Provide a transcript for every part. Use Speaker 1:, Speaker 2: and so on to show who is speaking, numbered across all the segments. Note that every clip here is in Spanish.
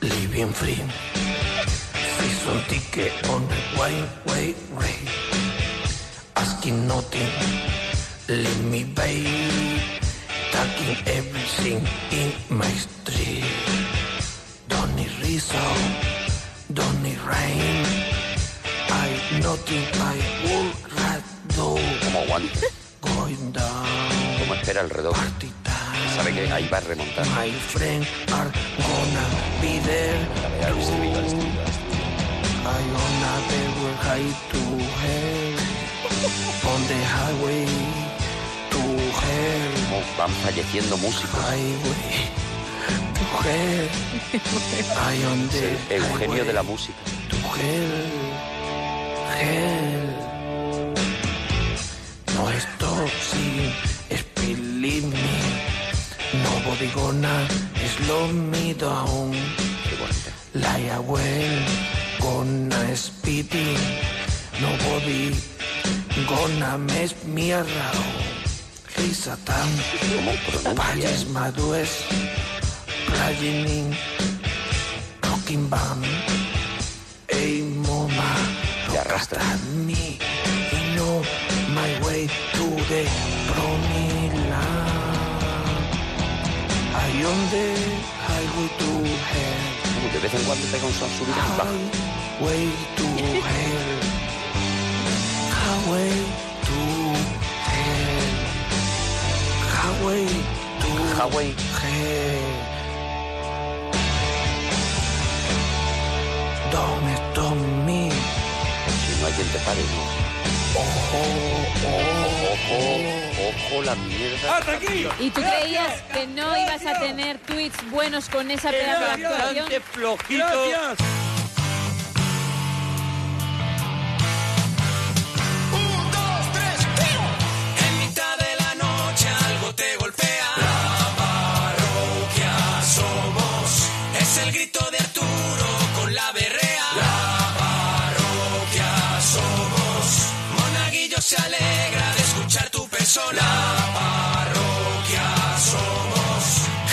Speaker 1: been free. Season ticket on the way, way, way. Asking nothing, let me be. Tucking everything in my street. Don't need reason, don't need rain. I nothing I would rather do.
Speaker 2: Como aguante,
Speaker 1: Going down,
Speaker 2: como espera el redoble.
Speaker 1: party time.
Speaker 2: Sabe que ahí va a remontar.
Speaker 1: My friend are gonna be there.
Speaker 2: Dale al estribillo, al estribillo, al estribillo.
Speaker 1: I gonna be where high to hell. On the highway to hell.
Speaker 2: Como van falleciendo músicos.
Speaker 1: Highway to hell. I on
Speaker 2: Es
Speaker 1: the
Speaker 2: el Eugenio
Speaker 1: highway
Speaker 2: de la música.
Speaker 1: to hell. Hell. No stop sin believe me. Nobody gonna slow me down.
Speaker 2: Qué bonita.
Speaker 1: Lie away, gonna speed it. Nobody gonna mess me around. He's a town,
Speaker 2: ¿Cómo pronuncia?
Speaker 1: Paris Madues, playing in rocking band. Hey, mama,
Speaker 2: Te arrastra.
Speaker 1: at me. You know my way to the promised land. I on the highway to hell.
Speaker 2: De vez en cuando pega un son subida y baja.
Speaker 1: Highway to hell. Highway to hell. Highway to
Speaker 2: Highway.
Speaker 1: hell. Don't stop me.
Speaker 2: Si no hay quien te pare, no.
Speaker 1: Ojo, ojo.
Speaker 2: Ojo, ojo la mierda.
Speaker 3: ¡Hasta aquí!
Speaker 4: ¿Y tú creías que no ibas a tener tweets buenos con esa pedazo de actuación?
Speaker 5: Bastante flojito.
Speaker 3: ¡Gracias!
Speaker 6: Un, dos, tres, ¡pum! En mitad de la noche algo te golpea. La parroquia somos. Es el grito de Arturo con la berrea. La parroquia somos. Monaguillo se alegra de escuchar tu persona. La parroquia somos.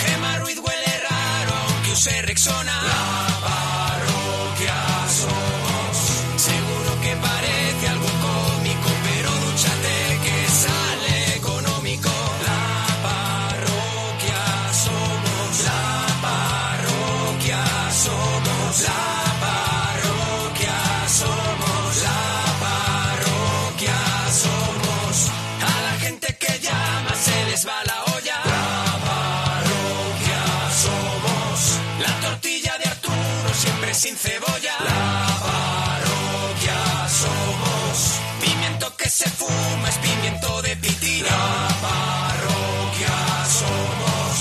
Speaker 6: Gema Ruiz huele raro aunque use Rexona. La parroquia somos. Seguro que parece algo cómico, pero dúchate que sale económico. La parroquia somos, la parroquia somos, la parroquia somos, la parroquia somos. A la gente que llama se les va la olla. La parroquia somos, la tortilla de Arturo siempre sin cebolla. La parroquia somos. Pimiento que se fuma es pimiento de pitilla. La parroquia somos.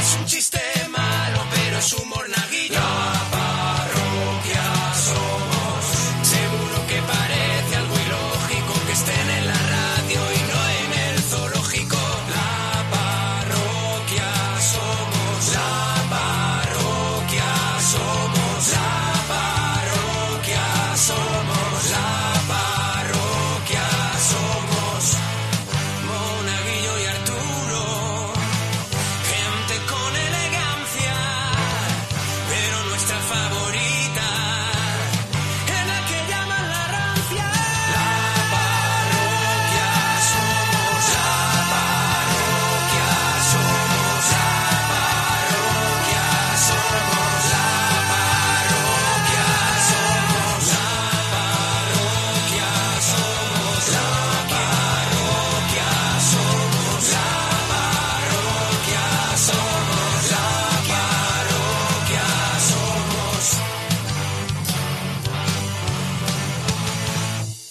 Speaker 6: Es un chiste malo, pero es humor naguillo. La parroquia somos. Seguro que parece algo ilógico que estén en la radio y no en el zoológico. La parroquia somos. La parroquia somos. La parroquia somos. La parroquia somos. Monaguillo y Arturo. Gente con elegancia. Pero nuestra favorita. En la que llaman la rancia La parroquia somos La parroquia somos La parroquia somos La parroquia somos La parroquia somos La parroquia somos La parroquia somos La parroquia somos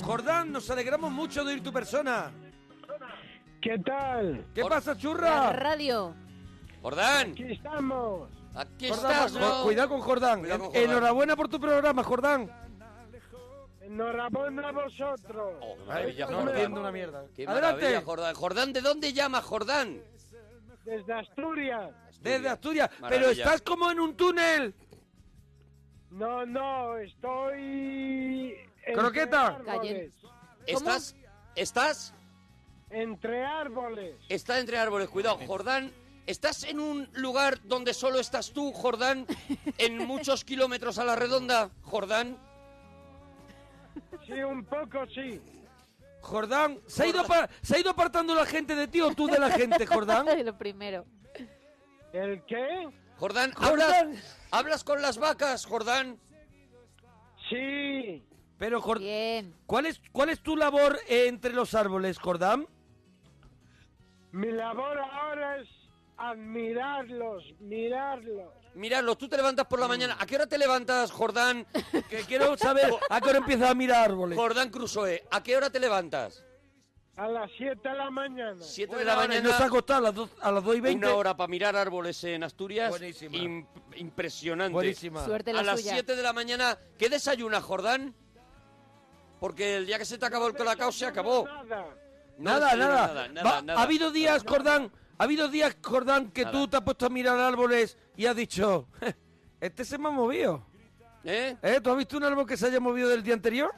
Speaker 3: Jordán, nos alegramos mucho de ir tu persona.
Speaker 7: ¿Qué tal?
Speaker 3: ¿Qué
Speaker 5: Por-
Speaker 3: pasa,
Speaker 4: La
Speaker 3: churra?
Speaker 4: radio.
Speaker 5: Jordán,
Speaker 7: Aquí estamos.
Speaker 5: aquí
Speaker 3: Jordán,
Speaker 5: estás,
Speaker 3: cu-
Speaker 5: ¿no?
Speaker 3: Cuidado con Jordán. eh.
Speaker 5: Cuidado con
Speaker 3: En-
Speaker 5: Jordán.
Speaker 3: Enhorabuena por tu programa, Jordán.
Speaker 7: Enhorabuena a vosotros.
Speaker 5: Oh, qué maravilla,
Speaker 3: Estamos
Speaker 5: Jordán.
Speaker 3: viendo una mierda.
Speaker 5: Qué maravilla,
Speaker 3: Adelante.
Speaker 5: Jordán. Jordán, ¿de dónde llama Jordán?
Speaker 7: Desde Asturias.
Speaker 3: Desde Asturias. Pero
Speaker 5: Maravilla.
Speaker 3: estás como en un túnel.
Speaker 7: No, no, estoy... entre
Speaker 3: Croqueta.
Speaker 7: árboles.
Speaker 5: ¿Estás? ¿Estás?
Speaker 7: Entre árboles.
Speaker 5: Está entre árboles, cuidado. Jordán ¿Estás en un lugar donde solo estás tú, Jordán? ¿En muchos kilómetros a la redonda, Jordán?
Speaker 7: Sí, un poco sí.
Speaker 3: Jordán, ¿se ha, ido apar- ¿se ha ido apartando la gente de ti o tú de la gente, Jordán?
Speaker 4: Lo primero.
Speaker 7: ¿El qué?
Speaker 5: Jordán,
Speaker 3: Jordán.
Speaker 5: ¿hablas, hablas con las vacas, Jordán?
Speaker 7: Sí,
Speaker 3: Pero, Jor-
Speaker 4: Bien.
Speaker 3: ¿cuál, es, ¿cuál es tu labor eh, entre los árboles, Jordán?
Speaker 7: mi labor ahora es admirarlos, mirarlos.
Speaker 5: Míralo, tú te levantas por la mañana. ¿A qué hora te levantas, Jordán?
Speaker 3: Mm. Que quiero saber a qué hora empiezas a mirar árboles.
Speaker 5: Jordán Crusoe, ¿a qué hora te levantas?
Speaker 7: A las 7 de la mañana.
Speaker 5: Siete
Speaker 3: Bueno,
Speaker 5: de la
Speaker 3: ahora,
Speaker 5: mañana.
Speaker 3: No se ha acostado a las, dos, a las 2 y 20.
Speaker 5: Una hora para mirar árboles en Asturias.
Speaker 3: Buenísima.
Speaker 5: Imp- impresionante.
Speaker 3: Buenísima.
Speaker 4: Suerte la
Speaker 5: A las
Speaker 4: suya.
Speaker 5: 7 de la mañana, ¿qué desayuna, Jordán? Porque el día que se te acabó el colacao se acabó.
Speaker 7: Nada.
Speaker 5: No
Speaker 3: nada,
Speaker 5: desayunas
Speaker 3: nada. Va-
Speaker 5: nada, nada, nada.
Speaker 3: Ha habido días, Jordán, ha habido días, Jordán, que
Speaker 5: Nada.
Speaker 3: tú te has puesto a mirar árboles y has dicho, este se me ha movido.
Speaker 5: ¿Eh?
Speaker 3: ¿Eh? ¿Tú has visto un árbol que se haya movido del día anterior?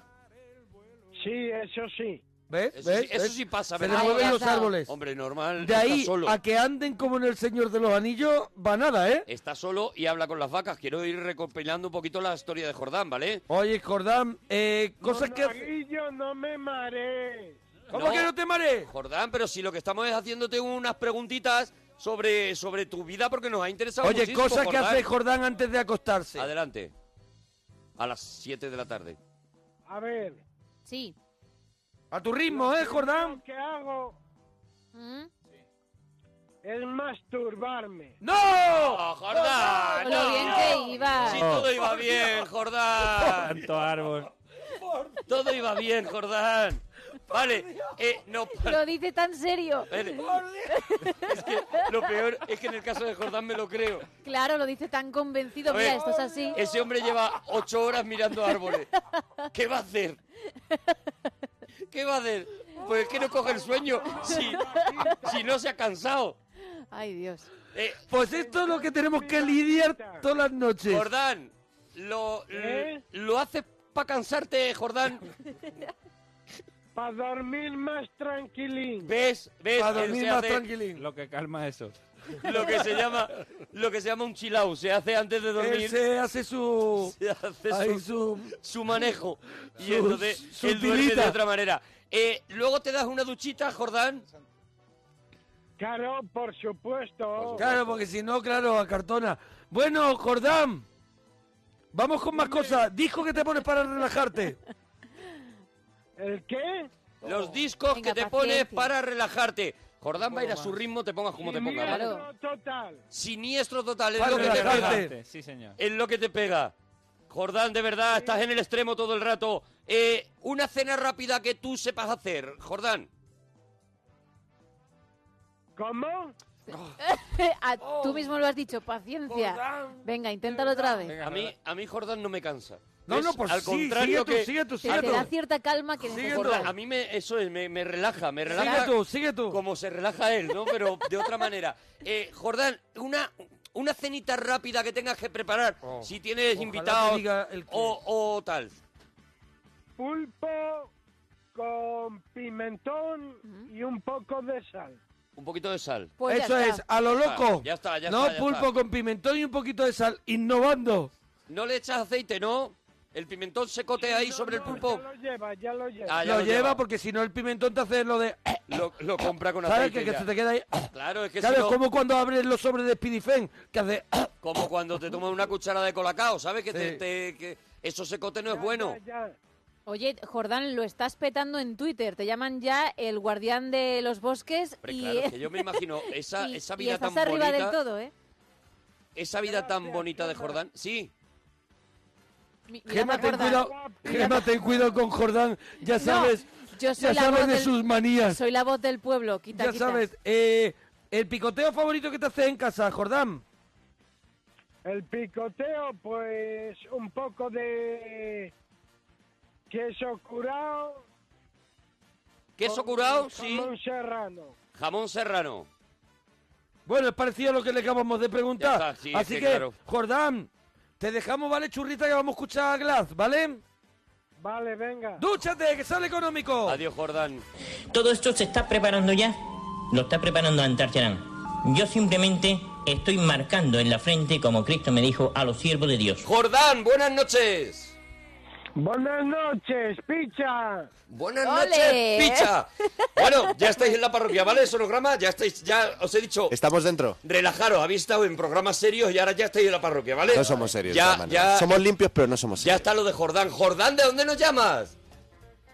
Speaker 7: Sí, eso sí.
Speaker 3: ¿Ves?
Speaker 5: Eso,
Speaker 3: ¿Ves?
Speaker 5: sí, eso
Speaker 3: ¿Ves?
Speaker 5: sí pasa,
Speaker 3: se le
Speaker 5: ¿verdad?
Speaker 4: mueve
Speaker 3: mueven
Speaker 4: Ahí
Speaker 3: los
Speaker 4: pasado.
Speaker 3: árboles.
Speaker 5: Hombre, normal.
Speaker 3: De ahí
Speaker 5: está solo.
Speaker 3: a que anden como en el Señor de los Anillos, va nada, ¿eh?
Speaker 5: Está solo y habla con las vacas. Quiero ir recopilando un poquito la historia de Jordán, ¿vale?
Speaker 3: Oye, Jordán, Oh, eh, cosas que... hace-
Speaker 7: Monaguillo, no me marees.
Speaker 3: ¿Cómo
Speaker 5: No.
Speaker 3: que no te marees?
Speaker 5: Jordán, pero si lo que estamos es haciéndote unas preguntitas sobre, sobre tu vida porque nos ha interesado
Speaker 3: Oye,
Speaker 5: muchísimo,
Speaker 3: cosas que
Speaker 5: Jordán.
Speaker 3: hace Jordán antes de acostarse.
Speaker 5: Adelante. A las 7 de la tarde.
Speaker 7: A ver.
Speaker 4: Sí.
Speaker 3: A tu ritmo, ¿eh, Jordán?
Speaker 7: Lo que hago
Speaker 4: ¿Mm?
Speaker 7: es masturbarme.
Speaker 3: ¡No!
Speaker 5: ¡Oh, Jordán!
Speaker 4: Lo bien que
Speaker 7: Ah.
Speaker 4: iba.
Speaker 5: Si todo iba bien, Jordán.
Speaker 8: Tanto árbol.
Speaker 5: Todo iba bien, Jordán. Vale, eh, no.
Speaker 4: Lo dice tan serio.
Speaker 5: vale. Es que lo peor es que en el caso de Jordán me lo creo.
Speaker 4: Claro, lo dice tan convencido.
Speaker 5: A ver.
Speaker 4: Mira, esto es así.
Speaker 5: Ese hombre lleva ocho horas mirando árboles. ¿Qué va a hacer? ¿Qué va a hacer? Pues es que no coge el sueño si, si no se ha cansado.
Speaker 4: Ay, Dios.
Speaker 5: Eh,
Speaker 3: Pues esto es lo que tenemos que lidiar todas las noches.
Speaker 5: Jordán, lo,
Speaker 7: ¿Eh?
Speaker 5: lo haces para cansarte, Jordán.
Speaker 7: Para dormir más tranquilín.
Speaker 5: ¿Ves? ¿Ves?
Speaker 3: Para
Speaker 5: Él
Speaker 3: dormir
Speaker 5: se
Speaker 3: más
Speaker 5: hace-
Speaker 3: tranquilín.
Speaker 8: Lo que calma eso.
Speaker 5: lo que se llama lo que se llama un chill out, se hace antes de
Speaker 3: Él
Speaker 5: dormir
Speaker 3: se hace su...
Speaker 5: se hace
Speaker 3: ahí
Speaker 5: su,
Speaker 3: su...
Speaker 5: su manejo y
Speaker 3: su-
Speaker 5: entonces
Speaker 3: su
Speaker 5: él duerme de
Speaker 3: tirita.
Speaker 5: otra manera Eh, luego te das una duchita Jordán
Speaker 7: Claro, por supuesto.
Speaker 3: Claro, porque si no, claro, a cartona. Bueno, Jordán, vamos con más cosas. Disco que te pones para relajarte.
Speaker 7: ¿El qué?
Speaker 5: los discos
Speaker 4: Oh. Venga,
Speaker 5: que te
Speaker 4: paciencia.
Speaker 5: pones para relajarte Jordán va a ir a su ritmo te pongas como te pongas ¿vale?
Speaker 4: Claro.
Speaker 7: Siniestro total.
Speaker 5: siniestro total es
Speaker 3: Para
Speaker 5: lo que te
Speaker 3: relajarte.
Speaker 5: pega
Speaker 8: Relajante, Sí, señor.
Speaker 5: es lo que te pega Jordán de verdad estás en el extremo todo el rato Eh, una cena rápida que tú sepas hacer Jordán
Speaker 7: ¿Cómo?
Speaker 4: Ah, Tú mismo lo has dicho, paciencia. Venga, inténtalo otra vez.
Speaker 5: a mí a mí Jordán no me cansa
Speaker 3: No,
Speaker 5: Es
Speaker 3: no, pues
Speaker 5: al
Speaker 3: sí,
Speaker 5: contrario
Speaker 3: sigue tú,
Speaker 5: que
Speaker 3: sigue tú,
Speaker 4: Que
Speaker 3: sigue
Speaker 4: te da
Speaker 3: tú.
Speaker 4: cierta calma que
Speaker 3: Sigue
Speaker 4: necesitas.
Speaker 5: Jordán, a mí me, eso es, me, me relaja, me
Speaker 3: Sigue
Speaker 5: relaja
Speaker 3: tú, sigue tú.
Speaker 5: como se relaja él, ¿no? Pero de otra manera. Eh, Jordán, una, una cenita rápida que tengas que preparar
Speaker 3: Oh.
Speaker 5: si tienes
Speaker 3: Ojalá
Speaker 5: invitados
Speaker 3: me diga el que-
Speaker 5: o, o tal.
Speaker 7: Pulpo con pimentón y un poco de sal.
Speaker 5: Un poquito de sal.
Speaker 4: Pues ya
Speaker 3: Eso
Speaker 4: está.
Speaker 3: es, a lo loco.
Speaker 5: Ya está, ya
Speaker 3: No,
Speaker 5: está, ya
Speaker 3: pulpo
Speaker 5: está.
Speaker 3: con pimentón y un poquito de sal, innovando.
Speaker 5: No le echas aceite, ¿no? El pimentón se cotea ahí
Speaker 7: No,
Speaker 5: sobre
Speaker 7: no,
Speaker 5: el pulpo.
Speaker 7: Ya lo lleva, ya lo lleva.
Speaker 5: Ah, ya
Speaker 3: lo, lleva, porque si no el pimentón te hace lo de...
Speaker 5: Lo, lo compra con
Speaker 3: ¿Sabes?
Speaker 5: aceite.
Speaker 3: Que, que
Speaker 5: ya.
Speaker 3: se te queda ahí...
Speaker 5: Claro, es que
Speaker 3: Claro,
Speaker 5: si
Speaker 3: es
Speaker 5: no-
Speaker 3: como cuando abres los sobres de Spidifen, que hace...
Speaker 5: como cuando te tomas una cuchara de colacao, ¿sabes? Que,
Speaker 3: Sí.
Speaker 5: te, te- que eso secote no es bueno.
Speaker 7: Ya, ya.
Speaker 4: Oye, Jordán, lo estás petando en Twitter. Te llaman ya el guardián de los bosques
Speaker 5: Hombre,
Speaker 4: y,
Speaker 5: claro, que yo me imagino esa,
Speaker 4: y-
Speaker 5: esa
Speaker 4: y
Speaker 5: vida
Speaker 4: estás
Speaker 5: tan
Speaker 4: arriba
Speaker 5: bonita.
Speaker 4: del todo, ¿eh?
Speaker 5: Esa vida tan
Speaker 7: Gracias,
Speaker 5: bonita de
Speaker 7: Gemma.
Speaker 5: Jordán. Sí,
Speaker 4: Mi- mira,
Speaker 3: Gema, ten
Speaker 4: Jordán.
Speaker 3: cuidado, Gema, ten cuidado con Jordán, ya sabes,
Speaker 4: yo soy
Speaker 3: ya
Speaker 4: la
Speaker 3: sabes
Speaker 4: voz
Speaker 3: de
Speaker 4: del-
Speaker 3: sus manías.
Speaker 4: Soy la voz del pueblo, quita,
Speaker 3: Ya
Speaker 4: quita.
Speaker 3: sabes, eh, el picoteo favorito que te haces en casa, Jordán.
Speaker 7: El picoteo, pues un poco de queso curado.
Speaker 5: queso
Speaker 7: con
Speaker 5: curado, sí.
Speaker 7: jamón serrano.
Speaker 5: Jamón serrano.
Speaker 3: Bueno, es parecido a lo que le acabamos de preguntar.
Speaker 5: Ya está, sí,
Speaker 3: Así
Speaker 5: sí,
Speaker 3: que,
Speaker 5: claro.
Speaker 3: Jordán, te dejamos, ¿vale, churrita, que vamos a escuchar a Glass, ¿vale?
Speaker 7: Vale, venga.
Speaker 3: ¡Dúchate, que sale económico!
Speaker 5: Adiós, Jordán.
Speaker 9: Todo esto se está preparando ya. Lo está preparando Antarcharán.
Speaker 8: Yo simplemente estoy marcando en la frente, como Cristo me dijo, a los siervos de Dios.
Speaker 5: Jordán, buenas noches.
Speaker 7: Buenas noches, picha.
Speaker 5: Buenas
Speaker 4: Ole.
Speaker 5: noches, picha. Bueno, ya estáis en la parroquia, ¿vale? Sonograma, ya estáis, ya os he dicho,
Speaker 9: Estamos dentro.
Speaker 5: relajaros, habéis estado en programas serios y ahora ya estáis en la parroquia, ¿vale?
Speaker 9: No somos serios. de
Speaker 5: Ya,
Speaker 9: todas maneras.
Speaker 5: ya,
Speaker 9: Somos limpios, pero no somos
Speaker 5: ya
Speaker 9: serios.
Speaker 5: está lo de Jordán. Jordán, ¿de dónde nos llamas?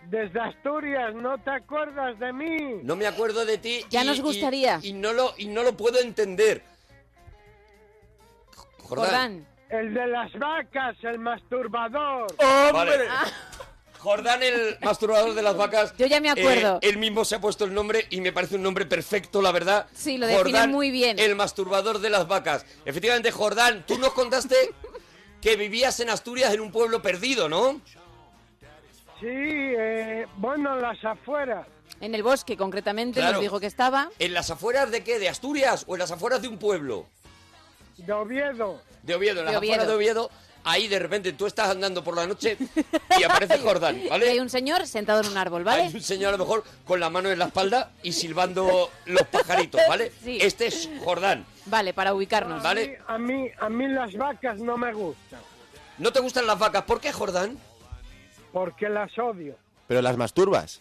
Speaker 7: Desde Asturias, ¿no te acuerdas de mí?
Speaker 5: No me acuerdo de ti.
Speaker 4: Ya
Speaker 5: y-
Speaker 4: nos
Speaker 5: y-
Speaker 4: gustaría.
Speaker 5: Y, no lo, y no lo puedo entender. Jordán.
Speaker 4: Jordán.
Speaker 7: El de las vacas, el masturbador.
Speaker 5: Vale.
Speaker 4: Ah,
Speaker 5: Jordán, el masturbador de las vacas.
Speaker 4: Yo ya me acuerdo.
Speaker 5: eh, él mismo se ha puesto el nombre y me parece un nombre perfecto, la verdad.
Speaker 4: Sí, lo define
Speaker 5: Jordán,
Speaker 4: muy bien.
Speaker 5: El masturbador de las vacas. Efectivamente, Jordán, tú nos contaste que vivías en Asturias en un pueblo perdido, ¿no?
Speaker 7: Sí, eh, bueno, las afueras.
Speaker 4: En el bosque, concretamente,
Speaker 5: Claro.
Speaker 4: nos dijo que estaba.
Speaker 5: ¿En las afueras de qué? ¿De Asturias o en las afueras de un pueblo?
Speaker 7: De Oviedo.
Speaker 5: De Oviedo, en las
Speaker 4: De Oviedo.
Speaker 5: afueras de Oviedo. Ahí de repente tú estás andando por la noche y aparece Jordán, ¿vale?
Speaker 4: Y hay un señor sentado en un árbol, ¿vale?
Speaker 5: Hay un señor a lo mejor con la mano en la espalda y silbando los pajaritos, ¿vale?
Speaker 4: Sí.
Speaker 5: Este es Jordán.
Speaker 4: Vale, para ubicarnos.
Speaker 5: Vale.
Speaker 7: Sí, A mí, a mí las vacas no me gustan,
Speaker 5: ¿No te gustan las vacas? ¿Por qué, Jordán?
Speaker 7: porque las odio.
Speaker 9: Pero las masturbas.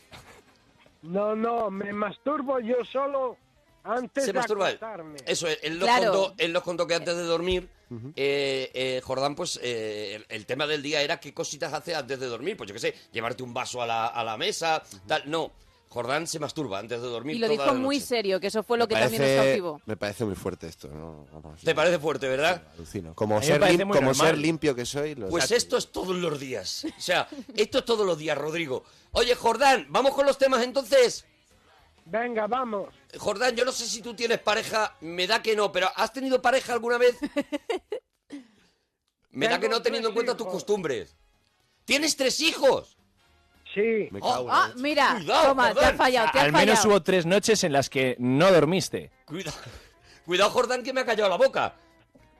Speaker 7: No, no, me masturbo yo solo antes
Speaker 5: Se
Speaker 7: de
Speaker 5: masturba él.
Speaker 7: acostarme.
Speaker 5: Eso es, él nos,
Speaker 4: Claro.
Speaker 5: contó, él nos contó que antes de dormir, eh, eh, Jordán, pues eh, el, el tema del día era qué cositas hace antes de dormir. Pues yo qué sé, llevarte un vaso a la, a la mesa, tal. No, Jordán se masturba antes de dormir.
Speaker 4: Y lo
Speaker 5: toda la
Speaker 4: dijo muy
Speaker 5: noche.
Speaker 4: serio, que eso fue lo que también nos
Speaker 9: Parece-
Speaker 4: cautivó.
Speaker 9: me parece muy fuerte esto. ¿no? Vamos,
Speaker 5: ¿Te parece fuerte, verdad?
Speaker 9: alucino. Como,
Speaker 10: me
Speaker 9: ser,
Speaker 10: parece
Speaker 9: lim-
Speaker 10: muy
Speaker 9: como
Speaker 10: normal.
Speaker 9: ser limpio que soy. lo-
Speaker 5: Pues esto es todos los días. O sea, esto es todos los días, Rodrigo. Oye, Jordán, vamos con los temas entonces.
Speaker 7: Venga, vamos.
Speaker 5: Jordán, yo no sé si tú tienes pareja, me da que no, pero ¿has tenido pareja alguna vez? Me da que
Speaker 7: Tengo
Speaker 5: no teniendo
Speaker 7: tres
Speaker 5: en cuenta tus
Speaker 7: hijos.
Speaker 5: costumbres. ¿Tienes tres hijos?
Speaker 7: Sí,
Speaker 9: Me
Speaker 5: Oh,
Speaker 9: cago en la
Speaker 4: Ah,
Speaker 9: leche.
Speaker 4: mira,
Speaker 5: Cuidado,
Speaker 4: toma, te
Speaker 5: Jordán.
Speaker 4: has fallado, te has
Speaker 10: Al menos
Speaker 4: fallado.
Speaker 10: hubo tres noches en las que no dormiste.
Speaker 5: Cuidado, cuidado Jordán, que me ha callado la boca.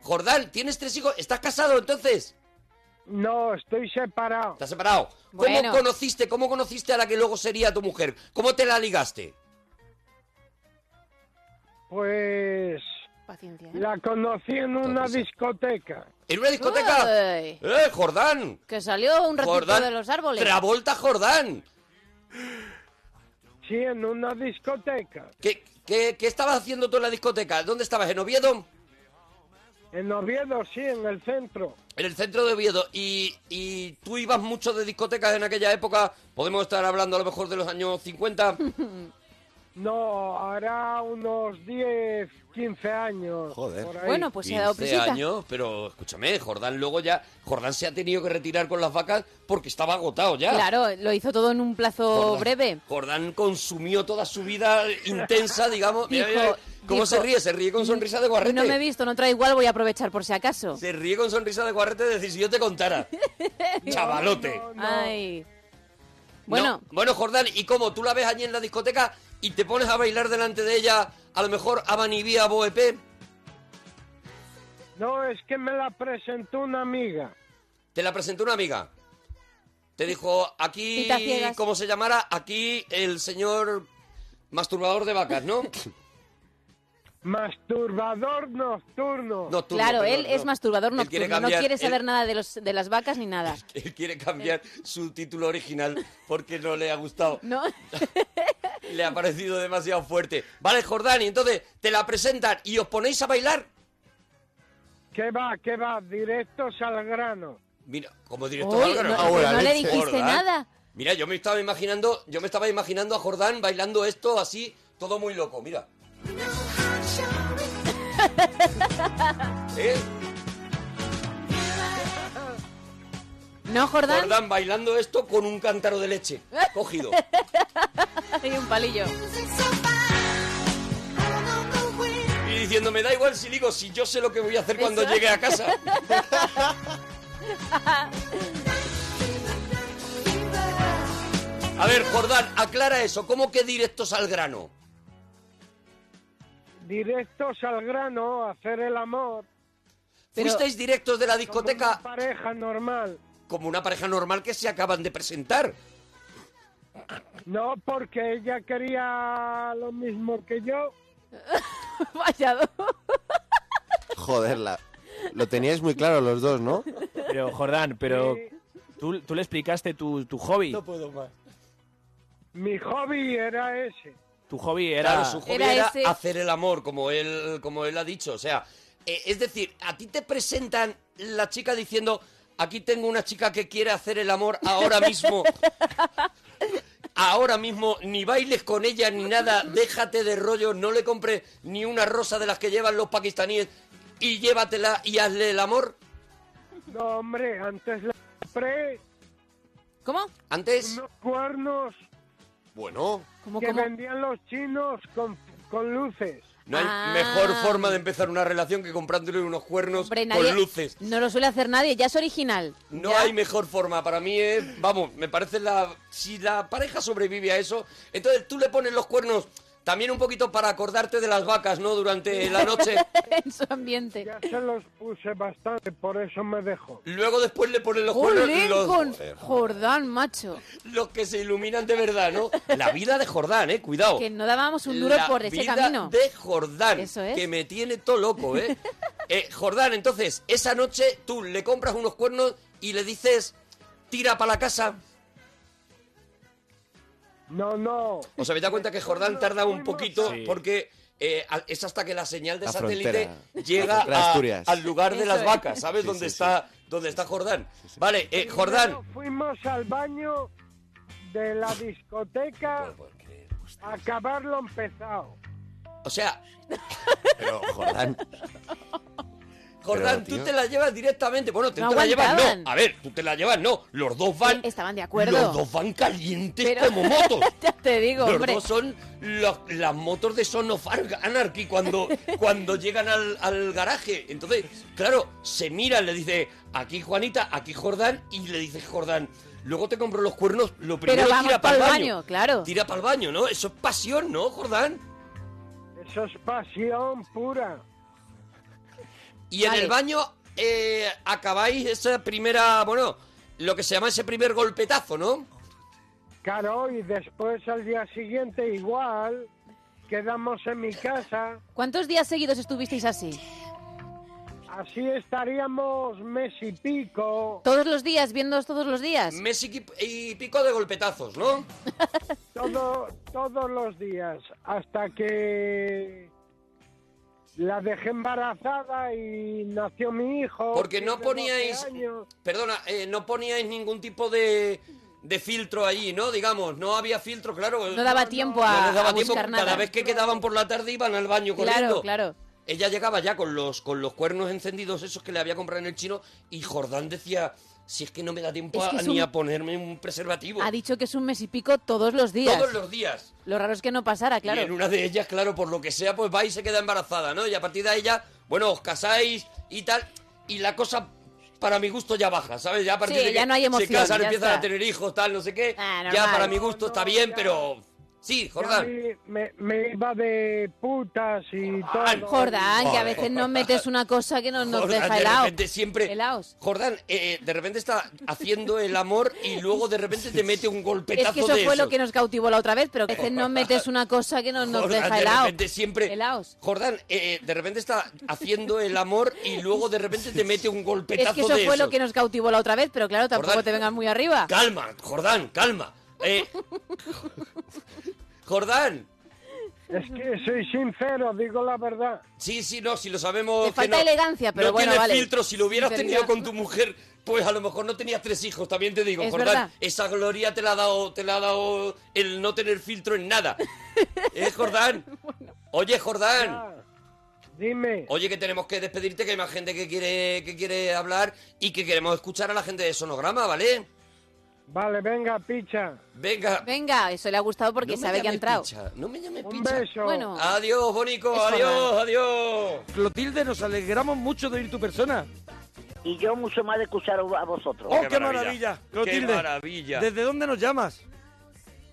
Speaker 5: Jordán, ¿tienes tres hijos? ¿Estás casado entonces?
Speaker 7: no, estoy separado.
Speaker 5: ¿Estás separado? ¿Cómo
Speaker 4: Bueno.
Speaker 5: conociste, cómo conociste a la que luego sería tu mujer? ¿Cómo te la ligaste?
Speaker 7: Pues
Speaker 4: Paciencia. ¿eh?
Speaker 7: la conocí en una discoteca.
Speaker 5: ¿En una discoteca?
Speaker 4: Uy,
Speaker 5: ¡Eh, Jordán!
Speaker 4: que salió un ratito
Speaker 5: Jordán,
Speaker 4: de los árboles.
Speaker 5: Travolta Jordán.
Speaker 7: Sí, en una discoteca.
Speaker 5: ¿Qué, qué, qué estabas haciendo tú en la discoteca? ¿Dónde estabas? ¿En Oviedo?
Speaker 7: En Oviedo, sí, en el centro.
Speaker 5: En el centro de Oviedo. Y, y tú ibas mucho de discotecas en aquella época. Podemos estar hablando a lo mejor de los años 50.
Speaker 7: No, hará unos 10, 15 años.
Speaker 9: Joder.
Speaker 7: por ahí.
Speaker 4: Bueno, pues se ha dado
Speaker 5: 15
Speaker 4: prisita.
Speaker 5: años, pero escúchame, Jordán luego ya... Jordán se ha tenido que retirar con las vacas porque estaba agotado ya.
Speaker 4: Claro, lo hizo todo en un plazo
Speaker 5: Jordán-
Speaker 4: breve.
Speaker 5: Jordán consumió toda su vida intensa, digamos. Mira,
Speaker 4: Dijo-
Speaker 5: mira, ¿Cómo
Speaker 4: dijo,
Speaker 5: se ríe? Se ríe con sonrisa de guarrete.
Speaker 4: No me he visto, no trae igual, voy a aprovechar por si acaso.
Speaker 5: Se ríe con sonrisa de guarrete de decir, si yo te contara. Chavalote.
Speaker 4: Ay. Bueno,
Speaker 5: No. Bueno, Jordán, ¿y cómo? ¿Tú la ves allí en la discoteca y te pones a bailar delante de ella, a lo mejor a Vanivía Boepé?
Speaker 7: No, es que me la presentó una amiga.
Speaker 5: Te la presentó una amiga. Te dijo, aquí,
Speaker 4: Citas ciegas.
Speaker 5: ¿cómo se llamara? Aquí el señor masturbador de vacas, ¿no?
Speaker 7: Masturbador nocturno.
Speaker 5: Nocturno,
Speaker 4: claro,
Speaker 5: perdón,
Speaker 4: él es
Speaker 5: no.
Speaker 4: masturbador
Speaker 5: Él
Speaker 4: nocturno, no
Speaker 5: cambiar-
Speaker 4: quiere
Speaker 5: él-
Speaker 4: saber nada de, los, de las vacas ni nada.
Speaker 5: Él quiere cambiar su título original porque no le ha gustado.
Speaker 4: ¿No?
Speaker 5: Le ha parecido demasiado fuerte. Vale, Jordán, y entonces te la presentan y os ponéis a bailar.
Speaker 7: ¿Qué va, qué va? Directos al grano.
Speaker 5: Mira, como director
Speaker 4: Uy,
Speaker 5: al grano.
Speaker 4: no,
Speaker 9: Ah, buena
Speaker 4: no le
Speaker 9: leche.
Speaker 4: dijiste
Speaker 5: Jordán.
Speaker 4: nada.
Speaker 5: Mira, yo me estaba imaginando, yo me estaba imaginando a Jordán bailando esto así, todo muy loco, mira. ¿Eh?
Speaker 4: No, Jordán,
Speaker 5: Jordán bailando esto con un cántaro de leche cogido.
Speaker 4: hay un palillo.
Speaker 5: Y diciendo, me da igual si digo, si yo sé lo que voy a hacer cuando
Speaker 4: Eso.
Speaker 5: llegue a casa. A ver, Jordán, aclara eso. ¿Cómo que directos al grano?
Speaker 7: Directos al grano, hacer el amor.
Speaker 4: Pero-
Speaker 5: ¿Fuisteis directos de la
Speaker 7: como una
Speaker 5: discoteca
Speaker 7: pareja normal.
Speaker 5: como una pareja normal que se acaban de presentar?
Speaker 7: No, porque ella quería lo mismo que yo.
Speaker 4: Vaya, demasiado.
Speaker 9: Joderla. Lo teníais muy claro los dos, ¿no?
Speaker 10: Pero, Jordán, pero tú, tú le explicaste tu, tu hobby.
Speaker 3: puedo más.
Speaker 7: Mi hobby era ese.
Speaker 10: Tu hobby era...
Speaker 5: Claro, su hobby era, hacer el amor, como él, como él ha dicho. O sea, eh, es decir, a ti te presentan la chica diciendo, aquí tengo una chica que quiere hacer el amor ahora mismo. Ahora mismo, ni bailes con ella ni nada, déjate de rollo, no le compres ni una rosa de las que llevan los pakistaníes y llévatela y hazle el amor.
Speaker 7: No, hombre, antes la compré.
Speaker 4: ¿Cómo?
Speaker 5: Antes. Oh.
Speaker 7: Unos cuernos
Speaker 5: Bueno,
Speaker 7: que vendían los chinos con, con luces.
Speaker 5: no hay
Speaker 4: Ah.
Speaker 5: mejor forma de empezar una relación que comprándole unos cuernos
Speaker 4: Hombre, nadie-
Speaker 5: con luces.
Speaker 4: No lo suele hacer nadie, ya es original.
Speaker 5: No hay mejor forma. Para mí es, vamos, me parece la... Si la pareja sobrevive a eso, entonces tú le pones los cuernos también un poquito para acordarte de las vacas, ¿no? Durante la noche.
Speaker 4: en su ambiente.
Speaker 7: Ya se los puse bastante, por eso me dejó.
Speaker 5: Luego después le pones los cuernos
Speaker 4: Jolín,
Speaker 5: los, Eh,
Speaker 4: con Jordán, macho.
Speaker 5: los que se iluminan de verdad, ¿no? La vida de Jordán, ¿eh? Cuidado.
Speaker 4: Que no dábamos un duro
Speaker 5: La
Speaker 4: por ese
Speaker 5: vida
Speaker 4: camino.
Speaker 5: de Jordán,
Speaker 4: Eso es.
Speaker 5: que me tiene todo loco, ¿eh? Eh, Jordán, entonces, esa noche tú le compras unos cuernos y le dices, tira para la casa.
Speaker 7: No, no.
Speaker 5: Os habéis dado cuenta que Jordán tarda un poquito
Speaker 10: Sí.
Speaker 5: porque eh, a- es hasta que la señal de
Speaker 9: La
Speaker 5: satélite
Speaker 9: frontera. La
Speaker 5: llega
Speaker 9: frontera de
Speaker 5: a-
Speaker 9: Asturias.
Speaker 5: al lugar de
Speaker 4: Eso
Speaker 5: las
Speaker 4: es.
Speaker 5: vacas, ¿sabes?
Speaker 9: Sí,
Speaker 5: dónde,
Speaker 9: sí,
Speaker 5: está, dónde está Jordán. Vale, eh,
Speaker 7: Primero
Speaker 5: Jordán.
Speaker 7: Fuimos al baño de la discoteca a acabarlo empezado.
Speaker 5: O sea,
Speaker 9: Pero, Jordán,
Speaker 5: Jordán, tú
Speaker 9: Pero, tío.
Speaker 5: te la llevas directamente. Bueno, tú
Speaker 4: No
Speaker 5: te la llevas,
Speaker 4: aguantaban.
Speaker 5: no. A ver, tú te la llevas, no. Los dos van.
Speaker 4: Eh, Estaban de
Speaker 5: Los
Speaker 4: acuerdo.
Speaker 5: dos van calientes
Speaker 4: Pero-
Speaker 5: como motos.
Speaker 4: Ya te digo,
Speaker 5: Los
Speaker 4: hombre.
Speaker 5: dos son los- las motos de Son of Ar- Anarchy cuando, cuando llegan al, al garaje. Entonces, claro, se miran, le dice aquí Juanita, aquí Jordán, y le dice Jordán, luego te compro los cuernos, lo primero
Speaker 4: Pero vamos
Speaker 5: tira
Speaker 4: para
Speaker 5: para
Speaker 4: el
Speaker 5: el
Speaker 4: baño, claro.
Speaker 5: Tira para el baño, ¿no? Eso es pasión, ¿no, Jordán?
Speaker 7: Eso es pasión pura.
Speaker 5: Y en
Speaker 4: Vale.
Speaker 5: el baño eh, acabáis esa primera, bueno, lo que se llama ese primer golpetazo, ¿no?
Speaker 7: Claro, y después al día siguiente igual quedamos en mi casa.
Speaker 4: ¿Cuántos días seguidos estuvisteis así?
Speaker 7: Así estaríamos mes y pico,
Speaker 4: ¿Todos los días? ¿Viéndoos todos los días?
Speaker 5: Messi y pico de golpetazos, ¿no?
Speaker 7: todo, todos los días, hasta que la dejé embarazada y nació mi hijo.
Speaker 5: Porque no
Speaker 7: tiene 12
Speaker 5: poníais-
Speaker 7: años.
Speaker 5: Perdona, eh, no poníais ningún tipo de, de filtro allí, ¿no? Digamos, no había filtro, claro.
Speaker 4: No daba tiempo a,
Speaker 5: No les daba
Speaker 4: a
Speaker 5: tiempo.
Speaker 4: buscar nada.
Speaker 5: Cada vez que quedaban por la tarde iban al baño corriendo.
Speaker 4: Claro, claro.
Speaker 5: Ella llegaba ya con los, con los cuernos encendidos esos que le había comprado en el chino y Jordán decía, si es que no me da tiempo
Speaker 4: Es
Speaker 5: a-
Speaker 4: que es
Speaker 5: ni
Speaker 4: un-
Speaker 5: a ponerme un preservativo.
Speaker 4: Ha dicho que es un mes y pico todos los días.
Speaker 5: Todos los días.
Speaker 4: Lo raro es que no pasara,
Speaker 5: Y
Speaker 4: claro.
Speaker 5: en una de ellas, claro, por lo que sea, pues va y se queda embarazada, ¿no? Y a partir de ella, bueno, os casáis y tal. Y la cosa, para mi gusto, ya baja, ¿sabes? Ya a partir
Speaker 4: Sí,
Speaker 5: de
Speaker 4: ya
Speaker 5: que
Speaker 4: no hay emoción,
Speaker 5: se casan,
Speaker 4: ya
Speaker 5: empiezan
Speaker 4: está.
Speaker 5: a tener hijos, tal, no sé qué.
Speaker 4: Ah, normal.
Speaker 5: ya para mi gusto
Speaker 7: No,
Speaker 5: está
Speaker 7: no,
Speaker 5: bien,
Speaker 7: ya.
Speaker 5: pero... Sí,
Speaker 7: Ya
Speaker 5: Jordán.
Speaker 7: Me, me- me iba de putas y todo.
Speaker 4: Jordán, que a
Speaker 5: Joder,
Speaker 4: veces nos
Speaker 5: Jordán.
Speaker 4: metes una cosa que no- nos
Speaker 5: Jordán,
Speaker 4: deja
Speaker 5: de
Speaker 4: helado.
Speaker 5: repente siempre...
Speaker 4: Helaos.
Speaker 5: Jordán, eh, de repente está haciendo el amor y luego de repente te mete un golpetazo
Speaker 4: Es que eso
Speaker 5: de
Speaker 4: fue lo
Speaker 5: esos.
Speaker 4: que nos cautivó la otra vez, pero que a veces nos metes una cosa que no nos
Speaker 5: Jordán,
Speaker 4: deja
Speaker 5: de
Speaker 4: helado.
Speaker 5: repente siempre...
Speaker 4: Helaos.
Speaker 5: Jordán, eh, de repente está haciendo el amor y luego de repente te mete un golpetazo
Speaker 4: Es que eso
Speaker 5: de
Speaker 4: fue lo
Speaker 5: esos.
Speaker 4: que nos cautivó la otra vez, pero claro, tampoco
Speaker 5: Jordán,
Speaker 4: te vengas muy arriba.
Speaker 5: Calma, Jordán, calma. Eh, Jordán.
Speaker 7: Es que soy sincero, digo la verdad.
Speaker 5: Sí, sí, no, si lo sabemos.
Speaker 4: Te
Speaker 5: que
Speaker 4: falta
Speaker 5: no-
Speaker 4: elegancia, pero
Speaker 5: no
Speaker 4: bueno,
Speaker 5: tiene
Speaker 4: vale.
Speaker 5: filtro. Si lo hubieras
Speaker 4: Sinceridad.
Speaker 5: tenido con tu mujer, pues a lo mejor no tenías tres hijos, también te digo,
Speaker 4: Es
Speaker 5: Jordán.
Speaker 4: verdad.
Speaker 5: Esa gloria te la ha dado, te la ha dado el no tener filtro en nada. ¿Eh, Jordán? Oye, Jordán.
Speaker 7: Ah, dime,
Speaker 5: Oye, que tenemos que despedirte, que hay más gente que quiere, que quiere hablar y que queremos escuchar a la gente de Sonograma, ¿vale?
Speaker 7: vale, venga, picha.
Speaker 5: Venga.
Speaker 4: Venga, eso le ha gustado porque
Speaker 5: No me
Speaker 4: sabe que ha
Speaker 5: llames
Speaker 4: entrado.
Speaker 5: picha, No me llames
Speaker 7: Un
Speaker 5: picha.
Speaker 7: beso.
Speaker 4: Bueno,
Speaker 5: Adiós, Bonico,
Speaker 4: Es
Speaker 5: adiós, adiós.
Speaker 3: Clotilde, nos alegramos mucho de oír tu persona.
Speaker 11: Y yo mucho más de escuchar a vosotros.
Speaker 3: ¡Oh, qué maravilla! Clotilde,
Speaker 5: ¡Qué maravilla!
Speaker 3: ¿desde dónde nos llamas?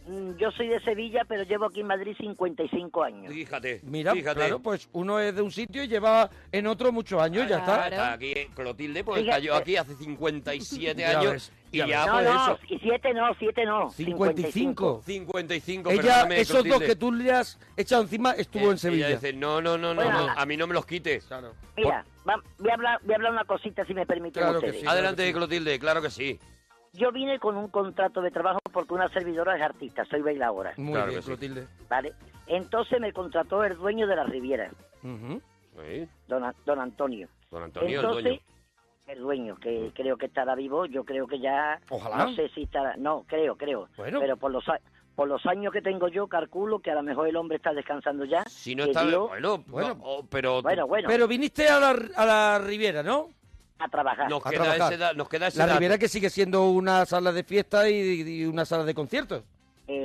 Speaker 11: mm, yo soy de Sevilla, pero llevo aquí en Madrid 55 años.
Speaker 5: Fíjate.
Speaker 3: Mira,
Speaker 5: fíjate.
Speaker 3: claro, pues uno es de un sitio y lleva en otro muchos años, ya está.
Speaker 5: Está aquí eh, Clotilde, pues
Speaker 3: Fíjate.
Speaker 5: cayó aquí hace 57
Speaker 3: Ya
Speaker 5: años
Speaker 3: ves,
Speaker 5: y
Speaker 3: ya
Speaker 5: ya
Speaker 3: ves.
Speaker 11: no,
Speaker 5: pues
Speaker 11: no,
Speaker 5: eso.
Speaker 11: y siete no, siete no.
Speaker 3: 55.
Speaker 5: 55,
Speaker 3: Ella,
Speaker 5: perdóname,
Speaker 3: esos dos
Speaker 5: Clotilde.
Speaker 3: que tú le has echado encima, estuvo en
Speaker 5: Eh, ella
Speaker 3: Sevilla.
Speaker 5: dice, no, no, no, no,
Speaker 11: Bueno,
Speaker 5: no, a mí no me los quites.
Speaker 11: Mira, va- voy, a hablar, voy a hablar una cosita, si me permiten
Speaker 5: Claro que
Speaker 11: ustedes.
Speaker 5: sí. Adelante, Clotilde, claro que sí.
Speaker 11: Yo vine con un contrato de trabajo porque una servidora es artista, soy bailadora.
Speaker 3: Muy
Speaker 5: Claro
Speaker 3: bien,
Speaker 5: que sí.
Speaker 3: Clotilde.
Speaker 11: ¿Vale? Entonces me contrató el dueño de la Riviera,
Speaker 5: Sí,
Speaker 11: don, A- don Antonio.
Speaker 5: Don Antonio,
Speaker 11: Entonces,
Speaker 5: el dueño.
Speaker 11: el dueño, que creo que estará vivo, yo creo que ya...
Speaker 5: Mm. Ojalá.
Speaker 11: No sé si estará... No, creo, creo.
Speaker 5: Bueno.
Speaker 11: Pero por los, a- por los años que tengo yo, calculo que a lo mejor el hombre está descansando ya.
Speaker 5: Si no
Speaker 11: que
Speaker 5: está...
Speaker 11: Dios-
Speaker 5: Bueno,
Speaker 11: Bueno.
Speaker 5: va- oh, pero...
Speaker 11: Bueno, bueno.
Speaker 3: Pero viniste a la, a la Riviera, ¿no?
Speaker 11: A trabajar.
Speaker 5: Nos
Speaker 3: A
Speaker 5: queda,
Speaker 3: trabajar.
Speaker 5: ese da- nos queda ese
Speaker 3: La
Speaker 5: dato.
Speaker 3: Riviera que sigue siendo una sala de fiesta y, y una sala de conciertos.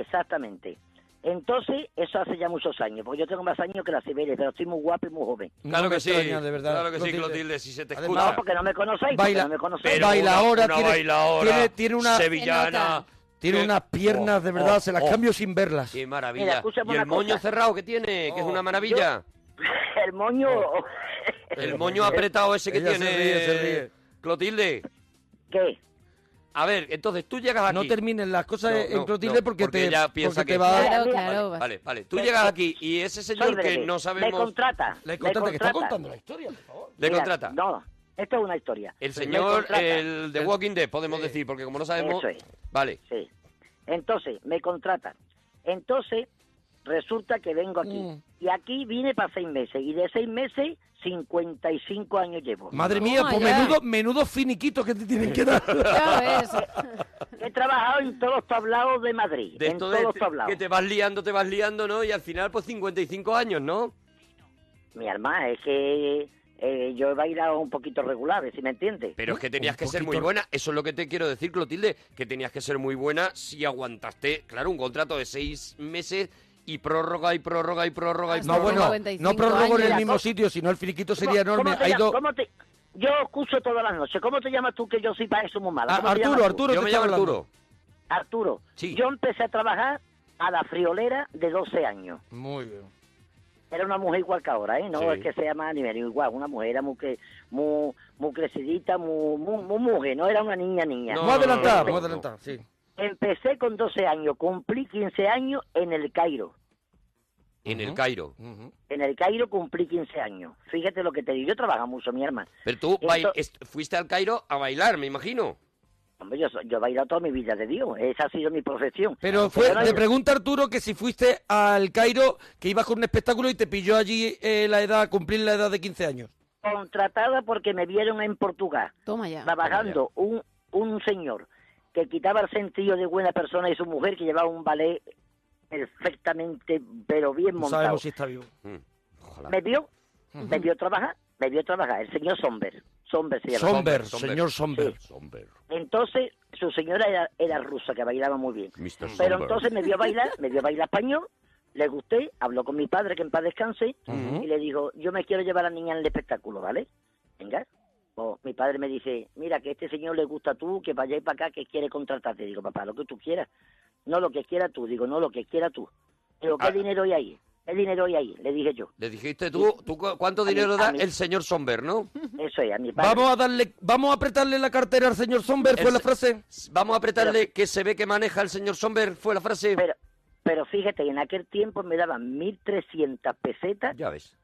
Speaker 11: Exactamente. Entonces, eso hace ya muchos años, porque yo tengo más años que la Siberia, pero estoy muy guapo y muy joven.
Speaker 5: Claro
Speaker 3: No me
Speaker 5: que sí,
Speaker 3: extraña, de verdad,
Speaker 5: claro que sí,
Speaker 3: Clotilde.
Speaker 5: Clotilde, si se te
Speaker 3: Además-
Speaker 5: escucha.
Speaker 11: No, porque no me conocéis,
Speaker 3: Baila-
Speaker 11: porque no me conocéis.
Speaker 5: Pero
Speaker 3: Baila
Speaker 5: una-
Speaker 3: ahora,
Speaker 5: una
Speaker 3: tiene,
Speaker 5: bailaora
Speaker 3: tiene- tiene una
Speaker 5: sevillana.
Speaker 3: Tiene
Speaker 5: que-
Speaker 3: unas piernas de
Speaker 5: Oh,
Speaker 3: verdad,
Speaker 5: oh,
Speaker 3: se las
Speaker 5: oh,
Speaker 3: cambio sin verlas.
Speaker 5: Qué maravilla.
Speaker 11: Mira, escúchame
Speaker 5: y el
Speaker 11: una
Speaker 5: moño
Speaker 11: cosa.
Speaker 5: cerrado que tiene, que es una maravilla. Oh.
Speaker 11: El moño,
Speaker 5: El moño apretado ese que
Speaker 3: Ella se
Speaker 5: tiene.
Speaker 3: ríe, se ríe.
Speaker 5: Clotilde.
Speaker 11: ¿qué?
Speaker 5: A ver, entonces tú llegas aquí.
Speaker 3: No termines las cosas
Speaker 5: No,
Speaker 3: en
Speaker 5: no,
Speaker 3: Clotilde
Speaker 5: no,
Speaker 3: porque, te,
Speaker 5: ella piensa
Speaker 3: porque
Speaker 5: que-
Speaker 3: te va
Speaker 11: Claro,
Speaker 4: Claro,
Speaker 11: mira,
Speaker 4: claro.
Speaker 5: Vale, vale. Tú
Speaker 11: Me
Speaker 5: llegas
Speaker 11: con-
Speaker 5: aquí y ese
Speaker 11: Soy
Speaker 5: señor que
Speaker 11: breve.
Speaker 5: no
Speaker 11: Me
Speaker 5: sabemos.
Speaker 11: contrata.
Speaker 3: Le
Speaker 11: me
Speaker 3: contrata, que está
Speaker 11: contrata.
Speaker 3: contando la historia, por favor.
Speaker 5: Le
Speaker 11: Mira,
Speaker 5: contrata.
Speaker 11: No, esto es una historia.
Speaker 5: El
Speaker 11: Me
Speaker 5: señor, eh,
Speaker 11: contrata.
Speaker 5: el de Walking Dead, podemos decir, porque como no sabemos.
Speaker 11: Eso es.
Speaker 5: Vale.
Speaker 11: Sí. Entonces, me contratan. Entonces, resulta que vengo aquí.
Speaker 3: Mm.
Speaker 11: Y aquí vine para seis meses. Y de seis meses, 55 años llevo.
Speaker 3: Madre mía,
Speaker 4: Oh my
Speaker 3: pues
Speaker 4: God.
Speaker 3: menudo, menudo finiquito que te tienen que dar.
Speaker 4: Ya ves.
Speaker 11: He trabajado en todos los tablados de Madrid.
Speaker 5: De
Speaker 11: en
Speaker 5: esto
Speaker 11: todos
Speaker 5: de
Speaker 11: los tablados.
Speaker 5: que te vas liando, te vas liando, ¿no? Y al final, pues 55 años, ¿no?
Speaker 11: Mi hermana, es que eh, yo he bailado un poquito regular, si me entiendes.
Speaker 5: Pero es que tenías
Speaker 3: Un
Speaker 5: que ser muy
Speaker 3: poquito-
Speaker 5: buena. Eso es lo que te quiero decir, Clotilde, que tenías que ser muy buena si aguantaste, claro, un contrato de seis meses y prórroga y prórroga y prórroga y
Speaker 4: Hasta
Speaker 3: No,
Speaker 5: prórroga.
Speaker 3: bueno,
Speaker 4: 55
Speaker 3: no prorrogo en el
Speaker 4: años.
Speaker 3: mismo sitio, sino el finiquito sería
Speaker 11: ¿Cómo-
Speaker 3: enorme.
Speaker 11: cómo te
Speaker 3: Ha
Speaker 11: llam-
Speaker 3: ido-
Speaker 11: cómo te- Yo escucho todas las noches. ¿Cómo te llamas tú que yo soy para eso muy mala?
Speaker 3: Ah,
Speaker 11: ¿Cómo te
Speaker 3: Arturo,
Speaker 11: llamas tú?
Speaker 3: Arturo,
Speaker 5: Yo
Speaker 3: te
Speaker 5: me
Speaker 3: estaba
Speaker 5: llamo
Speaker 3: hablando.
Speaker 5: Arturo.
Speaker 11: Arturo,
Speaker 5: Sí.
Speaker 11: yo empecé a trabajar a la friolera de 12 años.
Speaker 3: Muy bien.
Speaker 11: Era una mujer igual que ahora, ¿eh? No
Speaker 5: Sí.
Speaker 11: es que sea más ni menos igual. Una mujer era muy, cre- muy, muy crecidita, muy, muy, muy mujer. No era una niña, niña.
Speaker 5: No,
Speaker 3: Vamos a adelantar,
Speaker 5: no, no,
Speaker 3: vamos a
Speaker 5: no.
Speaker 3: adelantar, sí.
Speaker 11: Empecé con 12 años, cumplí 15 años en el Cairo.
Speaker 5: En el Cairo.
Speaker 11: En el Cairo cumplí 15 años. Fíjate lo que te digo. Yo trabajo mucho, mi hermano.
Speaker 5: Pero tú
Speaker 11: Esto-
Speaker 5: bail- est- fuiste al Cairo a bailar, me imagino.
Speaker 11: Hombre, yo, soy- yo he bailado toda mi vida de Dios. Esa ha sido mi profesión.
Speaker 3: Pero fue,
Speaker 11: ahora
Speaker 3: te
Speaker 11: yo-
Speaker 3: pregunta Arturo que si fuiste al Cairo, que ibas con un espectáculo y te pilló allí eh, la edad, cumplir la edad de 15 años.
Speaker 11: contratada porque me vieron en Portugal.
Speaker 4: Toma ya.
Speaker 11: trabajando un, un señor que quitaba el sentido de buena persona y su mujer que llevaba un ballet perfectamente, pero bien
Speaker 3: No
Speaker 11: montado.
Speaker 3: sabemos si está vivo.
Speaker 5: Mm, Ojalá.
Speaker 11: Me vio, me vio trabajar, me vio trabajar, el señor Somber. Somber se llama.
Speaker 3: Somber,
Speaker 5: Somber,
Speaker 3: señor Somber.
Speaker 5: Somber.
Speaker 11: Entonces, su señora era, era rusa, que bailaba muy bien.
Speaker 5: Mr.
Speaker 3: Mm.
Speaker 11: Pero
Speaker 5: Somber.
Speaker 11: entonces me vio bailar, me vio bailar español, le gusté, habló con mi padre, que en paz descanse, y le dijo, yo me quiero llevar a la niña en el espectáculo, ¿vale? Venga. O mi padre me dice, mira, que a este señor le gusta tú, que vayáis para acá, que quiere contratarte. Digo, papá, lo que tú quieras. No lo que quiera tú, digo, no lo que quiera tú. Pero ¿qué
Speaker 5: Ah.
Speaker 11: dinero hay ahí? ¿Qué dinero hay ahí? Le dije yo.
Speaker 5: Le dijiste tú, ¿tú cu- ¿cuánto
Speaker 11: A
Speaker 5: dinero
Speaker 11: mí- a
Speaker 5: da
Speaker 11: mí-
Speaker 5: el señor Somber, no?
Speaker 11: Eso es, a mi padre.
Speaker 3: Vamos a darle, vamos a apretarle la cartera al señor Somber, fue
Speaker 5: Es-
Speaker 3: la frase.
Speaker 5: Vamos a apretarle que se ve que maneja el señor Somber, fue la frase.
Speaker 11: Pero, pero fíjate, en aquel tiempo me daban 1.300 pesetas
Speaker 5: Ya ves.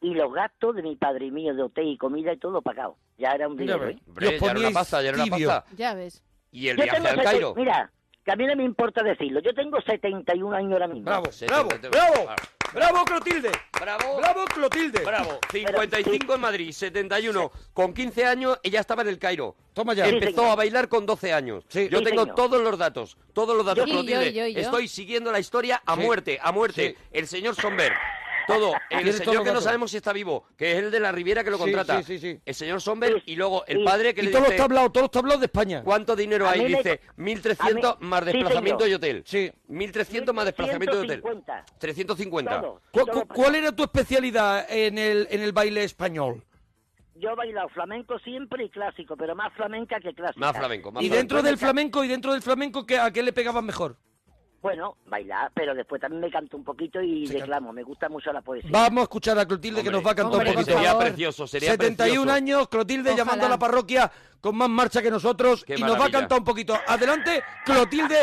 Speaker 11: y los gastos de mi padre y mío de hotel y comida y todo pagado. Ya era un dinero. ¿eh?
Speaker 3: Dios,
Speaker 5: Hombre, ya era una
Speaker 3: poníais
Speaker 5: pasta, ya era una
Speaker 3: tibio.
Speaker 5: pasta.
Speaker 4: Ya ves.
Speaker 5: Y el
Speaker 11: Yo
Speaker 5: viaje
Speaker 11: tengo
Speaker 5: al
Speaker 11: sete-
Speaker 5: Cairo.
Speaker 11: Mira, que a mí no me importa decirlo. Yo tengo 71 años ahora mismo.
Speaker 3: Bravo,
Speaker 5: Sí,
Speaker 3: bravo,
Speaker 5: sí, sí, sí.
Speaker 3: bravo,
Speaker 5: Ah.
Speaker 3: bravo Clotilde,
Speaker 5: Bravo.
Speaker 3: bravo Clotilde.
Speaker 5: Bravo, 55 en Madrid, 71. Con 15 años ella estaba en el Cairo.
Speaker 3: Toma ya.
Speaker 11: Sí,
Speaker 5: Empezó
Speaker 11: señor.
Speaker 5: a bailar con 12 años.
Speaker 3: Sí.
Speaker 5: Yo
Speaker 11: Sí,
Speaker 5: tengo
Speaker 11: señor.
Speaker 5: todos los datos, todos los datos.
Speaker 4: Yo-
Speaker 5: Clotilde.
Speaker 4: Y yo, y yo, y yo.
Speaker 5: Estoy siguiendo la historia a
Speaker 3: Sí.
Speaker 5: muerte, a muerte.
Speaker 3: Sí.
Speaker 5: El señor Somber. Todo, el
Speaker 3: Tienes todos
Speaker 5: señor
Speaker 3: los
Speaker 5: que no
Speaker 3: datos.
Speaker 5: sabemos si está vivo, que es el de la Riviera que lo
Speaker 3: Sí,
Speaker 5: contrata.
Speaker 3: sí, sí, sí.
Speaker 5: El señor Somber
Speaker 11: Sí,
Speaker 5: y luego el
Speaker 11: sí.
Speaker 5: padre que
Speaker 3: Y
Speaker 5: le
Speaker 3: todos los
Speaker 5: dice,
Speaker 3: tablados, todos los tablados de España.
Speaker 5: ¿cuánto dinero
Speaker 11: A
Speaker 5: hay?
Speaker 11: mí me-
Speaker 5: Dice, 1.300
Speaker 11: a mí-
Speaker 5: más
Speaker 11: sí,
Speaker 5: desplazamiento
Speaker 11: señor.
Speaker 5: y hotel.
Speaker 3: Sí.
Speaker 5: 1.300 más desplazamiento y hotel.
Speaker 11: 350.
Speaker 5: 350.
Speaker 11: Todo,
Speaker 3: ¿Cu-
Speaker 11: todo
Speaker 3: cu- ¿Cuál era tu especialidad en el, en el baile español?
Speaker 11: Yo he bailado flamenco siempre y clásico, pero más flamenca que clásica.
Speaker 5: Más flamenco, más
Speaker 3: Y
Speaker 5: flamenco.
Speaker 3: dentro del flamenco, y dentro del flamenco, ¿qué- ¿a qué le pegabas mejor?
Speaker 11: Bueno, bailar, pero después también me canto un poquito y declamo. Me gusta mucho la poesía.
Speaker 3: Vamos a escuchar a Clotilde que nos va a cantar
Speaker 11: hombre,
Speaker 3: un poquito.
Speaker 11: por favor.
Speaker 5: Sería precioso, sería
Speaker 3: 71
Speaker 5: precioso.
Speaker 3: años, Clotilde
Speaker 5: Ojalá.
Speaker 3: llamando a la parroquia con más marcha que nosotros
Speaker 5: Qué
Speaker 3: y nos va a
Speaker 5: maravilla.
Speaker 3: cantar un poquito. Adelante, Clotilde,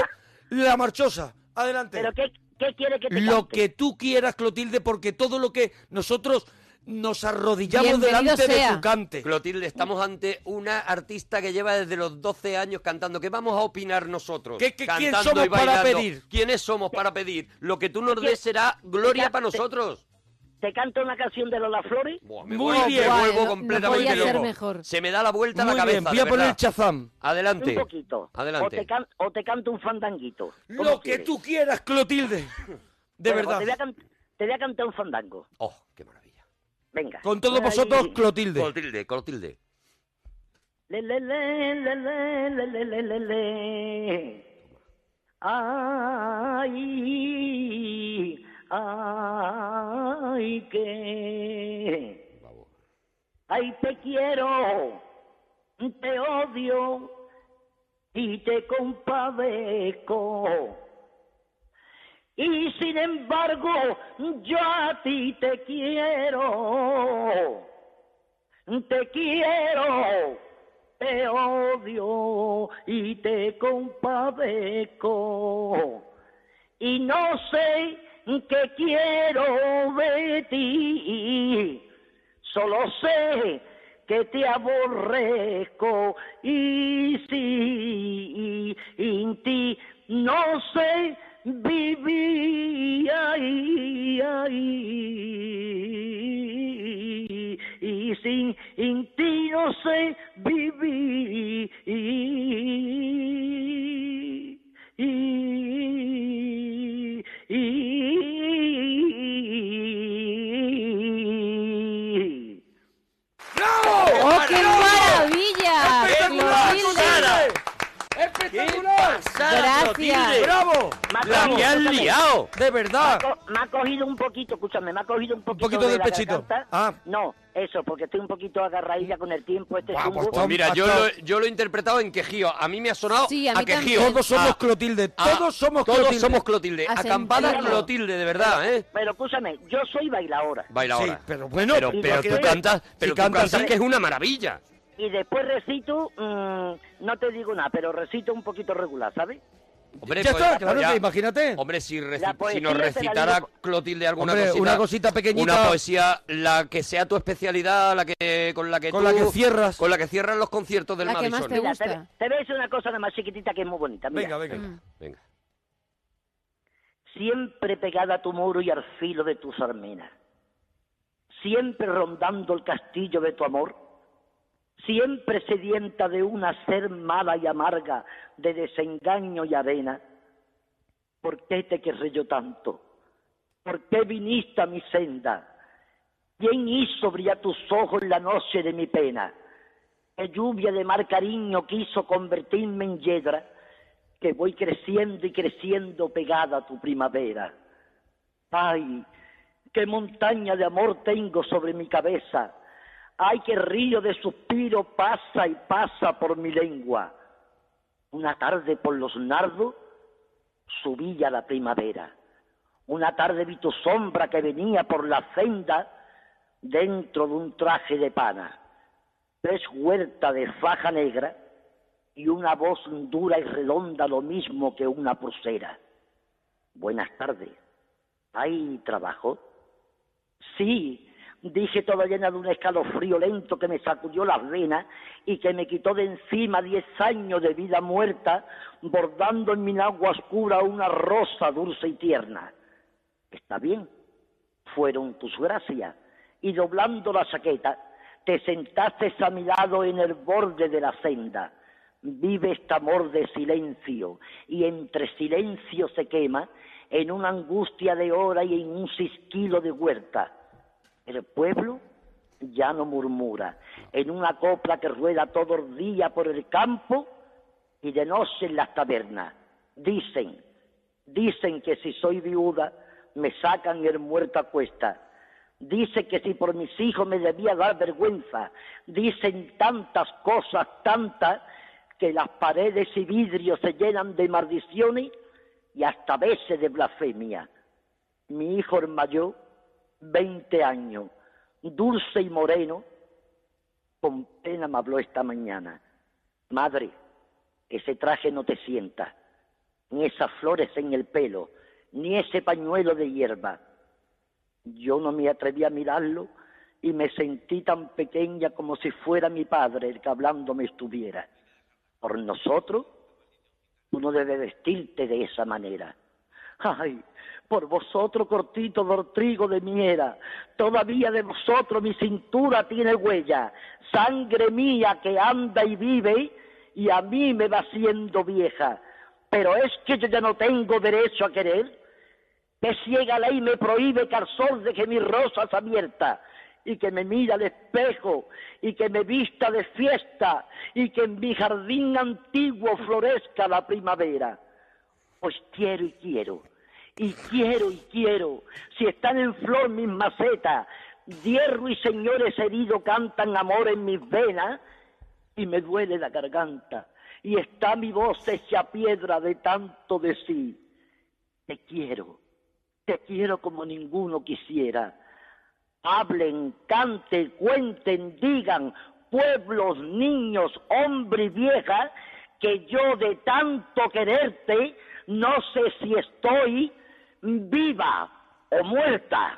Speaker 3: la marchosa. Adelante. ¿Pero
Speaker 11: qué, quiere que
Speaker 3: te Lo que tú quieras, Clotilde, porque todo lo que nosotros nos arrodillamos
Speaker 5: Bienvenido
Speaker 3: delante de
Speaker 5: sea.
Speaker 3: tu cante.
Speaker 5: Clotilde, estamos ante una artista que lleva desde los 12 años cantando. ¿Qué vamos a opinar nosotros?
Speaker 3: ¿Qué- qué- quién
Speaker 5: Cantando
Speaker 3: somos
Speaker 5: y
Speaker 3: para
Speaker 5: bailando.
Speaker 3: pedir?
Speaker 5: ¿Quiénes somos para pedir? Lo que tú nos
Speaker 11: ¿Qué-
Speaker 5: des será gloria
Speaker 11: te-
Speaker 5: para nosotros.
Speaker 11: ¿Te canto una canción de Lola Flores?
Speaker 3: eh,
Speaker 5: Me vuelvo- Me vuelvo completamente loco. Se me da la vuelta a la
Speaker 3: Muy
Speaker 5: cabeza.
Speaker 3: bien, voy
Speaker 5: de
Speaker 3: a poner
Speaker 5: verdad.
Speaker 3: el chazam.
Speaker 5: Adelante.
Speaker 11: Un poquito.
Speaker 5: Adelante.
Speaker 11: O te, can- o te canto un fandanguito. ¿Cómo
Speaker 3: Lo que
Speaker 11: quieres?
Speaker 3: tú quieras, Clotilde. De
Speaker 11: Bueno,
Speaker 3: verdad.
Speaker 11: pues Te voy, a can- te voy a cantar un fandango.
Speaker 5: Oh, qué
Speaker 11: maravilla. Venga.
Speaker 3: Con todos
Speaker 11: Ahí.
Speaker 3: vosotros, Clotilde.
Speaker 5: Clotilde, Clotilde.
Speaker 11: Le, le, le, le, le, le, le, le, le, le. Ay, ay, que. Ay, te quiero, te odio y te compadezco. Y sin embargo, yo a ti te quiero, te quiero te odio y te compadezco. Y no sé qué quiero de ti, solo sé que te aborrezco y sí, sin ti no sé vivir. Ay, ay, y sin en ti no sé vivir.
Speaker 4: ¡Oh, qué maravilla!
Speaker 6: ¡Espectacular,
Speaker 4: Clotilde.
Speaker 6: Sara!
Speaker 3: ¡Espectacular!
Speaker 4: Gracias. Clotilde!
Speaker 3: ¡Bravo!
Speaker 11: Me ha
Speaker 3: La
Speaker 11: cogido,
Speaker 3: que han
Speaker 11: escúchame.
Speaker 3: liado. De verdad.
Speaker 11: Me ha, co- me ha cogido un poquito, escúchame, me ha cogido un poquito,
Speaker 3: poquito
Speaker 11: de
Speaker 3: del
Speaker 11: la
Speaker 3: pechito.
Speaker 11: garganta.
Speaker 3: Ah.
Speaker 11: No, eso, porque estoy un poquito agarradilla con el tiempo este zumbo.
Speaker 5: Pues, mira, yo lo, yo lo he interpretado en quejío. A mí me ha sonado
Speaker 11: Sí, a
Speaker 5: a,
Speaker 11: mí
Speaker 5: quejío.
Speaker 11: también.
Speaker 3: Todos somos
Speaker 5: Ah,
Speaker 3: Clotilde.
Speaker 5: ah,
Speaker 3: Todos somos
Speaker 5: todos
Speaker 3: Clotilde.
Speaker 5: somos Clotilde. Acampada Clotilde, de verdad, ¿eh?
Speaker 11: Pero escúchame, yo soy bailadora.
Speaker 5: Baila ahora.
Speaker 3: Sí, pero bueno,
Speaker 5: pero,
Speaker 3: ¿y
Speaker 5: pero
Speaker 3: por qué?
Speaker 5: tú cantas,
Speaker 3: Si
Speaker 5: pero tú
Speaker 3: cantas
Speaker 5: cantas
Speaker 3: así-
Speaker 5: que es una maravilla.
Speaker 11: Y después recito, mm, no te digo nada, pero recito un poquito regular, ¿sabes?
Speaker 5: Hombre,
Speaker 3: Ya
Speaker 5: pues,
Speaker 3: está, claro,
Speaker 5: ya-
Speaker 3: que imagínate.
Speaker 5: Hombre, si, reci-
Speaker 11: La
Speaker 5: si
Speaker 11: poesía
Speaker 5: nos
Speaker 11: te la
Speaker 5: recitara
Speaker 11: digo.
Speaker 5: Clotilde alguna
Speaker 3: Hombre,
Speaker 5: cosita.
Speaker 3: una cosita pequeñita.
Speaker 5: Una poesía, la que sea tu especialidad, la que con la que
Speaker 3: Con
Speaker 5: tú-
Speaker 3: la que cierras.
Speaker 5: Con la que cierras los conciertos del Madison.
Speaker 11: Mira, Te, te voy a decir una cosa nada más chiquitita que es muy bonita. Mira.
Speaker 3: venga.
Speaker 5: Venga.
Speaker 11: Siempre pegada a tu muro y al filo de tus armenas. Siempre rondando el castillo de tu amor. Siempre sedienta de una ser mala y amarga de desengaño y arena. ¿Por qué te querré yo tanto? ¿Por qué viniste a mi senda? ¿Quién hizo brillar tus ojos la noche de mi pena? ¿Qué lluvia de mar cariño quiso convertirme en hiedra? que voy creciendo y creciendo pegada a tu primavera. Ay, qué montaña de amor tengo sobre mi cabeza. Ay, qué río de suspiro pasa y pasa por mi lengua. Una tarde por los nardos subí a la primavera. Una tarde vi tu sombra que venía por la senda dentro de un traje de pana. Tres huertas de faja negra y una voz dura y redonda, lo mismo que una pulsera. Buenas tardes. ¿Hay trabajo? Sí, dije toda llena de un escalofrío lento que me sacudió las venas y que me quitó de encima diez años de vida muerta, bordando en mi agua oscura una rosa dulce y tierna. Está bien, fueron tus gracias. Y doblando la chaqueta, te sentaste a mi lado en el borde de la senda vive este amor de silencio y entre silencio se quema en una angustia de hora y en un sisquilo de huerta. El pueblo ya no murmura, en una copla que rueda todo el día por el campo y de noche en las tabernas. Dicen, dicen que si soy viuda me sacan el muerto a cuesta. Dice que si por mis hijos me debía dar vergüenza. Dicen tantas cosas, tantas, que las paredes y vidrios se llenan de maldiciones y hasta veces de blasfemia. Mi hijo el mayor, 20 años, dulce y moreno, con pena me habló esta mañana. Madre, ese traje no te sienta, ni esas flores en el pelo, ni ese pañuelo de hierba. Yo no me atreví a mirarlo y me sentí tan pequeña como si fuera mi padre el que hablando me estuviera. Por nosotros, tú no debes vestirte de esa manera. Ay, por vosotros cortito dortrigo de miera, todavía de vosotros mi cintura tiene huella, sangre mía que anda y vive y a mí me va haciendo vieja. Pero es que yo ya no tengo derecho a querer. Que ciega ley me prohíbe que al sol deje mis rosas abiertas y que me mira al espejo y que me vista de fiesta y que en mi jardín antiguo florezca la primavera. Pues quiero y quiero, y quiero y quiero, si están en flor mis macetas, hierro y señores heridos cantan amor en mis venas y me duele la garganta y está mi voz hecha piedra de tanto decir. Te quiero, te quiero como ninguno quisiera. Hablen, canten, cuenten, digan, pueblos, niños, hombre y vieja, que yo de tanto quererte no sé si estoy viva o muerta.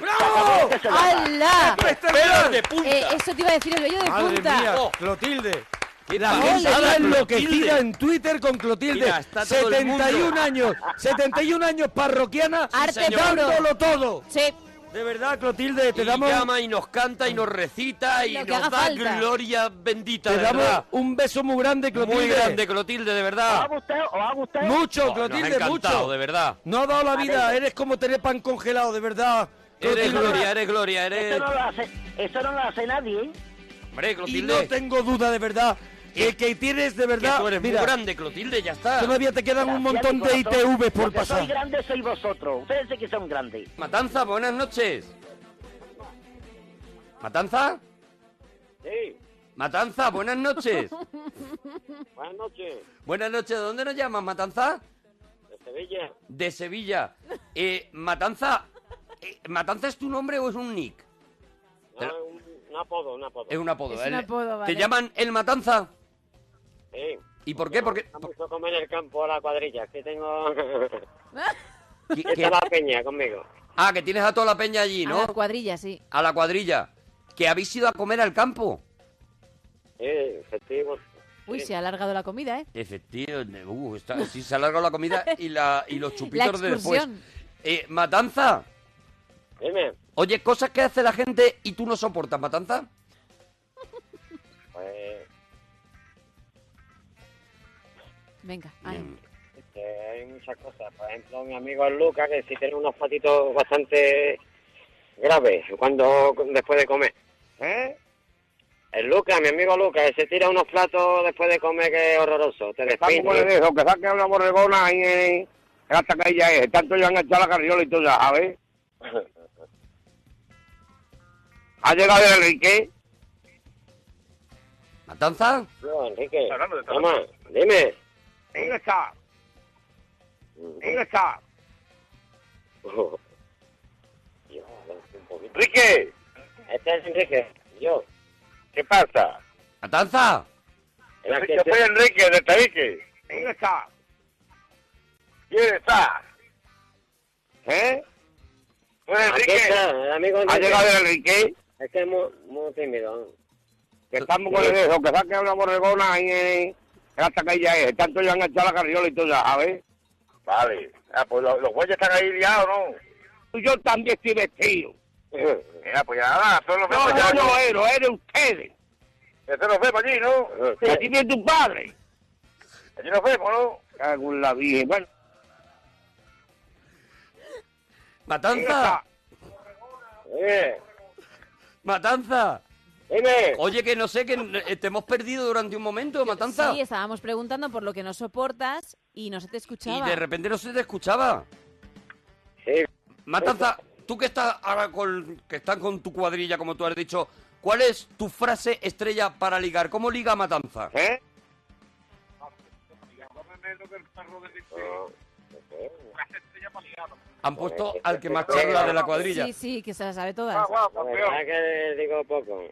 Speaker 3: ¡Bravo!
Speaker 4: ¡Hala!
Speaker 3: ¡Espectacular!
Speaker 5: de punta!
Speaker 4: Eh, eso te iba a decir, el vello de
Speaker 3: Madre
Speaker 4: punta.
Speaker 3: mía,
Speaker 5: Oh.
Speaker 3: Clotilde.
Speaker 5: Qué
Speaker 3: La
Speaker 5: pasada,
Speaker 3: gente está
Speaker 5: Clotilde.
Speaker 3: enloquecida en Twitter con Clotilde.
Speaker 5: Mira, está todo el mundo.
Speaker 3: 71 años, 71 años parroquiana,
Speaker 4: Arte puro.
Speaker 3: dándolo todo.
Speaker 4: Sí,
Speaker 3: De verdad, Clotilde, te
Speaker 5: Y
Speaker 3: damos,
Speaker 5: llama y nos canta y nos recita y
Speaker 4: Lo
Speaker 5: nos
Speaker 4: que
Speaker 5: da
Speaker 4: haga falta.
Speaker 5: gloria bendita,
Speaker 3: te
Speaker 5: de
Speaker 3: damos
Speaker 5: verdad.
Speaker 3: un beso muy grande, Clotilde.
Speaker 5: Muy grande, Clotilde,
Speaker 11: ¿Os
Speaker 5: de
Speaker 11: ha
Speaker 5: verdad.
Speaker 11: gustado? ¿Os ha gustado?
Speaker 3: Mucho,
Speaker 5: Oh, nos ha
Speaker 3: Clotilde,
Speaker 5: encantado,
Speaker 3: mucho.
Speaker 5: de verdad.
Speaker 3: No ha dado la vida, eres como tener pan congelado, de verdad.
Speaker 5: Eres
Speaker 3: Clotilde.
Speaker 5: gloria, eres gloria,
Speaker 11: Eso
Speaker 5: eres...
Speaker 11: no lo hace, eso no lo hace nadie, ¿eh?
Speaker 5: Hombre,
Speaker 3: Y no
Speaker 5: Clotilde, que
Speaker 3: tengo duda, de verdad, que, que tienes de verdad.
Speaker 5: tú eres muy
Speaker 3: mira,
Speaker 5: grande, Clotilde, ya está.
Speaker 3: todavía te quedan un
Speaker 11: Gracias,
Speaker 3: montón
Speaker 11: mi
Speaker 3: de
Speaker 11: corazón.
Speaker 3: ITV
Speaker 11: Los
Speaker 3: por
Speaker 11: que sois
Speaker 3: pasar.
Speaker 11: grandes sois vosotros. Ustedes sí que son grandes.
Speaker 5: Matanza, buenas noches. ¿Matanza?
Speaker 7: Sí,
Speaker 5: Matanza, buenas noches.
Speaker 7: buenas noches,
Speaker 5: buenas noches, ¿de dónde nos llamas, Matanza?
Speaker 7: de Sevilla. Ah,
Speaker 5: De Sevilla. Eh, Matanza, eh, ¿Matanza es tu nombre o es un nick? Pero-
Speaker 7: un, apodo, un apodo.
Speaker 5: Es un apodo.
Speaker 4: Es un
Speaker 5: el-
Speaker 4: apodo, vale.
Speaker 5: ¿Te llaman El Matanza?
Speaker 7: Sí.
Speaker 5: ¿Y por qué? Porque...
Speaker 7: Vamos a comer en el campo a la cuadrilla, que tengo...
Speaker 5: que- que-
Speaker 7: Está la peña conmigo.
Speaker 5: ah, que tienes a toda la peña allí,
Speaker 4: a
Speaker 5: ¿no?
Speaker 4: la cuadrilla, sí.
Speaker 5: A la cuadrilla. Que habéis ido a comer al campo.
Speaker 7: Sí, efectivo.
Speaker 4: Uy, se ha alargado la comida, ¿eh?
Speaker 5: Efectivamente. Uh, está- sí, se ha alargado la comida y, la, y los chupitos
Speaker 4: La
Speaker 5: de después.
Speaker 4: excursión.
Speaker 5: Eh, Matanza.
Speaker 7: Dime,
Speaker 5: Oye, cosas que hace la gente y tú no soportas, Matanza.
Speaker 7: pues...
Speaker 4: Venga, ánimo.
Speaker 7: que hay muchas cosas. Por ejemplo, mi amigo el Luca, que sí tiene unos patitos bastante graves cuando después de comer. ¿Eh? El Luca, mi amigo Luca, que se tira unos platos después de comer que es horroroso. Te
Speaker 12: Tampoco le
Speaker 7: despide.
Speaker 12: dejo pues, que saque una borregona ahí en hasta que ella es. Tanto ya han echado la carriola y todo ya, ¿sabes? Ha llegado el Enrique.
Speaker 5: Matanza.
Speaker 7: No, Enrique.
Speaker 12: Hablando de
Speaker 7: Toma, dime.
Speaker 12: ¿Dónde está? ¿Dónde está?
Speaker 7: Yo, un poquito.
Speaker 12: Enrique,
Speaker 7: Este es Enrique. Yo.
Speaker 12: ¿qué pasa?
Speaker 5: Matanza.
Speaker 7: Era que
Speaker 12: Enrique, soy Enrique de Tabique. ¿Dónde está? ¿Quién está? ¿Eh? Soy
Speaker 7: Aquí
Speaker 12: Enrique.
Speaker 7: está, el amigo
Speaker 12: Ha
Speaker 7: Enrique.
Speaker 12: llegado el Enrique.
Speaker 7: Es que es muy, muy tímido.
Speaker 12: Que tampoco le dejo que saque una borregona ahí en hasta que ella es. Tanto ya han echado la carriola y todo ya, ¿sabes? Vale. Ah, pues los, jueces están ahí liados, ¿no? Yo también estoy vestido.
Speaker 9: Mira, pues ya nada, solo
Speaker 12: No, yo no ero, ero ustedes.
Speaker 9: Eso nos vemos allí, ¿no?
Speaker 12: Aquí viene tu padre.
Speaker 9: Allí nos vemos, ¿no?
Speaker 12: Cago en la virgen. Bueno,
Speaker 5: Matanza.
Speaker 7: Dime,
Speaker 5: Matanza.
Speaker 7: dime.
Speaker 5: Oye, que no sé, que eh, te hemos perdido durante un momento, Matanza.
Speaker 4: Sí, estábamos preguntando por lo que no soportas y no se te
Speaker 5: y
Speaker 4: escuchaba.
Speaker 5: de repente no se te escuchaba.
Speaker 7: Sí.
Speaker 5: Matanza, tú que estás ahora con, que están con tu cuadrilla, como tú has dicho, ¿cuál es tu frase estrella para ligar? ¿Cómo liga Matanza?
Speaker 12: ¿eh?
Speaker 5: Han
Speaker 7: Eh,
Speaker 5: puesto al
Speaker 7: este
Speaker 5: que
Speaker 12: eh,
Speaker 5: más charla de la cuadrilla.
Speaker 4: Sí, sí, que se la sabe todas.
Speaker 7: La verdad que digo poco.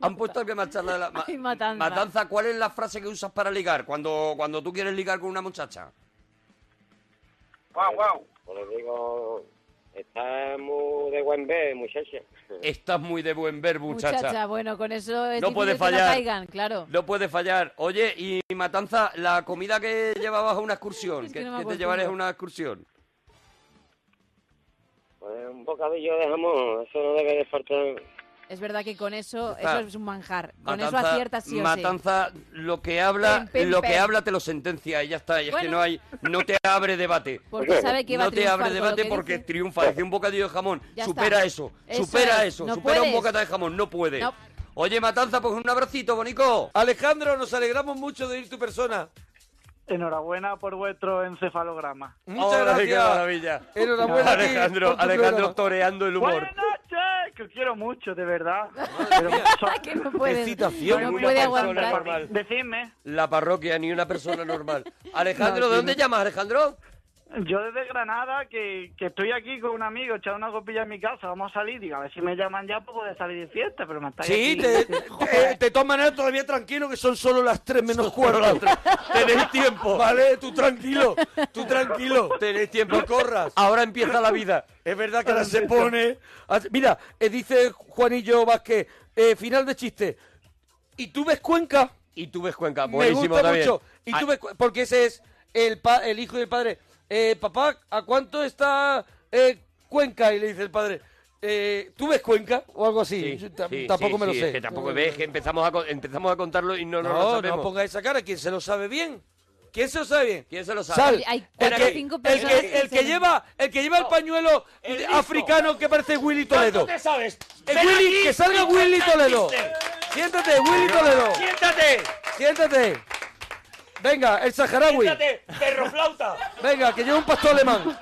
Speaker 5: Han puesto al que más charla de la...
Speaker 4: Ay, matanza.
Speaker 5: Matanza, ¿cuál es la frase que usas para ligar cuando, cuando tú quieres ligar con una muchacha?
Speaker 7: Guau, guau. Pues le digo, está muy de buen ver, muchacha.
Speaker 5: Estás muy de buen ver, muchacha.
Speaker 4: Muchacha, bueno, con eso es
Speaker 5: No
Speaker 4: difícil
Speaker 5: puede
Speaker 4: que
Speaker 5: fallar.
Speaker 4: no caigan, claro.
Speaker 5: No puede fallar. Oye, y Matanza, la comida que llevabas a una excursión,
Speaker 4: que
Speaker 5: ¿qué, qué te
Speaker 4: no me acostumbro.
Speaker 5: llevarás a una excursión?
Speaker 7: Pues un bocadillo de jamón, eso no debe de faltar.
Speaker 4: Es verdad que con eso,
Speaker 5: Está.
Speaker 4: eso es un manjar. Con eso aciertas sí o sí.
Speaker 5: Matanza, lo que habla,
Speaker 4: Pim, pim,
Speaker 5: lo que
Speaker 4: pim.
Speaker 5: habla te lo sentencia y ya está. Y es que
Speaker 4: Bueno.
Speaker 5: no hay, no te abre debate.
Speaker 4: Porque sabe que va a
Speaker 5: No te
Speaker 4: triunfar
Speaker 5: abre
Speaker 4: con lo
Speaker 5: debate
Speaker 4: que
Speaker 5: porque triunfa. Decía un bocadillo de jamón.
Speaker 4: Ya
Speaker 5: supera
Speaker 4: está.
Speaker 5: eso,
Speaker 4: Eso
Speaker 5: supera
Speaker 4: es.
Speaker 5: eso,
Speaker 4: No
Speaker 5: supera un
Speaker 4: puedes.
Speaker 5: bocata de jamón. No puede.
Speaker 4: No.
Speaker 5: Oye, Matanza, pues un abracito, bonico.
Speaker 3: Alejandro, nos alegramos mucho de ir tu persona.
Speaker 13: Enhorabuena por vuestro encefalograma.
Speaker 3: Muchas
Speaker 5: Ahora sí,
Speaker 3: gracias.
Speaker 5: qué maravilla.
Speaker 3: Enhorabuena a ti
Speaker 5: Alejandro,
Speaker 3: por tu
Speaker 5: Alejandro
Speaker 3: programa.
Speaker 5: toreando el humor.
Speaker 13: Buenas noches, que os quiero mucho, de verdad.
Speaker 4: que no puede.
Speaker 5: excitación,
Speaker 4: No
Speaker 5: una
Speaker 4: puede
Speaker 5: persona
Speaker 4: aguantar.
Speaker 5: normal.
Speaker 13: Decidme.
Speaker 5: La parroquia, ni una persona normal. Alejandro,
Speaker 13: No,
Speaker 5: ¿de dónde
Speaker 13: tiene-
Speaker 5: llamas, Alejandro?
Speaker 13: Yo desde Granada, que, que estoy aquí con un amigo, echando una copilla en mi casa, vamos a salir, digo, a ver si me llaman ya para poder salir de fiesta, pero me estáis
Speaker 3: Sí,
Speaker 13: aquí-
Speaker 3: te, te, te toman ahora todavía tranquilo que son solo las 3 menos cuarto.
Speaker 5: Tenéis tiempo.
Speaker 3: Vale, tú tranquilo, tú tranquilo.
Speaker 5: Tenéis tiempo, corras. Ahora empieza la vida.
Speaker 3: Es verdad que ahora se pone... Así- Mira, eh, dice Juanillo Vázquez, eh, final de chiste. ¿Y tú ves Cuenca?
Speaker 5: Y tú ves Cuenca, buenísimo
Speaker 3: Me gusta
Speaker 5: también. Ah,
Speaker 3: mucho. ¿Y tú
Speaker 5: Ay.
Speaker 3: ves Cu- porque ese es el, pa- el hijo y el padre. Eh, papá, ¿a cuánto está eh, Cuenca? Y le dice el padre, eh, ¿tú ves Cuenca? O algo así. Yo ta-
Speaker 5: Sí,
Speaker 3: tampoco
Speaker 5: sí,
Speaker 3: me lo
Speaker 5: sí,
Speaker 3: sé.
Speaker 5: es que tampoco ves que empezamos a, con- empezamos a contarlo y no, no,
Speaker 3: No,
Speaker 5: lo
Speaker 3: no,
Speaker 5: sabemos.
Speaker 3: ponga esa cara. ¿Quién se lo sabe bien? ¿Quién se lo sabe bien?
Speaker 5: ¿Quién se lo
Speaker 3: ¿Sabe?
Speaker 5: sabe?
Speaker 3: El
Speaker 5: Espera
Speaker 3: que-
Speaker 5: que-
Speaker 3: el que, el, que, lleva, el que lleva el pañuelo de- africano que parece Willy Toledo.
Speaker 5: ¿Cuánto te sabes?
Speaker 3: Eh,
Speaker 5: Ven
Speaker 3: Willy,
Speaker 5: aquí
Speaker 3: que salga
Speaker 5: y
Speaker 3: Willy
Speaker 5: cuenta el
Speaker 3: Toledo.
Speaker 5: chiste.
Speaker 3: Siéntate, Willy Toledo.
Speaker 5: ¡Siéntate!
Speaker 3: Siéntate. Venga, el saharaui.
Speaker 5: perro flauta!
Speaker 3: Venga, que lleva un pastor alemán.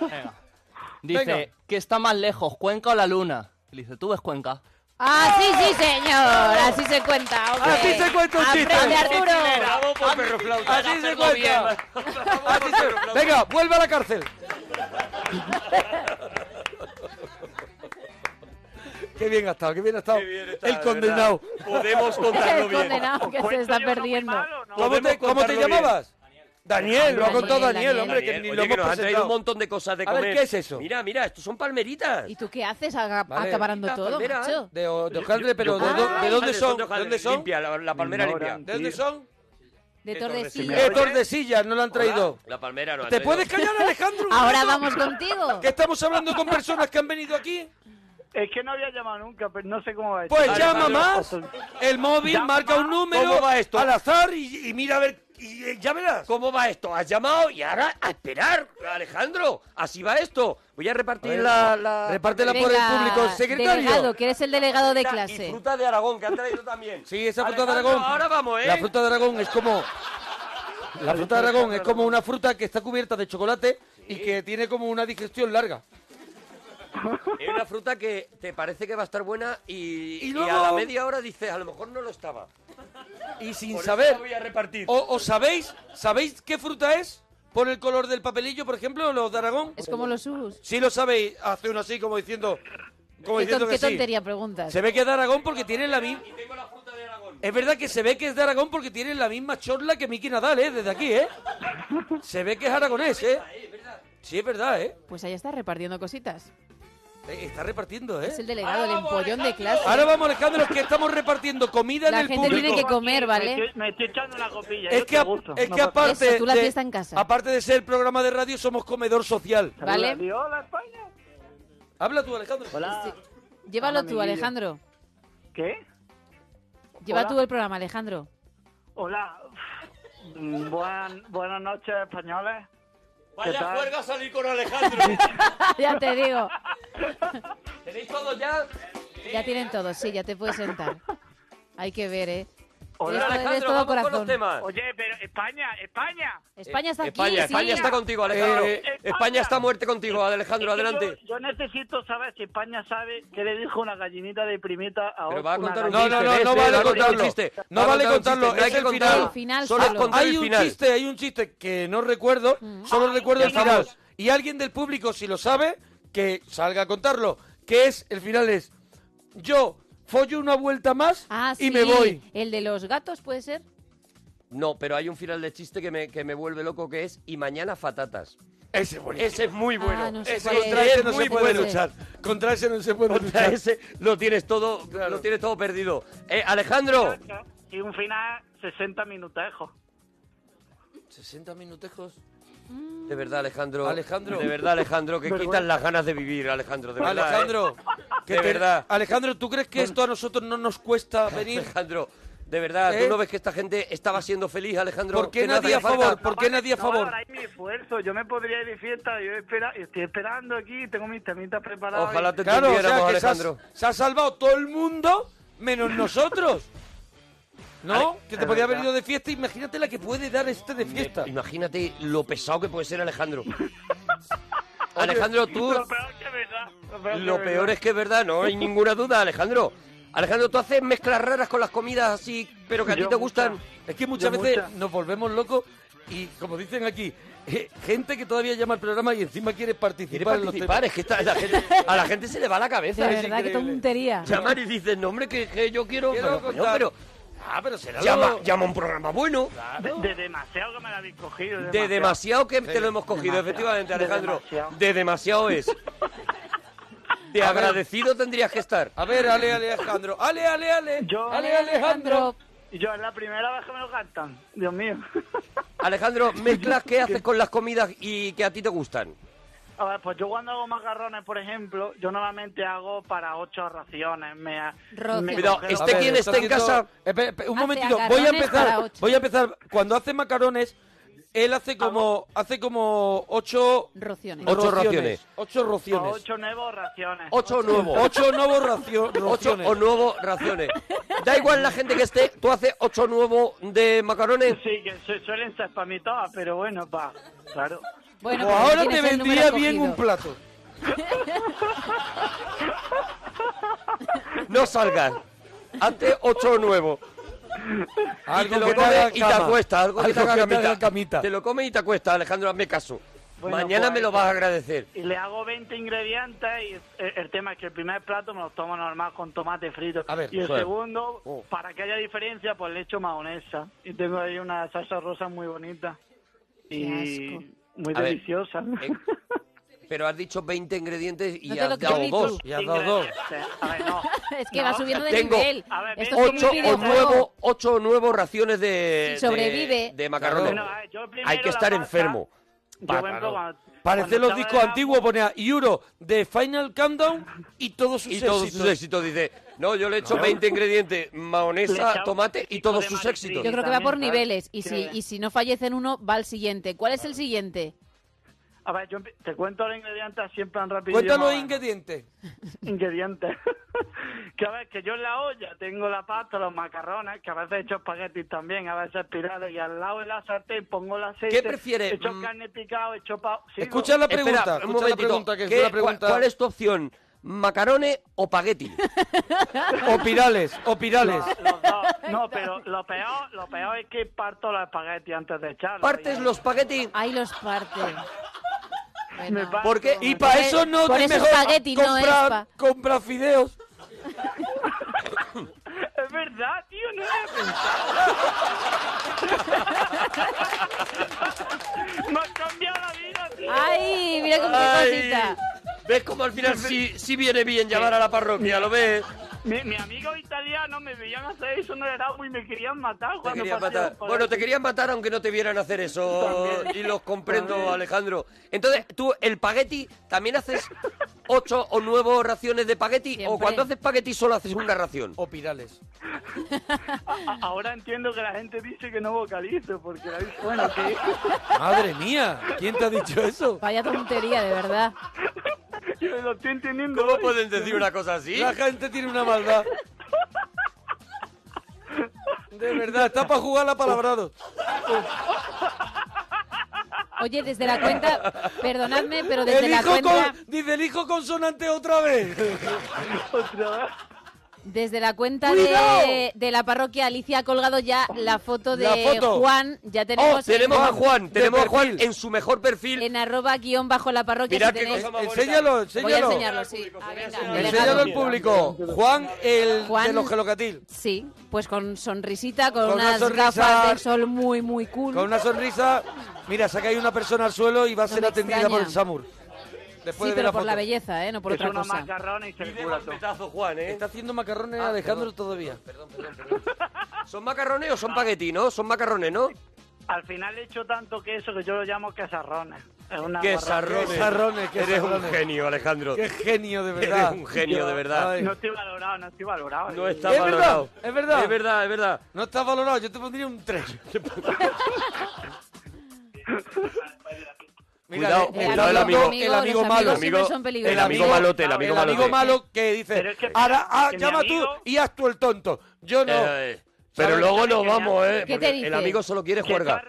Speaker 14: Dice,
Speaker 3: Venga.
Speaker 14: ¿qué está más lejos, Cuenca o la Luna? Y le dice, tú ves Cuenca.
Speaker 4: Ah, sí, sí, señor. Así se cuenta, hombre.
Speaker 14: Así se cuenta un chiste.
Speaker 4: Aprende, Arturo.
Speaker 5: Bravo por perro flauta.
Speaker 3: Así se
Speaker 5: Hacerlo bien.
Speaker 3: cuenta. Así se- Venga, vuelve a la cárcel. Qué bien ha estado, qué bien ha estado. el condenado.
Speaker 5: Podemos
Speaker 4: El condenado que se está perdiendo.
Speaker 3: ¿Cómo te, cómo te llamabas? Daniel, lo ha contado Daniel, hombre, que ni
Speaker 5: Oye,
Speaker 3: lo
Speaker 5: que
Speaker 3: hemos
Speaker 5: nos han traído
Speaker 3: presentado.
Speaker 5: un montón de cosas de
Speaker 3: A ver,
Speaker 5: comer.
Speaker 3: ¿qué es eso?
Speaker 5: Mira, mira, estos son palmeritas.
Speaker 4: ¿Y tú qué haces aga-
Speaker 5: Vale.
Speaker 4: acaparando
Speaker 5: Mira, eh.
Speaker 4: todo,
Speaker 5: palmera. Ah,
Speaker 4: macho?
Speaker 3: De, o- de hojaldre, pero ¿de, dó- de dónde son? ¿De dónde son?
Speaker 5: Limpia, la, la palmera limpia.
Speaker 3: ¿De dónde son?
Speaker 4: De Tordesillas.
Speaker 3: De Eh, Tordesillas, no la han traído.
Speaker 5: La palmera no ha
Speaker 3: ¿Te
Speaker 5: traído.
Speaker 3: puedes callar, Alejandro? un
Speaker 4: Ahora
Speaker 3: momento?
Speaker 4: vamos contigo.
Speaker 3: Que estamos hablando con personas que han venido aquí.
Speaker 13: Es que no había llamado nunca, pero no sé cómo va esto.
Speaker 3: Pues llama más, el móvil
Speaker 13: Llama
Speaker 3: marca un
Speaker 13: más.
Speaker 3: número
Speaker 5: ¿Cómo va esto?
Speaker 3: al azar y, y mira a ver, y, eh, ya verás.
Speaker 5: ¿Cómo va esto? ¿Has llamado? Y ahora a esperar, Alejandro. Así va esto. Voy a repartir
Speaker 3: A ver,
Speaker 5: la, la...
Speaker 3: repártela
Speaker 4: Venga,
Speaker 3: por el público. Secretario.
Speaker 4: Ah, Delegado, que eres el delegado de
Speaker 5: Y
Speaker 4: clase.
Speaker 5: fruta de Aragón, que han traído también.
Speaker 3: Sí, esa fruta de
Speaker 5: Alejandro,
Speaker 3: Aragón.
Speaker 5: Ahora vamos, ¿eh?
Speaker 3: La fruta de Aragón es como... La fruta de Aragón es como una fruta que está cubierta de chocolate y que tiene como una digestión larga.
Speaker 5: Es una fruta que te parece que va a estar buena y,
Speaker 3: Y
Speaker 5: y
Speaker 3: luego-
Speaker 5: a la media hora dices, a lo mejor no lo estaba.
Speaker 3: Y sin
Speaker 5: Por eso
Speaker 3: saber...
Speaker 5: la voy a repartir.
Speaker 3: O, o sabéis? ¿Sabéis qué fruta es? ¿Por el color del papelillo, por ejemplo, los de Aragón?
Speaker 4: Es como los uvos.
Speaker 3: Si lo sabéis, hace uno así como diciendo... Como
Speaker 4: ¿Qué,
Speaker 3: diciendo
Speaker 4: ton-
Speaker 3: que sí.
Speaker 4: qué tontería preguntas?
Speaker 3: Se ve que es de Aragón porque tiene la misma. Es verdad que se ve que es de Aragón porque tiene la misma chorla que Miki Nadal, ¿eh? Desde aquí, ¿eh? Se ve que es aragonés, ¿eh? Sí, es verdad, ¿eh?
Speaker 4: Pues allá está repartiendo cositas.
Speaker 3: Eh, Está repartiendo, ¿eh?
Speaker 4: Es el delegado, el empollón de clase.
Speaker 3: Ahora vamos, Alejandro, que estamos repartiendo comida
Speaker 4: La
Speaker 3: en el
Speaker 4: gente
Speaker 3: público.
Speaker 4: tiene que comer,
Speaker 13: Me
Speaker 4: ¿vale?
Speaker 13: estoy, me estoy echando una copilla.
Speaker 3: Es
Speaker 13: yo
Speaker 3: que,
Speaker 13: te
Speaker 3: a-
Speaker 13: gusto.
Speaker 3: es
Speaker 13: No
Speaker 3: que
Speaker 13: pasa-
Speaker 3: aparte,
Speaker 4: Eso, tú la
Speaker 3: de,
Speaker 4: fiesta en casa.
Speaker 3: aparte de ser programa de radio, somos comedor social.
Speaker 4: ¿Vale?
Speaker 13: Adiós, hola, España.
Speaker 3: Habla tú, Alejandro.
Speaker 13: Hola.
Speaker 4: Llévalo
Speaker 13: Hola,
Speaker 4: tú,
Speaker 13: amiguillo.
Speaker 4: Alejandro.
Speaker 13: ¿Qué?
Speaker 4: Lleva
Speaker 13: Hola.
Speaker 4: tú el programa, Alejandro.
Speaker 13: Hola. Mm, Buenas, buenas noches, españoles. ¿Qué tal?
Speaker 5: a salir con Alejandro.
Speaker 4: ya te digo.
Speaker 5: ¿Tenéis todo ya?
Speaker 4: Ya tienen todo, sí, ya te puedes sentar. Hay que ver, ¿eh?
Speaker 3: Hola, Alejandro, vamos con los temas.
Speaker 13: Oye, pero España, España.
Speaker 4: España está
Speaker 5: Eh, España, España está contigo, Alejandro.
Speaker 3: Eh,
Speaker 5: España está muerte contigo, Alejandro,
Speaker 13: Es que
Speaker 5: adelante.
Speaker 13: Yo, yo necesito saber si España sabe qué le dijo una gallinita de primita a
Speaker 5: Pero
Speaker 13: otra.
Speaker 5: va a contar un
Speaker 3: No,
Speaker 5: chiste. ¿eh?
Speaker 3: no, no,
Speaker 5: ves,
Speaker 3: no
Speaker 5: ves,
Speaker 3: vale
Speaker 5: va a contar un
Speaker 3: contarlo.
Speaker 5: chiste. Va
Speaker 3: No
Speaker 5: a
Speaker 3: vale
Speaker 5: contar un
Speaker 3: contarlo,
Speaker 5: chiste, hay
Speaker 3: es
Speaker 5: que
Speaker 3: el
Speaker 5: contarlo.
Speaker 3: final.
Speaker 5: El final
Speaker 3: Solo
Speaker 5: solo.
Speaker 3: hay
Speaker 5: el
Speaker 3: un
Speaker 5: final.
Speaker 3: chiste, hay un chiste que no recuerdo,
Speaker 4: Mm. Ah,
Speaker 3: solo recuerdo el final. Y alguien del público si lo sabe que salga a contarlo, que es el final es yo follo una vuelta más
Speaker 4: Ah,
Speaker 3: y
Speaker 4: sí,
Speaker 3: me voy.
Speaker 4: El de los gatos puede ser.
Speaker 5: No, pero hay un final de chiste que me, que me vuelve loco que es y mañana fatatas.
Speaker 3: Ese es
Speaker 5: Ese Este es muy bueno.
Speaker 4: Ah, no sé
Speaker 5: ese
Speaker 4: cuál
Speaker 5: es, muy
Speaker 4: es.
Speaker 3: no se puede
Speaker 5: bueno.
Speaker 3: luchar. Contra ese no se puede
Speaker 5: Contra
Speaker 3: luchar.
Speaker 5: ese lo tienes todo, lo tienes todo perdido. Eh, Alejandro.
Speaker 13: Y un final 60 minutejos.
Speaker 3: 60 minutejos.
Speaker 5: De verdad, Alejandro.
Speaker 3: Alejandro.
Speaker 5: De verdad, Alejandro, que
Speaker 3: Vergüenza.
Speaker 5: quitan las ganas de vivir, Alejandro. De verdad. ¿eh?
Speaker 3: Alejandro, que
Speaker 5: de
Speaker 3: te-
Speaker 5: verdad.
Speaker 3: Alejandro, ¿tú crees que esto a nosotros no nos cuesta venir?
Speaker 5: Alejandro, de verdad,
Speaker 3: ¿Eh?
Speaker 5: ¿tú no ves que esta gente estaba siendo feliz, Alejandro?
Speaker 3: ¿Por qué
Speaker 5: Que no
Speaker 3: nadie
Speaker 5: hacía
Speaker 3: a favor?
Speaker 5: falta.
Speaker 3: ¿Por qué nadie a
Speaker 13: No
Speaker 3: favor?
Speaker 13: valoráis mi esfuerzo. Yo me podría ir de fiesta. Yo espera, estoy esperando aquí. Tengo mis temitas preparados.
Speaker 3: Claro, o sea, que se ha- Se ha, salvado todo el mundo menos nosotros. ¿No?
Speaker 5: Ale-
Speaker 3: Que te
Speaker 5: es
Speaker 3: podía haber ido
Speaker 5: verdad.
Speaker 3: de fiesta. Imagínate la que puede dar este de fiesta.
Speaker 5: Imagínate lo pesado que puede ser Alejandro. Alejandro, tú...
Speaker 13: Lo peor que es verdad. Lo peor,
Speaker 5: Lo peor es que es verdad, no hay ninguna duda, Alejandro. Alejandro, tú haces mezclas raras con las comidas así, pero que a ti
Speaker 3: Yo
Speaker 5: te gustan.
Speaker 3: Es que muchas veces nos volvemos locos y, como dicen aquí, eh, gente que todavía llama al programa y encima quiere participar.
Speaker 5: Quiere
Speaker 3: en los
Speaker 5: participar,
Speaker 3: temas.
Speaker 5: es que esta- la gente- a la gente se le va la cabeza.
Speaker 4: de
Speaker 5: es
Speaker 4: verdad, qué
Speaker 5: increíble.
Speaker 4: tontería.
Speaker 5: Llaman y dicen, no, hombre, que, que yo quiero...
Speaker 3: Quiero
Speaker 5: pero, bueno,
Speaker 3: contar.
Speaker 5: pero
Speaker 3: Ah, pero será
Speaker 5: llama,
Speaker 3: lo-
Speaker 5: llama a un programa bueno.
Speaker 13: De, de demasiado que me la habéis cogido.
Speaker 5: De demasiado que te lo hemos cogido,
Speaker 13: Demasiado.
Speaker 5: efectivamente,
Speaker 13: De
Speaker 5: Alejandro.
Speaker 13: demasiado.
Speaker 5: De demasiado es. De
Speaker 3: A ver.
Speaker 5: agradecido tendrías que estar.
Speaker 3: A ver, Ale, Ale, Alejandro. Ale, Ale, Ale.
Speaker 13: Yo-
Speaker 3: Ale, Alejandro.
Speaker 13: Y yo es la primera vez que me lo cantan. Dios mío.
Speaker 5: Alejandro, mezclas que haces con las comidas y que a ti te gustan.
Speaker 13: A ver, pues yo cuando hago macarrones, por ejemplo, yo normalmente hago para ocho raciones. Me, me
Speaker 5: Cuidado,
Speaker 13: congelo-
Speaker 3: ¿este
Speaker 5: esté quien esté en casa.
Speaker 3: Espera, espera, eh, un
Speaker 13: Hace
Speaker 3: momentito, voy a
Speaker 13: agarrones para
Speaker 3: empezar.
Speaker 13: ocho.
Speaker 3: Voy a empezar. Cuando hace macarones, él hace como hace como ocho
Speaker 4: Rociones.
Speaker 5: Ocho raciones.
Speaker 3: Ocho rociones.
Speaker 13: Ocho nuevos raciones.
Speaker 5: Ocho nuevos.
Speaker 3: Ocho nuevos racio-
Speaker 5: Ocho
Speaker 3: raciones.
Speaker 5: o nuevos raciones. Da igual la gente que esté, tú haces ocho nuevos de macarones.
Speaker 13: Sí, que su- suelen ser para mí todas, pero bueno, pa, claro.
Speaker 3: Bueno, Pues pero ahora tienes te el vendría número bien cogido. un plato.
Speaker 5: No salgas. Hazte ocho nuevos.
Speaker 3: Algo
Speaker 5: y te
Speaker 3: que
Speaker 5: lo
Speaker 3: te haga
Speaker 5: comes y te
Speaker 3: cama.
Speaker 5: acuestas. Algo, que
Speaker 3: Algo
Speaker 5: te haga
Speaker 3: que te haga
Speaker 5: camita.
Speaker 3: camita.
Speaker 5: Te lo comes y te acuestas, Alejandro, hazme caso.
Speaker 13: Bueno,
Speaker 5: Mañana
Speaker 13: pues,
Speaker 5: me lo vas a agradecer.
Speaker 13: Y le hago 20 ingredientes y el, el tema es que el primer plato me lo tomo normal con tomate frito.
Speaker 5: ver,
Speaker 13: y el
Speaker 5: joder.
Speaker 13: segundo,
Speaker 5: Oh.
Speaker 13: para que haya diferencia, pues le echo mayonesa. Y tengo ahí una salsa rosa muy bonita. Y
Speaker 5: asco.
Speaker 13: muy
Speaker 5: A ver, eh,
Speaker 13: deliciosa.
Speaker 5: Pero has dicho 20 ingredientes y
Speaker 13: No te lo
Speaker 5: has dado
Speaker 13: creí tú.
Speaker 5: dos. Y has dado dos.
Speaker 13: A ver, no.
Speaker 4: Es que va
Speaker 13: No.
Speaker 4: subiendo de
Speaker 5: Tengo
Speaker 4: nivel.
Speaker 13: A ver,
Speaker 4: Esto es como
Speaker 5: Ocho
Speaker 4: un
Speaker 5: o
Speaker 4: videojuego.
Speaker 5: nuevo, ocho nuevos raciones de,
Speaker 4: Si sobrevive.
Speaker 5: de, de macarrones.
Speaker 13: Bueno, a ver, eh, yo primero
Speaker 5: Hay que
Speaker 13: la
Speaker 5: estar
Speaker 13: pasta, yo,
Speaker 5: enfermo. Va,
Speaker 13: por ejemplo,
Speaker 5: claro.
Speaker 13: cuando- cuando
Speaker 3: Parece los
Speaker 13: estaba
Speaker 3: discos
Speaker 13: en la-
Speaker 3: antiguos, ponía Euro de Final Countdown y todos sus
Speaker 5: y
Speaker 3: éxitos.
Speaker 5: todos sus éxitos. Dice, no, yo le he hecho
Speaker 3: No.
Speaker 5: 20 ingredientes,
Speaker 3: Le he
Speaker 5: mayonesa,
Speaker 3: echado
Speaker 5: tomate y todos sus éxitos.
Speaker 4: Yo creo que va por
Speaker 13: ¿sabes?
Speaker 4: niveles. Y si,
Speaker 13: Sí.
Speaker 4: y si no fallece en uno, va al siguiente. ¿Cuál es el siguiente?
Speaker 13: A ver, yo empe- te cuento los ingredientes siempre en rápido.
Speaker 3: Cuéntanos
Speaker 13: más o
Speaker 3: los
Speaker 13: menos.
Speaker 3: ingredientes.
Speaker 13: ingredientes. que a ver, que yo en la olla tengo la pasta, los macarrones, que a veces he hecho espaguetis también, a veces pirado, y al lado de la sartén pongo el aceite.
Speaker 5: ¿Qué prefieres?
Speaker 13: He hecho
Speaker 5: Mm.
Speaker 13: carne picada, he hecho pa... ¿Sigo?
Speaker 3: Escucha la pregunta,
Speaker 5: Espera,
Speaker 3: escucha
Speaker 5: un
Speaker 3: la
Speaker 5: momentito.
Speaker 3: pregunta, que es
Speaker 5: ¿Qué-
Speaker 3: una pregunta-
Speaker 5: cuál- ¿Cuál es tu opción? ¿Macarone o pagueti?
Speaker 3: O pirales, o pirales.
Speaker 13: Los dos. No, pero lo peor, lo peor es que parto los espaguetis antes de echarlos.
Speaker 5: ¿Partes los paguetis?
Speaker 4: Ahí los parte.
Speaker 13: Me parto.
Speaker 5: ¿Por qué?
Speaker 3: Y para eso no
Speaker 4: Por
Speaker 3: te
Speaker 4: eso
Speaker 3: mejor
Speaker 4: espagueti, no es
Speaker 3: comprar-
Speaker 4: pa-
Speaker 3: comprar fideos.
Speaker 13: Es verdad, tío, no lo había pensado. Me has cambiado la vida, tío.
Speaker 4: ¡Ay! Mira cómo qué cosita.
Speaker 5: ¿Ves cómo al final sí, sí viene bien llamar a la parroquia? ¿Lo ves?
Speaker 13: Mi, mi amigo italiano me veían hacer eso, no era y me querían matar
Speaker 5: Te
Speaker 13: cuando
Speaker 5: querían
Speaker 13: partía
Speaker 5: matar.
Speaker 13: los
Speaker 5: Bueno, te
Speaker 13: espaguetis.
Speaker 5: querían matar aunque no te vieran hacer eso.
Speaker 13: También.
Speaker 5: Y los comprendo,
Speaker 13: También.
Speaker 5: Alejandro. Entonces, tú, el pagueti, ¿también haces ocho o nueve raciones de pagueti? ¿O
Speaker 13: Siempre.
Speaker 5: cuando haces pagueti solo haces una ración?
Speaker 3: O pirales.
Speaker 13: A- Ahora entiendo que la gente dice que no vocalizo, porque la "Ah". bueno, que
Speaker 3: Madre mía, ¿quién te ha dicho eso?
Speaker 4: Vaya tontería, de verdad.
Speaker 13: yo lo estoy entendiendo.
Speaker 5: ¿Cómo
Speaker 13: hoy.
Speaker 5: pueden decir una cosa así?
Speaker 3: La gente tiene una maldad. De verdad, está para jugar la palabrado.
Speaker 4: Oye, desde la cuenta, perdonadme, pero desde
Speaker 3: el
Speaker 4: la
Speaker 3: hijo
Speaker 4: cuenta...
Speaker 3: con- dice el hijo consonante otra vez.
Speaker 4: Desde la cuenta
Speaker 3: ¡Cuidado!
Speaker 4: de, de la parroquia Alicia ha colgado ya la foto de
Speaker 5: La foto.
Speaker 4: Juan. Ya tenemos,
Speaker 5: Oh, tenemos a
Speaker 4: en-
Speaker 5: Juan, tenemos a Juan en su mejor perfil.
Speaker 4: En arroba guión bajo la parroquia.
Speaker 5: Mirad
Speaker 4: si
Speaker 5: qué
Speaker 4: tenéis-
Speaker 5: cosa más bonita.
Speaker 3: Enséñalo,
Speaker 4: Voy a
Speaker 3: enséñalo.
Speaker 4: enseñarlo, sí. Ah, venga, lo dejo.
Speaker 3: Enséñalo al público. Juan, el de
Speaker 4: Juan-
Speaker 3: los gelocatil.
Speaker 4: Sí, pues con sonrisita, con,
Speaker 3: Con una
Speaker 4: unas
Speaker 3: sonrisa.
Speaker 4: gafas de sol muy, muy cool.
Speaker 3: Con una sonrisa. Mira, saca ahí una persona al suelo y va a ser
Speaker 4: me
Speaker 3: atendida
Speaker 4: extraña.
Speaker 3: por el Samur.
Speaker 4: Sí,
Speaker 3: Después de ver
Speaker 4: pero
Speaker 3: la
Speaker 4: por
Speaker 3: foto.
Speaker 4: la belleza, ¿eh? No por
Speaker 3: Es
Speaker 4: otra
Speaker 3: una
Speaker 4: cosa.
Speaker 13: Macarrones y se le
Speaker 5: cura todo. Juan, ¿eh?
Speaker 3: Está haciendo macarrones a Alejandro todavía.
Speaker 5: Perdón, perdón, perdón. ¿Son macarrones o son paguetis, no? Son macarrones, ¿no?
Speaker 13: Al final he hecho tanto queso que yo lo llamo quesarrones. Es una
Speaker 5: ¡Qué
Speaker 13: guarrada.
Speaker 5: sarrones! Eres un genio, Alejandro.
Speaker 3: ¡Qué genio, de verdad!
Speaker 5: Eres un genio, de verdad.
Speaker 3: Ay.
Speaker 13: No estoy valorado, no estoy valorado.
Speaker 5: No está
Speaker 3: es
Speaker 5: valorado.
Speaker 3: verdad, es verdad.
Speaker 5: Es verdad, es verdad.
Speaker 3: No está valorado, yo te pondría un 3.
Speaker 5: Cuidado, cuidado el amigo.
Speaker 3: el amigo
Speaker 5: Los amigos
Speaker 3: malo,
Speaker 5: siempre son peligrosos. el amigo malote, el amigo malote.
Speaker 3: malo que dice, ahora ah,
Speaker 5: que mi
Speaker 3: llama tú y haz tú el tonto. Yo no.
Speaker 5: Eh, pero luego nos vamos, ¿eh?
Speaker 3: ¿Qué te
Speaker 5: Porque
Speaker 3: dice?
Speaker 5: El amigo solo quiere
Speaker 3: Que
Speaker 5: juerga.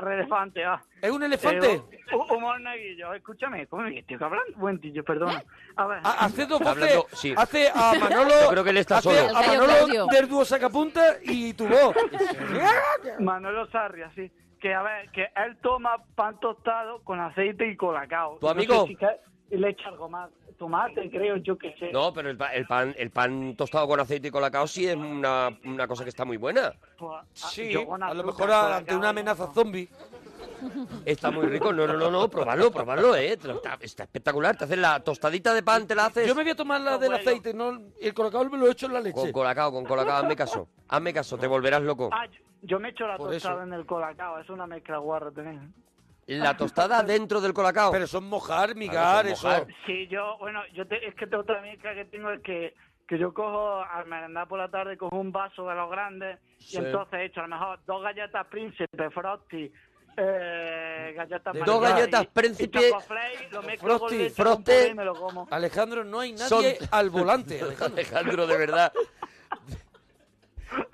Speaker 13: Relevante, ah.
Speaker 3: ¿Es un elefante?
Speaker 13: humor neguillo. Escúchame, ¿cómo me estoy hablando? Buen tío, perdón.
Speaker 3: ¿Eh?
Speaker 13: A ver.
Speaker 3: Hace dos
Speaker 5: Está
Speaker 3: voces,
Speaker 5: hablando- sí.
Speaker 3: hace a Manolo,
Speaker 5: Yo creo que él está
Speaker 3: hace
Speaker 5: solo. El
Speaker 3: a
Speaker 5: gallo
Speaker 3: Manolo
Speaker 13: Claudio.
Speaker 3: del dúo Sacapunta y tu voz.
Speaker 13: Manolo Sarria, sí. Que a ver, que él toma pan tostado con aceite y colacao.
Speaker 5: ¿Tu
Speaker 13: No
Speaker 5: amigo?
Speaker 13: sé si ca- y le echa algo más. Tomate, creo, yo que sé.
Speaker 5: No, pero el, pa- el pan el pan tostado con aceite y colacao sí es una, una cosa que está muy buena.
Speaker 13: Pues, ah,
Speaker 3: Sí,
Speaker 13: yo con
Speaker 3: a lo
Speaker 13: azúcar,
Speaker 3: mejor
Speaker 13: colacao,
Speaker 3: ante una amenaza zombie.
Speaker 5: Está muy rico. No, no, no, no, probarlo, probarlo, ¿eh? Te lo- Está, está espectacular. Te haces la tostadita de pan, te la haces.
Speaker 3: Yo me voy a tomar la del aceite, no el colacao me lo he hecho en la leche.
Speaker 5: Con colacao, con colacao, hazme caso. Hazme caso, te volverás loco.
Speaker 13: Ah, yo- yo me echo la
Speaker 5: Por
Speaker 13: tostada
Speaker 5: eso.
Speaker 13: en el colacao. Es una mezcla guarra también.
Speaker 5: La tostada dentro del colacao.
Speaker 3: Pero son mojar, migar,
Speaker 5: Claro, son
Speaker 3: eso.
Speaker 5: mojar.
Speaker 13: Sí, yo, bueno, yo te- es que te- otra mezcla que tengo es que, que yo cojo, al merendar por la tarde, cojo un vaso de los grandes y
Speaker 5: Sí.
Speaker 13: entonces he hecho a lo mejor dos galletas príncipe, frosty, eh, galletas
Speaker 5: Dos
Speaker 13: María
Speaker 5: galletas
Speaker 13: y-
Speaker 5: Príncipe,
Speaker 13: y Choco Flakes, lo mezclo con
Speaker 5: Frosty,
Speaker 13: leche, con
Speaker 5: Frosty.
Speaker 13: puré y me lo como.
Speaker 3: Alejandro, no hay nadie
Speaker 5: Son-
Speaker 3: al volante. Alejandro.
Speaker 5: Alejandro, de verdad.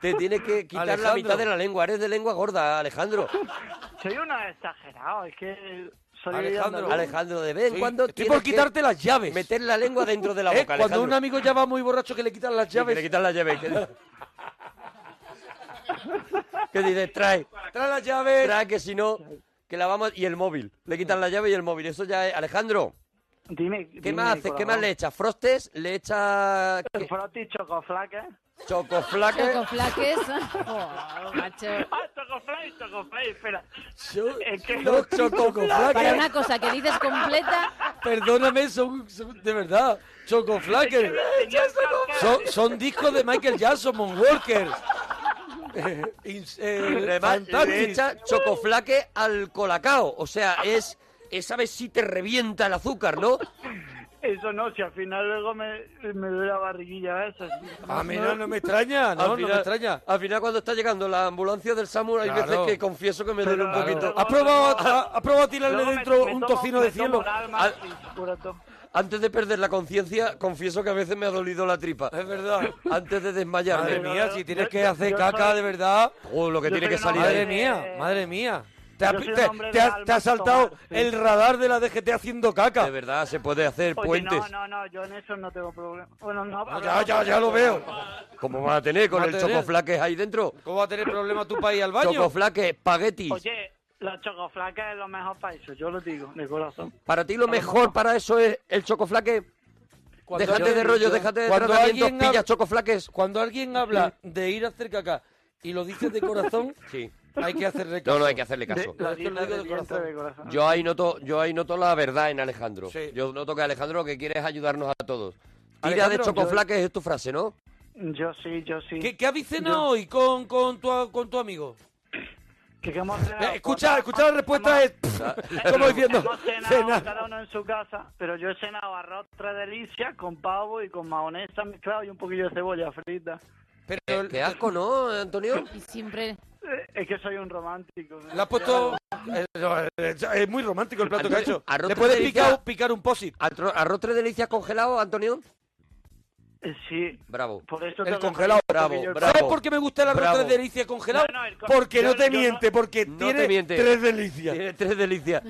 Speaker 5: Te tienes que quitar la
Speaker 3: Alejandro.
Speaker 5: mitad de la lengua. Eres de lengua gorda, Alejandro.
Speaker 13: Soy una exagerado, es que soy
Speaker 5: Alejandro,
Speaker 13: andaluz.
Speaker 5: Alejandro, de vez en
Speaker 3: Sí,
Speaker 5: cuando
Speaker 3: estoy por
Speaker 5: tienes
Speaker 3: quitarte
Speaker 5: que
Speaker 3: las llaves.
Speaker 5: Meter la lengua dentro de la
Speaker 3: Eh,
Speaker 5: boca,
Speaker 3: Cuando
Speaker 5: Alejandro.
Speaker 3: un amigo ya va muy borracho que le quitan las
Speaker 5: Sí, que
Speaker 3: llaves.
Speaker 5: le quitas las llaves. Que, que dices, trae.
Speaker 3: Trae las llaves.
Speaker 5: Trae que si no, que la vamos... Y el móvil. Le quitan la llave y el móvil. Eso ya es... Alejandro,
Speaker 13: Dime,
Speaker 5: ¿qué más haces? ¿Qué más le echas? ¿Frostes? ¿Le echas qué?
Speaker 13: Frosty, chocoflaque.
Speaker 5: chocoflaque?
Speaker 4: Chocoflaques. Joder, macho.
Speaker 13: Ah, chocoflakes, chocoflakes, espera. Es que-
Speaker 3: Los chocoflaques.
Speaker 4: Para una cosa que dices completa...
Speaker 3: Perdóname, son, son- de verdad, chocoflaques. Son, son discos de Michael Jackson, Moonwalker. Eh, ins- eh,
Speaker 5: Además, le
Speaker 3: Fantastic.
Speaker 5: echa chocoflaque al colacao. O sea, es... Esa vez sí te revienta el azúcar, ¿no?
Speaker 13: Eso no, si al final luego me, me duele la barriguilla esa.
Speaker 3: A mí Ah, no, no me extraña, no,
Speaker 5: Al
Speaker 3: no me
Speaker 5: final-
Speaker 3: extraña.
Speaker 5: Al final, cuando está llegando la ambulancia del Samur, hay
Speaker 3: Claro.
Speaker 5: veces que confieso que me duele un poquito.
Speaker 3: ¿Has probado, ha- has probado tirarle
Speaker 5: Luego me-
Speaker 3: dentro
Speaker 5: me
Speaker 3: un
Speaker 5: tomo-
Speaker 3: tocino
Speaker 5: me
Speaker 3: de
Speaker 5: tomo
Speaker 3: cielo?
Speaker 5: un alma,
Speaker 3: Al-
Speaker 5: Antes de perder la conciencia, confieso que a veces me ha dolido la tripa. Es
Speaker 3: verdad.
Speaker 5: Antes de desmayarme.
Speaker 3: Madre mía, si tienes que hacer caca de verdad.
Speaker 5: Oh, lo que tiene que salir.
Speaker 3: Madre
Speaker 5: ahí.
Speaker 3: mía, madre mía. Te, ha,
Speaker 13: Yo soy un
Speaker 3: te-
Speaker 13: hombre
Speaker 3: te
Speaker 13: de
Speaker 3: ha-
Speaker 13: alma
Speaker 3: te ha saltado
Speaker 13: tomar, sí.
Speaker 3: el radar de la DGT haciendo caca.
Speaker 5: De verdad, se puede hacer
Speaker 13: Oye,
Speaker 5: puentes.
Speaker 13: no, no, no, yo en eso no tengo problema. Bueno, no,
Speaker 3: Ah,
Speaker 5: ya, ya, ya lo veo. ¿Cómo vas a tener con
Speaker 3: Va a
Speaker 5: el
Speaker 3: tener.
Speaker 5: chocoflaque ahí dentro?
Speaker 3: ¿Cómo va a tener problema tu país al baño?
Speaker 5: Chocoflaque, espaguetis.
Speaker 13: Oye, la chocoflaca es lo mejor para eso, yo lo digo, de corazón.
Speaker 5: Para ti lo mejor para eso es el chocoflaque.
Speaker 3: Cuando
Speaker 5: déjate
Speaker 3: alguien-
Speaker 5: de rollo, déjate de
Speaker 3: cuando
Speaker 5: tratamientos,
Speaker 3: alguien hab-
Speaker 5: pilla chocoflaques.
Speaker 3: Cuando alguien habla de ir a hacer caca y lo dice de corazón,
Speaker 5: Sí.
Speaker 3: hay que hacerle caso.
Speaker 5: No, no, hay que hacerle caso.
Speaker 3: Yo es que lo digo de corazón.
Speaker 5: Yo ahí noto, yo ahí noto la verdad en Alejandro.
Speaker 3: Sí.
Speaker 5: Yo noto que Alejandro lo que quiere es ayudarnos a todos. Tira de
Speaker 3: Alejandro,
Speaker 5: chocoflaques es tu frase, ¿no?
Speaker 13: Yo sí, yo sí.
Speaker 3: ¿Qué, qué habéis cenado hoy con, con, tu, con tu amigo?
Speaker 13: ¿Qué, qué hemos
Speaker 3: Eh,
Speaker 13: cenado?
Speaker 3: escucha, escucha la respuesta es... ¿Cómo diciendo?
Speaker 13: Hemos cenado
Speaker 3: Cena.
Speaker 13: cada uno en su casa, pero yo he cenado arroz tres delicias con pavo y con mayonesa mezclado y un poquillo de cebolla frita.
Speaker 5: Pero Qué asco, ¿no, Antonio?
Speaker 4: Y siempre...
Speaker 13: Eh, Es que soy un romántico.
Speaker 3: Le has puesto... eh, no, eh, Es muy romántico el plato que ha hecho.
Speaker 5: Arroz
Speaker 3: Le puedes
Speaker 5: tres
Speaker 3: picar,
Speaker 5: delicias-
Speaker 3: picar un posit.
Speaker 5: Arro- ¿Arroz tres delicias congelado, Antonio?
Speaker 3: Eh,
Speaker 13: Sí.
Speaker 5: Bravo.
Speaker 13: Por eso te
Speaker 3: El
Speaker 13: lo
Speaker 3: congelado,
Speaker 13: recomiendo, porque
Speaker 3: bravo,
Speaker 13: yo-
Speaker 3: bravo. ¿Sabes por qué me gusta la
Speaker 13: Bravo.
Speaker 3: rostra de delicia congelado?
Speaker 13: No, no, el co-
Speaker 3: porque no
Speaker 13: yo-
Speaker 3: te
Speaker 13: yo no-
Speaker 3: miente, porque tiene
Speaker 13: te miente.
Speaker 3: tres delicias.
Speaker 13: Tiene
Speaker 5: tres delicias.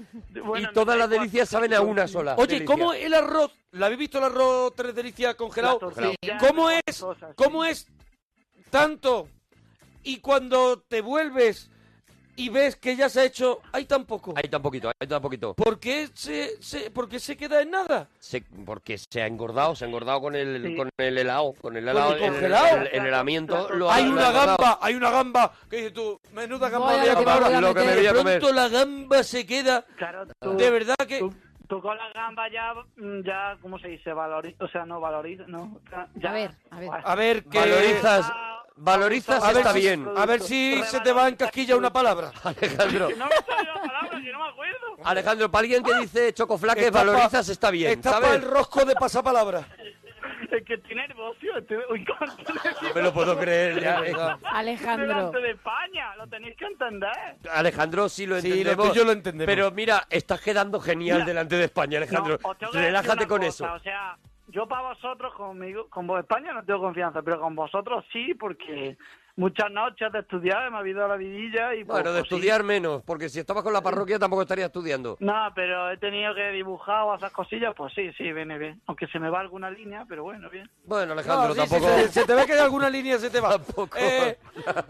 Speaker 13: Bueno,
Speaker 5: y todas las delicias saben a una sola.
Speaker 3: Oye,
Speaker 5: delicia.
Speaker 3: ¿cómo el arroz? ¿La habéis visto el arroz tres delicias congelado?
Speaker 5: La tortilla,
Speaker 3: ¿Cómo es? ¿Cómo es tanto? Y cuando te vuelves y ves que ya se ha hecho, hay tan poco.
Speaker 5: Hay tan poquito, hay tan poquito.
Speaker 3: ¿Por qué se, se- por qué se queda en nada?
Speaker 5: Se- porque se ha engordado, se ha engordado con el,
Speaker 3: Sí.
Speaker 5: con el helado, con el
Speaker 3: Con
Speaker 5: helado,
Speaker 3: el
Speaker 5: en
Speaker 3: congelado.
Speaker 5: el, el helamiento. lo ha-
Speaker 3: hay
Speaker 5: lo ha
Speaker 3: una
Speaker 5: engordado.
Speaker 3: gamba, hay una gamba. Que dices tú, menuda gamba
Speaker 5: Vaya
Speaker 3: voy a
Speaker 5: lo que
Speaker 3: comer
Speaker 5: me voy a
Speaker 3: ahora.
Speaker 5: Lo que me voy a
Speaker 3: De
Speaker 5: comer.
Speaker 3: pronto la gamba se queda. de verdad que.
Speaker 13: Tú con la gamba ya, mm, ya ¿cómo se dice? Valoriza, o sea, no valoriza, no. A ver, a ver.
Speaker 3: A ver que
Speaker 5: Valorizas, valorizas
Speaker 3: a ver
Speaker 5: está
Speaker 3: si-
Speaker 5: bien.
Speaker 3: A ver si se te va en casquilla una palabra.
Speaker 5: Alejandro.
Speaker 13: No me salió la palabra, que no me acuerdo.
Speaker 5: Alejandro, para alguien que dice chocoflaques,
Speaker 3: Ah. Está pa-
Speaker 5: valorizas está bien,
Speaker 3: Está
Speaker 5: ¿sabes?
Speaker 3: pa' el rosco de pasapalabra.
Speaker 13: Es que estoy nervioso, estoy... Uy,
Speaker 5: No me lo puedo creer ya, eh.
Speaker 4: Alejandro.
Speaker 13: Delante de España, lo tenéis que entender.
Speaker 5: Alejandro, sí lo
Speaker 3: Sí, lo
Speaker 5: entendemos.
Speaker 3: tuyo lo entendemos.
Speaker 5: Pero mira, estás quedando genial
Speaker 13: Mira.
Speaker 5: delante de España, Alejandro.
Speaker 13: No, os tengo que decir
Speaker 5: Relájate
Speaker 13: una
Speaker 5: con
Speaker 13: cosa,
Speaker 5: eso.
Speaker 13: O sea, yo para vosotros, conmigo, con vos España no tengo confianza, pero con vosotros sí, porque muchas noches de estudiar me ha habido la vidilla y...
Speaker 5: Bueno,
Speaker 13: pues,
Speaker 5: de
Speaker 13: pues, sí.
Speaker 5: estudiar menos, porque si estabas con la parroquia tampoco estarías estudiando.
Speaker 13: No, pero he tenido que dibujar o hacer cosillas, pues sí, sí, viene bien. Aunque se me va alguna línea, pero bueno, bien.
Speaker 5: Bueno,
Speaker 3: No,
Speaker 5: Alejandro,
Speaker 3: sí,
Speaker 5: tampoco.
Speaker 3: sí, se, se te ve que de alguna línea se te va. Eh,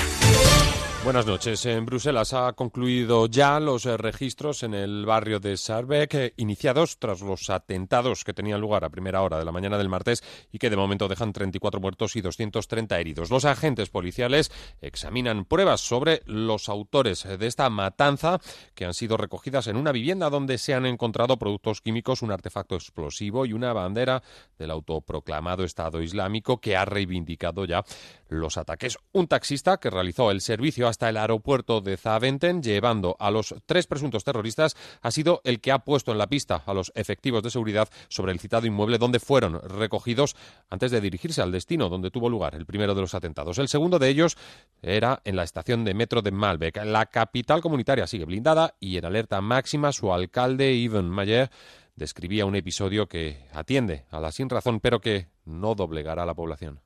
Speaker 15: Buenas noches. En Bruselas ha concluido ya los eh, registros en el barrio de Sarbeck, eh, iniciados tras los atentados que tenían lugar a primera hora de la mañana del martes y que de momento dejan 34 muertos y 230 heridos. Los agentes policiales examinan pruebas sobre los autores eh, de esta matanza que han sido recogidas en una vivienda donde se han encontrado productos químicos, un artefacto explosivo y una bandera del autoproclamado Estado Islámico que ha reivindicado ya los ataques. Un taxista que realizó el servicio hasta el aeropuerto de Zaventem llevando a los tres presuntos terroristas ha sido el que ha puesto en la pista a los efectivos de seguridad sobre el citado inmueble donde fueron recogidos antes de dirigirse al destino donde tuvo lugar el primero de los atentados. El segundo de ellos era en la estación de metro de Malbec. La capital comunitaria sigue blindada y en alerta máxima su alcalde, Ivan Mayer, describía un episodio que atiende a la sin razón, pero que no doblegará a la población.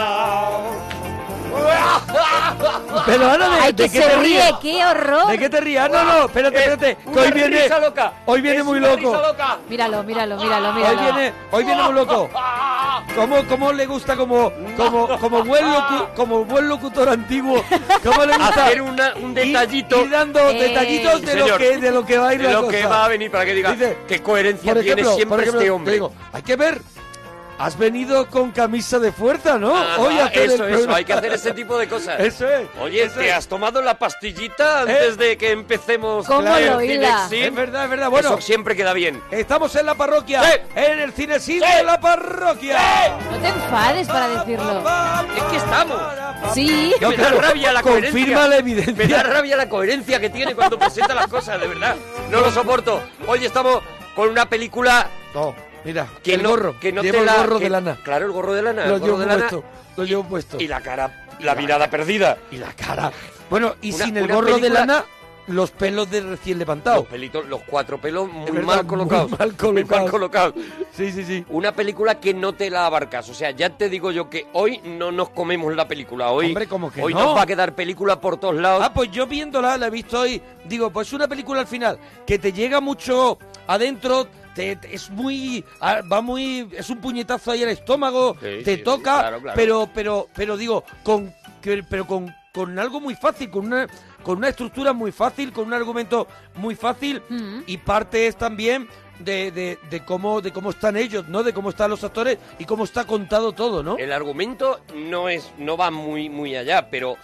Speaker 3: Pero Ana, ¿de,
Speaker 4: Ay,
Speaker 3: de
Speaker 4: que
Speaker 3: qué
Speaker 4: se
Speaker 3: te
Speaker 4: ríe,
Speaker 3: ríes?
Speaker 4: qué horror.
Speaker 3: ¿De qué te rías? No, no, espérate, espérate. que hoy viene, Hoy viene muy loco.
Speaker 4: Míralo, míralo, míralo,
Speaker 3: Hoy
Speaker 4: míralo.
Speaker 3: viene, hoy viene muy loco. ¿Cómo, cómo le gusta como, como, como, buen locu- como buen locutor antiguo? ¿Cómo le gusta
Speaker 5: Hacer una- un detallito.
Speaker 3: Ir, ir dando
Speaker 5: Eh.
Speaker 3: detallitos de, lo
Speaker 5: Señor,
Speaker 3: que, de lo que va a ir
Speaker 5: de
Speaker 3: la
Speaker 5: lo que
Speaker 3: cosa.
Speaker 5: va a venir, para que diga, qué coherencia
Speaker 3: por
Speaker 5: tiene
Speaker 3: ejemplo,
Speaker 5: siempre
Speaker 3: por ejemplo,
Speaker 5: este
Speaker 3: te
Speaker 5: hombre.
Speaker 3: digo, hay que ver. Has venido con camisa de fuerza, ¿no?
Speaker 5: Ajá,
Speaker 3: Hoy a hacer el
Speaker 5: Ah, eso, eso,
Speaker 3: programa.
Speaker 5: hay que hacer ese tipo de cosas.
Speaker 3: Eso es.
Speaker 5: Oye,
Speaker 3: eso
Speaker 5: ¿te
Speaker 3: es. ¿Eh?
Speaker 5: has tomado la pastillita antes de que empecemos
Speaker 3: ¿Cómo
Speaker 5: el
Speaker 3: lo hila?
Speaker 5: Cinexin?
Speaker 3: Es verdad, es verdad. Bueno.
Speaker 5: Eso siempre queda bien.
Speaker 3: Estamos en la parroquia, en el cine de la parroquia.
Speaker 4: No te enfades para decirlo.
Speaker 5: Es que estamos.
Speaker 4: Sí.
Speaker 5: Que me da rabia la coherencia.
Speaker 3: ¿Eh? Confirma la evidencia.
Speaker 5: Me da rabia la coherencia que tiene cuando presenta las cosas, de verdad. No lo soporto. Hoy estamos con una película
Speaker 3: No, mira,
Speaker 5: que
Speaker 3: el
Speaker 5: no,
Speaker 3: gorro.
Speaker 5: que no
Speaker 3: Llevo
Speaker 5: te
Speaker 3: el
Speaker 5: la-
Speaker 3: gorro
Speaker 5: que-
Speaker 3: de lana.
Speaker 5: Claro, el gorro de lana.
Speaker 3: Lo
Speaker 5: el gorro
Speaker 3: llevo
Speaker 5: de lana
Speaker 3: puesto, lo llevo puesto.
Speaker 5: y la cara, la mirada perdida.
Speaker 3: Y la cara. Bueno, y
Speaker 5: Una-
Speaker 3: sin el
Speaker 5: una
Speaker 3: gorro de
Speaker 5: película-
Speaker 3: lana, los pelos de recién levantado.
Speaker 5: Los pelitos, los cuatro pelos muy
Speaker 3: Es verdad,
Speaker 5: mal
Speaker 3: muy
Speaker 5: colocados.
Speaker 3: mal colocados.
Speaker 5: colocados.
Speaker 3: Sí, sí, sí.
Speaker 5: Una película que no te la abarcas. O sea, ya te digo yo que hoy no nos comemos la película. Hoy,
Speaker 3: Hombre, ¿cómo que
Speaker 5: hoy
Speaker 3: no?
Speaker 5: nos va a quedar película por todos lados.
Speaker 3: Ah, pues yo viéndola, la he visto hoy, digo, pues es una película al final que te llega mucho adentro, te, te- es muy, ah, va muy, es un puñetazo ahí al estómago,
Speaker 5: Sí,
Speaker 3: te
Speaker 5: sí,
Speaker 3: toca,
Speaker 5: sí, claro, claro.
Speaker 3: pero, pero, pero digo, con, que- pero con, con algo muy fácil, con una, con una estructura muy fácil, con un argumento muy fácil y parte es también de, de, de cómo, de cómo están ellos, ¿no? De cómo están los actores y cómo está contado todo, ¿no?
Speaker 5: El argumento no es, no va muy, muy allá, pero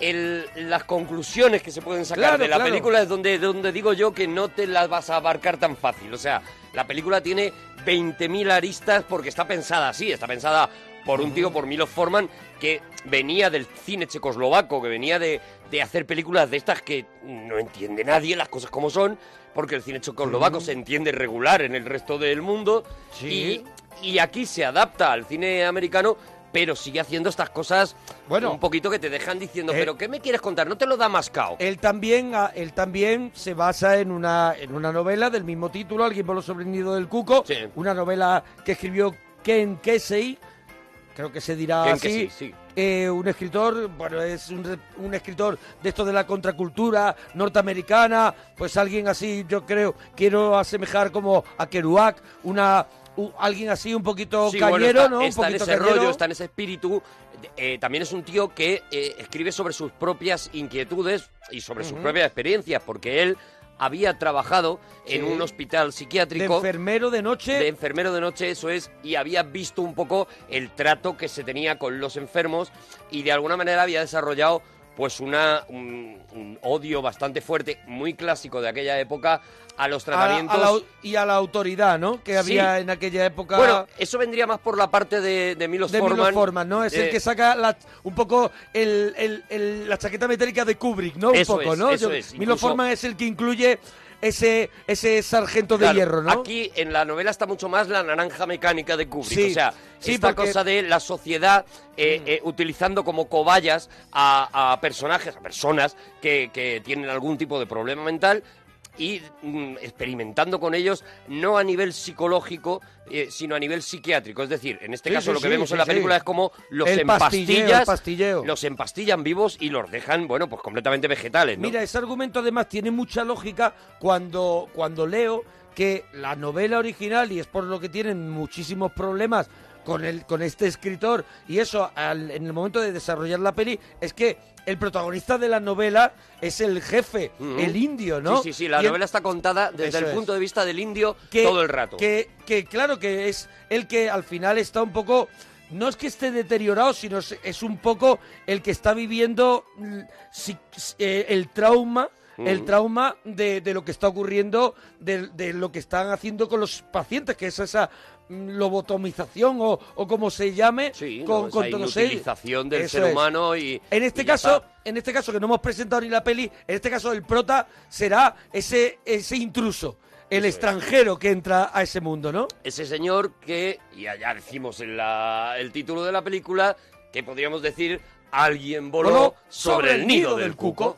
Speaker 5: el- las conclusiones que se pueden sacar
Speaker 3: Claro,
Speaker 5: de la
Speaker 3: claro.
Speaker 5: película es donde, donde digo yo que no te las vas a abarcar tan fácil. O sea, la película tiene 20.000 aristas porque está pensada así, está pensada por un tío, por Milos Forman, que venía del cine checoslovaco, que venía de, de hacer películas de estas que no entiende nadie, las cosas como son, porque el cine checoslovaco
Speaker 3: Ujú.
Speaker 5: se entiende regular en el resto del mundo.
Speaker 3: Sí.
Speaker 5: Y, y aquí se adapta al cine americano, pero sigue haciendo estas cosas
Speaker 3: Bueno. Eh.
Speaker 5: un poquito que te dejan diciendo, pero ¿qué me quieres contar? No te lo da mascao.
Speaker 3: Él también, ah, él también se basa en una, en una novela del mismo título, Alguien por los sorprendidos del cuco, una novela que escribió Ken Kesey, creo que se
Speaker 7: Ah,
Speaker 3: dirá
Speaker 5: Ken
Speaker 3: así,
Speaker 5: Kesey, sí.
Speaker 3: eh, un escritor, bueno, es un, re- un escritor de esto de la contracultura norteamericana, pues alguien así, yo creo, quiero asemejar como a Kerouac, una... u- alguien así un poquito
Speaker 5: Sí, bueno,
Speaker 3: cañero,
Speaker 5: está,
Speaker 3: ¿no? Un
Speaker 5: está en
Speaker 3: poquito
Speaker 5: ese
Speaker 3: cañero.
Speaker 5: rollo, está en ese espíritu. Eh, también es un tío que eh, escribe sobre sus propias inquietudes y sobre sus
Speaker 3: Ujú.
Speaker 5: propias experiencias, porque él había trabajado en
Speaker 3: Sí.
Speaker 5: un hospital
Speaker 3: de
Speaker 5: psiquiátrico.
Speaker 3: enfermero de noche.
Speaker 5: de enfermero de noche, eso es, y había visto un poco el trato que se tenía con los enfermos y de alguna manera había desarrollado pues una, un, un odio bastante fuerte, muy clásico de aquella época, a los
Speaker 3: a la- a la
Speaker 5: tratamientos...
Speaker 3: au- y a la autoridad, ¿no? Que había en aquella época.
Speaker 5: Bueno, eso vendría más por la parte de, de Milos
Speaker 3: de
Speaker 5: Forman.
Speaker 3: Milos Forman, ¿no? Es el
Speaker 5: Eh,
Speaker 3: que saca la- un poco el- el- el- la chaqueta metálica de Kubrick, ¿no? Un
Speaker 5: Eso
Speaker 3: poco,
Speaker 5: es,
Speaker 3: ¿no?
Speaker 5: eso es,
Speaker 3: Milos
Speaker 5: incluso-
Speaker 3: Forman es el que incluye ese, ese sargento de
Speaker 5: Claro,
Speaker 3: hierro, ¿no?
Speaker 5: Aquí en la novela está mucho más la naranja mecánica de Kubrick.
Speaker 3: Sí,
Speaker 5: o sea,
Speaker 3: sí,
Speaker 5: esta
Speaker 3: porque- Mm.
Speaker 5: cosa de la sociedad eh, eh, utilizando como cobayas a, a personajes, a personas que, que tienen algún tipo de problema mental y mm, experimentando con ellos no a nivel psicológico eh, sino a nivel psiquiátrico es decir en este
Speaker 3: Sí,
Speaker 5: caso
Speaker 3: sí,
Speaker 5: lo que
Speaker 3: sí,
Speaker 5: vemos
Speaker 3: sí,
Speaker 5: en la
Speaker 3: sí.
Speaker 5: película es como los
Speaker 3: El pastilleo, el
Speaker 5: empastillas
Speaker 3: pastilleo.
Speaker 5: los empastillan vivos y los dejan bueno pues completamente vegetales ¿no?
Speaker 3: Mira, ese argumento además tiene mucha lógica cuando, cuando leo que la novela original, y es por lo que tienen muchísimos problemas con, el, con este escritor, y eso al- en el momento de desarrollar la peli, es que el protagonista de la novela es el jefe,
Speaker 5: Ujú.
Speaker 3: el indio, ¿no?
Speaker 5: Sí, sí, sí, la
Speaker 3: Y el-
Speaker 5: novela está contada desde
Speaker 3: Eso
Speaker 5: el
Speaker 3: es.
Speaker 5: punto de vista del indio todo el rato.
Speaker 3: Que, que, claro que es el que al final está un poco. No es que esté deteriorado, sino es, es un poco el que está viviendo mm, si- si- eh, el trauma. El
Speaker 5: Mm.
Speaker 3: trauma de, de lo que está ocurriendo, de, de lo que están haciendo con los pacientes, que es esa mm, lobotomización o, o como se llame, con,
Speaker 5: ¿no?
Speaker 3: con
Speaker 5: Esa
Speaker 3: todos ellos.
Speaker 5: inutilización del
Speaker 3: Eso
Speaker 5: ser
Speaker 3: es.
Speaker 5: humano y
Speaker 3: En este
Speaker 5: y ya
Speaker 3: caso,
Speaker 5: está.
Speaker 3: en este caso que no hemos presentado ni la peli, en este caso el prota será ese ese intruso, el extranjero que entra a ese mundo, ¿no?
Speaker 5: ese señor que y allá decimos en la, el título de la película que podríamos decir alguien voló
Speaker 3: Voló
Speaker 5: sobre, el nido del cuco.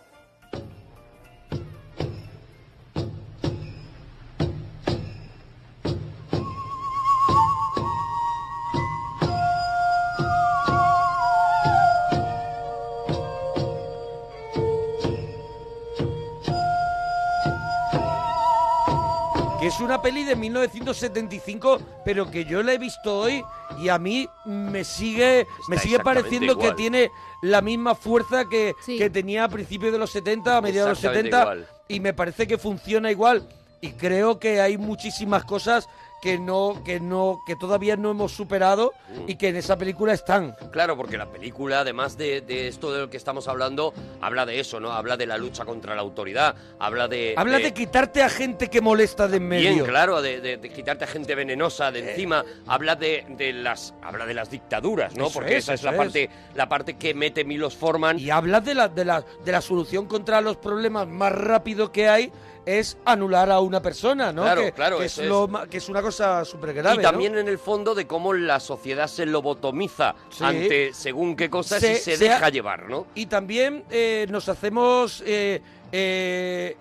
Speaker 3: es una peli de 1975, pero que yo la he visto hoy y a mí me sigue, me
Speaker 5: Está
Speaker 3: sigue
Speaker 5: exactamente
Speaker 3: pareciendo que
Speaker 5: igual.
Speaker 3: tiene la misma fuerza que, que tenía a principios de los 70, a mediados de los
Speaker 5: Exactamente
Speaker 3: 70,
Speaker 5: igual.
Speaker 3: y me parece que funciona igual. Y creo que hay muchísimas cosas que no, que no, que todavía no hemos superado
Speaker 5: Mm.
Speaker 3: y que en esa película están.
Speaker 5: Claro, porque la película, además de, de esto de lo que estamos hablando, habla de eso, ¿no? Habla de la lucha contra la autoridad, habla de...
Speaker 3: Habla de quitarte a gente que molesta de en medio.
Speaker 5: eh. Bien, claro, de, de- de quitarte a gente venenosa de encima, habla de, de las habla de las dictaduras, ¿no?
Speaker 3: Eso
Speaker 5: Porque
Speaker 3: es,
Speaker 5: esa es
Speaker 3: eso
Speaker 5: la
Speaker 3: es.
Speaker 5: parte la parte que mete Milos Forman.
Speaker 3: Y hablas de la, de, la, de la solución contra los problemas más rápido que hay es anular a una persona, ¿no?
Speaker 5: Claro,
Speaker 3: que,
Speaker 5: claro,
Speaker 3: que es,
Speaker 5: eso es.
Speaker 3: lo ma- que es una cosa súper grave.
Speaker 5: y también en el fondo de cómo la sociedad se lobotomiza
Speaker 3: Sí.
Speaker 5: ante según qué cosas
Speaker 3: Se-
Speaker 5: y se,
Speaker 3: se ha-
Speaker 5: deja llevar, ¿no?
Speaker 3: Y también eh, nos hacemos eh, eh,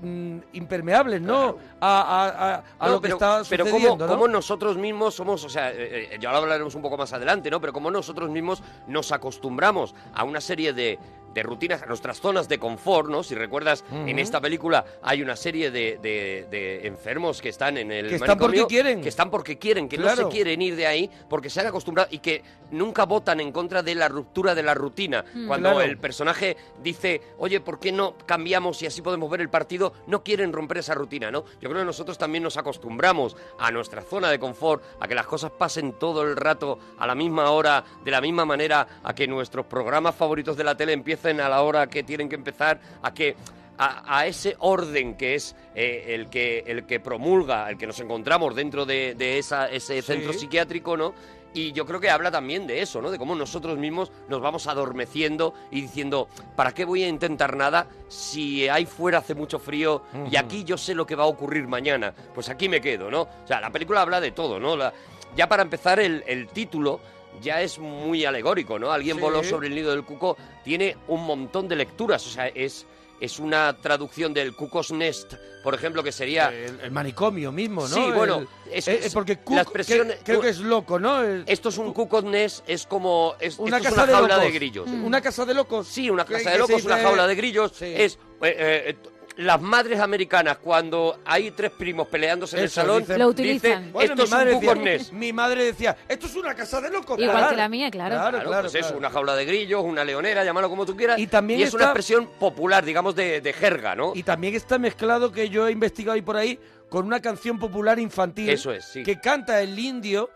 Speaker 3: mm, impermeables, ¿no? A, a- a- a
Speaker 5: No,
Speaker 3: lo que
Speaker 5: pero-
Speaker 3: está
Speaker 5: pero
Speaker 3: sucediendo, ¿no?
Speaker 5: cómo- cómo nosotros mismos somos, o sea, eh, eh, ya lo hablaremos un poco más adelante, ¿no? Pero cómo nosotros mismos nos acostumbramos a una serie de, de rutinas, a nuestras zonas de confort, ¿no? Si recuerdas, en
Speaker 3: Ujú.
Speaker 5: esta película hay una serie de, de- de enfermos que están en el
Speaker 3: Que están porque
Speaker 5: manicomio,
Speaker 3: quieren.
Speaker 5: Que están porque quieren, que no
Speaker 3: Claro.
Speaker 5: se quieren ir de ahí porque se han acostumbrado y que nunca votan en contra de la ruptura de la rutina.
Speaker 3: Mm.
Speaker 5: Cuando
Speaker 3: Claro.
Speaker 5: el personaje dice, oye, ¿por qué no cambiamos y así podemos ver el partido? No quieren romper esa rutina, ¿no? Yo creo que nosotros también nos acostumbramos a nuestra zona de confort, a que las cosas pasen todo el rato a la misma hora, de la misma manera, a que nuestros programas favoritos de la tele empiecen a la hora que tienen que empezar, a que... A, a ese orden que es eh, el, que, el que promulga, el que nos encontramos dentro de, de esa, ese centro
Speaker 3: Sí.
Speaker 5: psiquiátrico, ¿no? Y yo creo que habla también de eso, ¿no? De cómo nosotros mismos nos vamos adormeciendo y diciendo, ¿para qué voy a intentar nada si ahí fuera hace mucho frío y aquí yo sé lo que va a ocurrir mañana? Pues aquí me quedo, ¿no? O sea, la película habla de todo, ¿no? La- ya para empezar, el, el título ya es muy alegórico, ¿no? Alguien
Speaker 3: Sí.
Speaker 5: voló sobre el nido del cuco, tiene un montón de lecturas, o sea, es, es una traducción del Cuco's Nest, por ejemplo, que sería...
Speaker 3: El manicomio mismo, ¿no?
Speaker 5: Sí, bueno,
Speaker 3: El-
Speaker 5: es,
Speaker 3: eh, eh, porque Cook-
Speaker 5: la expresión-
Speaker 3: que- creo que es loco, ¿no? El-
Speaker 5: esto es un cucodness, es como es
Speaker 3: una
Speaker 5: esto es
Speaker 3: casa
Speaker 5: una jaula
Speaker 3: locos. Mm.
Speaker 5: de grillos.
Speaker 3: Una casa de locos.
Speaker 5: Sí, una
Speaker 3: Que-
Speaker 5: casa
Speaker 3: que
Speaker 5: de
Speaker 3: se
Speaker 5: locos, una
Speaker 3: dice-
Speaker 5: jaula de grillos
Speaker 3: Sí.
Speaker 5: es eh, eh, t- las madres americanas cuando hay tres primos peleándose en el
Speaker 3: Eso,
Speaker 5: salón
Speaker 3: dicen-
Speaker 5: dicen,
Speaker 3: Bueno,
Speaker 5: esto
Speaker 3: mi
Speaker 5: es
Speaker 3: madre
Speaker 5: un
Speaker 3: decía-
Speaker 5: cucodness.
Speaker 3: Mi madre decía, esto es una casa de locos.
Speaker 4: Igual
Speaker 3: claro.
Speaker 4: que la mía, claro.
Speaker 3: Claro, claro,
Speaker 5: pues eso,
Speaker 3: claro.
Speaker 5: una jaula de grillos, una leonera, llámalo como tú quieras.
Speaker 3: Y también
Speaker 5: es una
Speaker 3: está-
Speaker 5: expresión popular, digamos, de, de jerga, ¿no?
Speaker 3: Y también está mezclado que yo he investigado ahí por ahí con una canción popular infantil.
Speaker 5: Eso es, sí.
Speaker 3: Que canta el indio,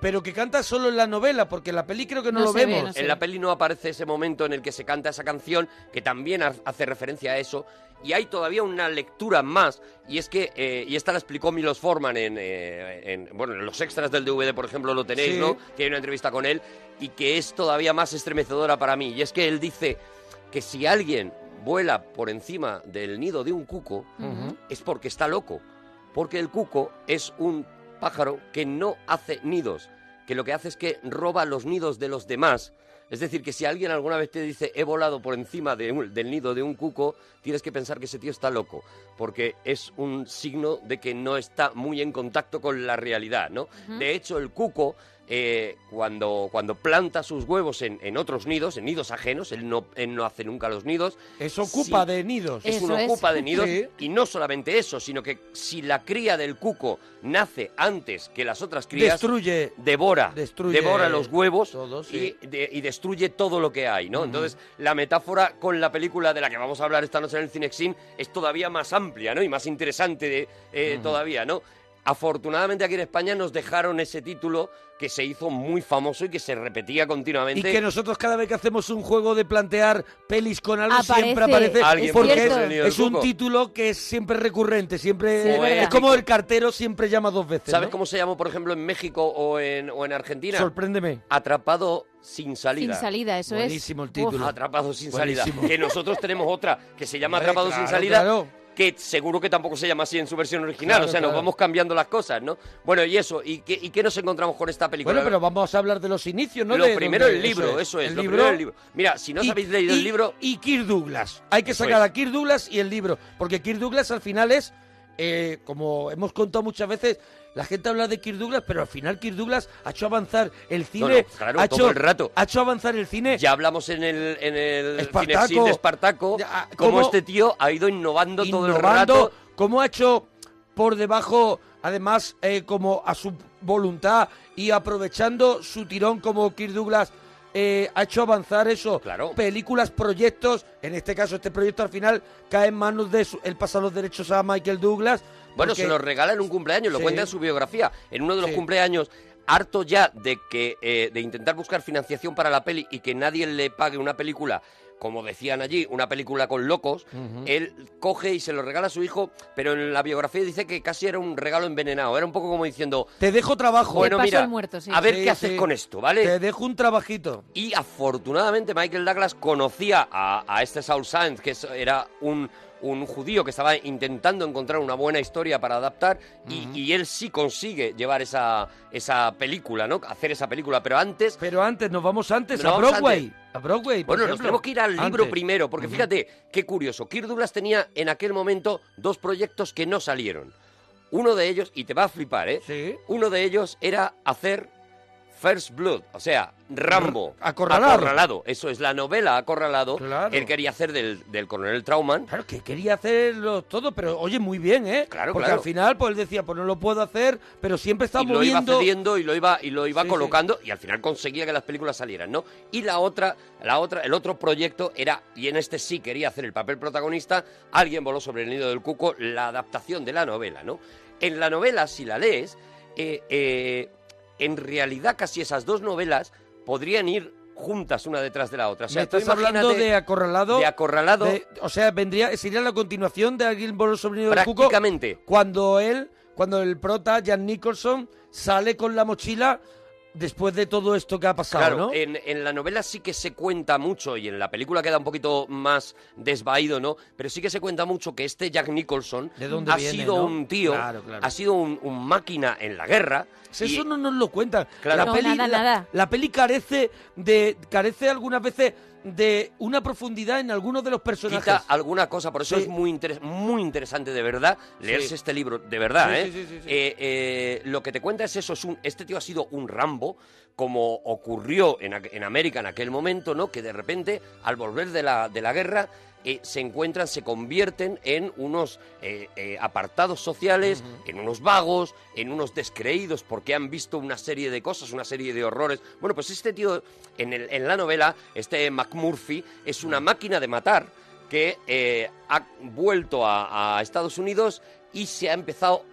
Speaker 3: pero que canta solo en la novela, porque en la peli creo que no, lo vemos.
Speaker 5: en la peli no aparece ese momento en el que se canta esa canción, que también ha- hace referencia a eso. Y hay todavía una lectura más, y es que, eh, y esta la explicó Milos Forman en, eh, en- bueno, en los extras del DVD, por ejemplo, lo tenéis,
Speaker 3: Sí.
Speaker 5: ¿no? Que hay una entrevista con él, y que es todavía más estremecedora para mí. Y es que él dice que si alguien vuela por encima del nido de un cuco,
Speaker 3: Ujú.
Speaker 5: es porque está loco. Porque el cuco es un pájaro que no hace nidos, que lo que hace es que roba los nidos de los demás. Es decir, que si alguien alguna vez te dice he volado por encima de un- del nido de un cuco, tienes que pensar que ese tío está loco, porque es un signo de que no está muy en contacto con la realidad, ¿no?
Speaker 3: Ujú.
Speaker 5: De hecho, el cuco, eh, cuando, cuando planta sus huevos en, en otros nidos, en nidos ajenos, él no, él no hace nunca los nidos.
Speaker 3: Es ocupa
Speaker 5: Sí.
Speaker 3: de nidos.
Speaker 5: Es un ocupa de nidos.
Speaker 3: Sí.
Speaker 5: Y no solamente eso, sino que si la cría del cuco nace antes que las otras crías.
Speaker 3: Destruye.
Speaker 5: Devora.
Speaker 3: Destruye
Speaker 5: devora los huevos
Speaker 3: todo,
Speaker 5: y-
Speaker 3: sí.
Speaker 5: y, de- y destruye todo lo que hay, ¿no?
Speaker 3: Ujú.
Speaker 5: Entonces, la metáfora con la película de la que vamos a hablar esta noche en el Cinexin es todavía más amplia, ¿no? Y más interesante de- eh,
Speaker 3: Ujú.
Speaker 5: todavía, ¿no? Afortunadamente aquí en España nos dejaron ese título que se hizo muy famoso y que se repetía
Speaker 3: Y
Speaker 5: continuamente.
Speaker 3: que nosotros cada vez que hacemos un juego de plantear pelis con algo siempre
Speaker 5: Aparece,
Speaker 3: aparece
Speaker 5: Alguien por
Speaker 3: porque
Speaker 5: cierto.
Speaker 3: es,
Speaker 5: el
Speaker 3: es un
Speaker 5: cuco.
Speaker 3: título que es siempre recurrente, siempre
Speaker 5: Sí, es
Speaker 3: es,
Speaker 5: verdad.
Speaker 3: como el cartero siempre llama dos veces.
Speaker 5: ¿Sabes
Speaker 3: ¿no?
Speaker 5: cómo se llamó, por ejemplo, en México o en, o en Argentina?
Speaker 3: Sorpréndeme.
Speaker 5: Atrapado sin salida.
Speaker 4: Sin salida, eso es.
Speaker 5: Buenísimo
Speaker 4: el título.
Speaker 5: Atrapado sin
Speaker 3: Buenísimo.
Speaker 5: salida. Que nosotros tenemos otra que se llama
Speaker 3: Hombre,
Speaker 5: Atrapado sin
Speaker 3: claro,
Speaker 5: salida.
Speaker 3: claro.
Speaker 5: Que seguro que tampoco se llama así en su versión original.
Speaker 3: Claro,
Speaker 5: o sea, nos
Speaker 3: claro.
Speaker 5: vamos cambiando las cosas, ¿no? Bueno, y eso. ¿Y qué, y qué nos encontramos con esta película?
Speaker 3: Bueno, pero vamos a hablar de los inicios, ¿no?
Speaker 5: lo
Speaker 3: De
Speaker 5: primero
Speaker 3: dónde-
Speaker 5: el libro, eso es.
Speaker 3: El
Speaker 5: lo
Speaker 3: libro,
Speaker 5: primero el libro. Mira, si no os
Speaker 3: Y-
Speaker 5: habéis leído
Speaker 3: y-
Speaker 5: el libro,
Speaker 3: Y Kirk Douglas. Hay que sacar a Kirk Douglas y el libro. Porque Kirk Douglas al final es, eh, como hemos contado muchas veces, la gente habla de Kirk Douglas, pero al final Kirk Douglas ha hecho avanzar el cine.
Speaker 5: no, claro,
Speaker 3: ha
Speaker 5: todo
Speaker 3: hecho,
Speaker 5: el rato.
Speaker 3: Ha hecho avanzar el cine.
Speaker 5: ya hablamos en el, en el
Speaker 3: Espartaco.
Speaker 5: Cinexin de Espartaco,
Speaker 3: Ya, ah,
Speaker 5: cómo
Speaker 3: cómo-
Speaker 5: este tío ha ido innovando, todo el
Speaker 3: innovando,
Speaker 5: rato.
Speaker 3: cómo ha hecho por debajo, además, eh, como a su voluntad y aprovechando su tirón como Kirk Douglas. eh, ha hecho avanzar eso. Películas, proyectos. En este caso, este proyecto al final cae en manos de. Su, él pasa los derechos a Michael Douglas.
Speaker 5: Bueno,
Speaker 3: porque-
Speaker 5: se lo regala en un cumpleaños, lo
Speaker 3: Sí.
Speaker 5: cuenta en su biografía. En uno de los
Speaker 3: Sí.
Speaker 5: cumpleaños, harto ya de que eh, de intentar buscar financiación para la peli y que nadie le pague una película, como decían allí, una película con locos,
Speaker 6: Ujú.
Speaker 5: él coge y se lo regala a su hijo, pero en la biografía dice que casi era un regalo envenenado. Era un poco como diciendo,
Speaker 3: Te dejo trabajo.
Speaker 5: bueno, mira, a ver qué haces con esto, ¿vale?
Speaker 3: Te dejo un trabajito.
Speaker 5: Y afortunadamente Michael Douglas conocía a, a este Saul Sainz, que es- era un, un judío que estaba intentando encontrar una buena historia para adaptar, y, y él sí consigue llevar esa, esa película, ¿no? Hacer esa película, pero antes...
Speaker 3: Pero antes, nos vamos antes,
Speaker 5: Nos
Speaker 3: a
Speaker 5: vamos
Speaker 3: Broadway.
Speaker 5: antes.
Speaker 3: A Broadway. por
Speaker 5: Bueno, nos
Speaker 3: ejemplo.
Speaker 5: tenemos que ir al libro
Speaker 3: Antes.
Speaker 5: primero, porque fíjate, qué curioso, Kirk Douglas tenía en aquel momento dos proyectos que no salieron. Uno de ellos, y te va a flipar, ¿eh? Uno de ellos era hacer First Blood, o sea, Rambo.
Speaker 3: Acorralado.
Speaker 5: Acorralado. Eso es la novela Acorralado.
Speaker 3: Claro.
Speaker 5: Él quería hacer del, del coronel Trauman.
Speaker 3: Claro, que quería hacerlo todo, pero oye, muy bien, ¿eh? Claro, Porque
Speaker 5: claro.
Speaker 3: al final, pues él decía, pues no lo puedo hacer, pero siempre está
Speaker 5: y lo iba
Speaker 3: moviendo.
Speaker 5: cediendo y lo iba y lo iba
Speaker 3: Sí, sí.
Speaker 5: colocando y al final conseguía que las películas salieran no y la otra la otra el otro proyecto era y en este sí quería hacer el papel protagonista alguien voló sobre el nido del cuco la adaptación de la novela no en la novela si la lees eh, eh, en realidad casi esas dos novelas podrían ir juntas una detrás de la otra o sea,
Speaker 3: Me
Speaker 5: tú
Speaker 3: estás hablando
Speaker 5: imagínate-
Speaker 3: de acorralado.
Speaker 5: de Acorralado.
Speaker 3: de- o sea, vendría, sería la continuación de alguien por el sobrino del cuco.
Speaker 5: Prácticamente.
Speaker 3: Cuando él, cuando el prota, Jan Nicholson, sale con la mochila después de todo esto que ha pasado,
Speaker 5: Claro, eh,
Speaker 3: ¿no?
Speaker 5: en, en la novela sí que se cuenta mucho, y en la película queda un poquito más desvaído, ¿no? Pero sí que se cuenta mucho que este Jack Nicholson
Speaker 3: ¿De dónde
Speaker 5: ha
Speaker 3: viene,
Speaker 5: sido
Speaker 3: no?
Speaker 5: un tío,
Speaker 3: Claro, claro.
Speaker 5: ha sido un, un máquina en la guerra.
Speaker 3: Si eso no nos lo cuentan.
Speaker 5: Claro.
Speaker 3: La,
Speaker 5: No,
Speaker 3: peli,
Speaker 5: nada,
Speaker 3: la-
Speaker 5: nada.
Speaker 3: la peli carece de carece algunas veces de una profundidad en algunos de los personajes.
Speaker 5: Quita alguna cosa, por eso
Speaker 3: Sí.
Speaker 5: es muy, interes- muy interesante de verdad leerse
Speaker 3: Sí.
Speaker 5: este libro, de verdad,
Speaker 3: Sí,
Speaker 5: ¿eh?
Speaker 3: sí, sí, sí, sí.
Speaker 5: Eh, eh, Lo que te cuenta es eso, es un, este tío ha sido un Rambo, como ocurrió en, aqu- en América en aquel momento, ¿no? Que de repente, al volver de la, de la guerra, eh, se encuentran, se convierten en unos eh, eh, apartados sociales, en unos vagos, en unos descreídos porque han visto una serie de cosas, una serie de horrores. Bueno, pues este tío, en, el- en la novela, este McMurphy, es una máquina de matar que eh, ha vuelto a, a Estados Unidos y se ha empezado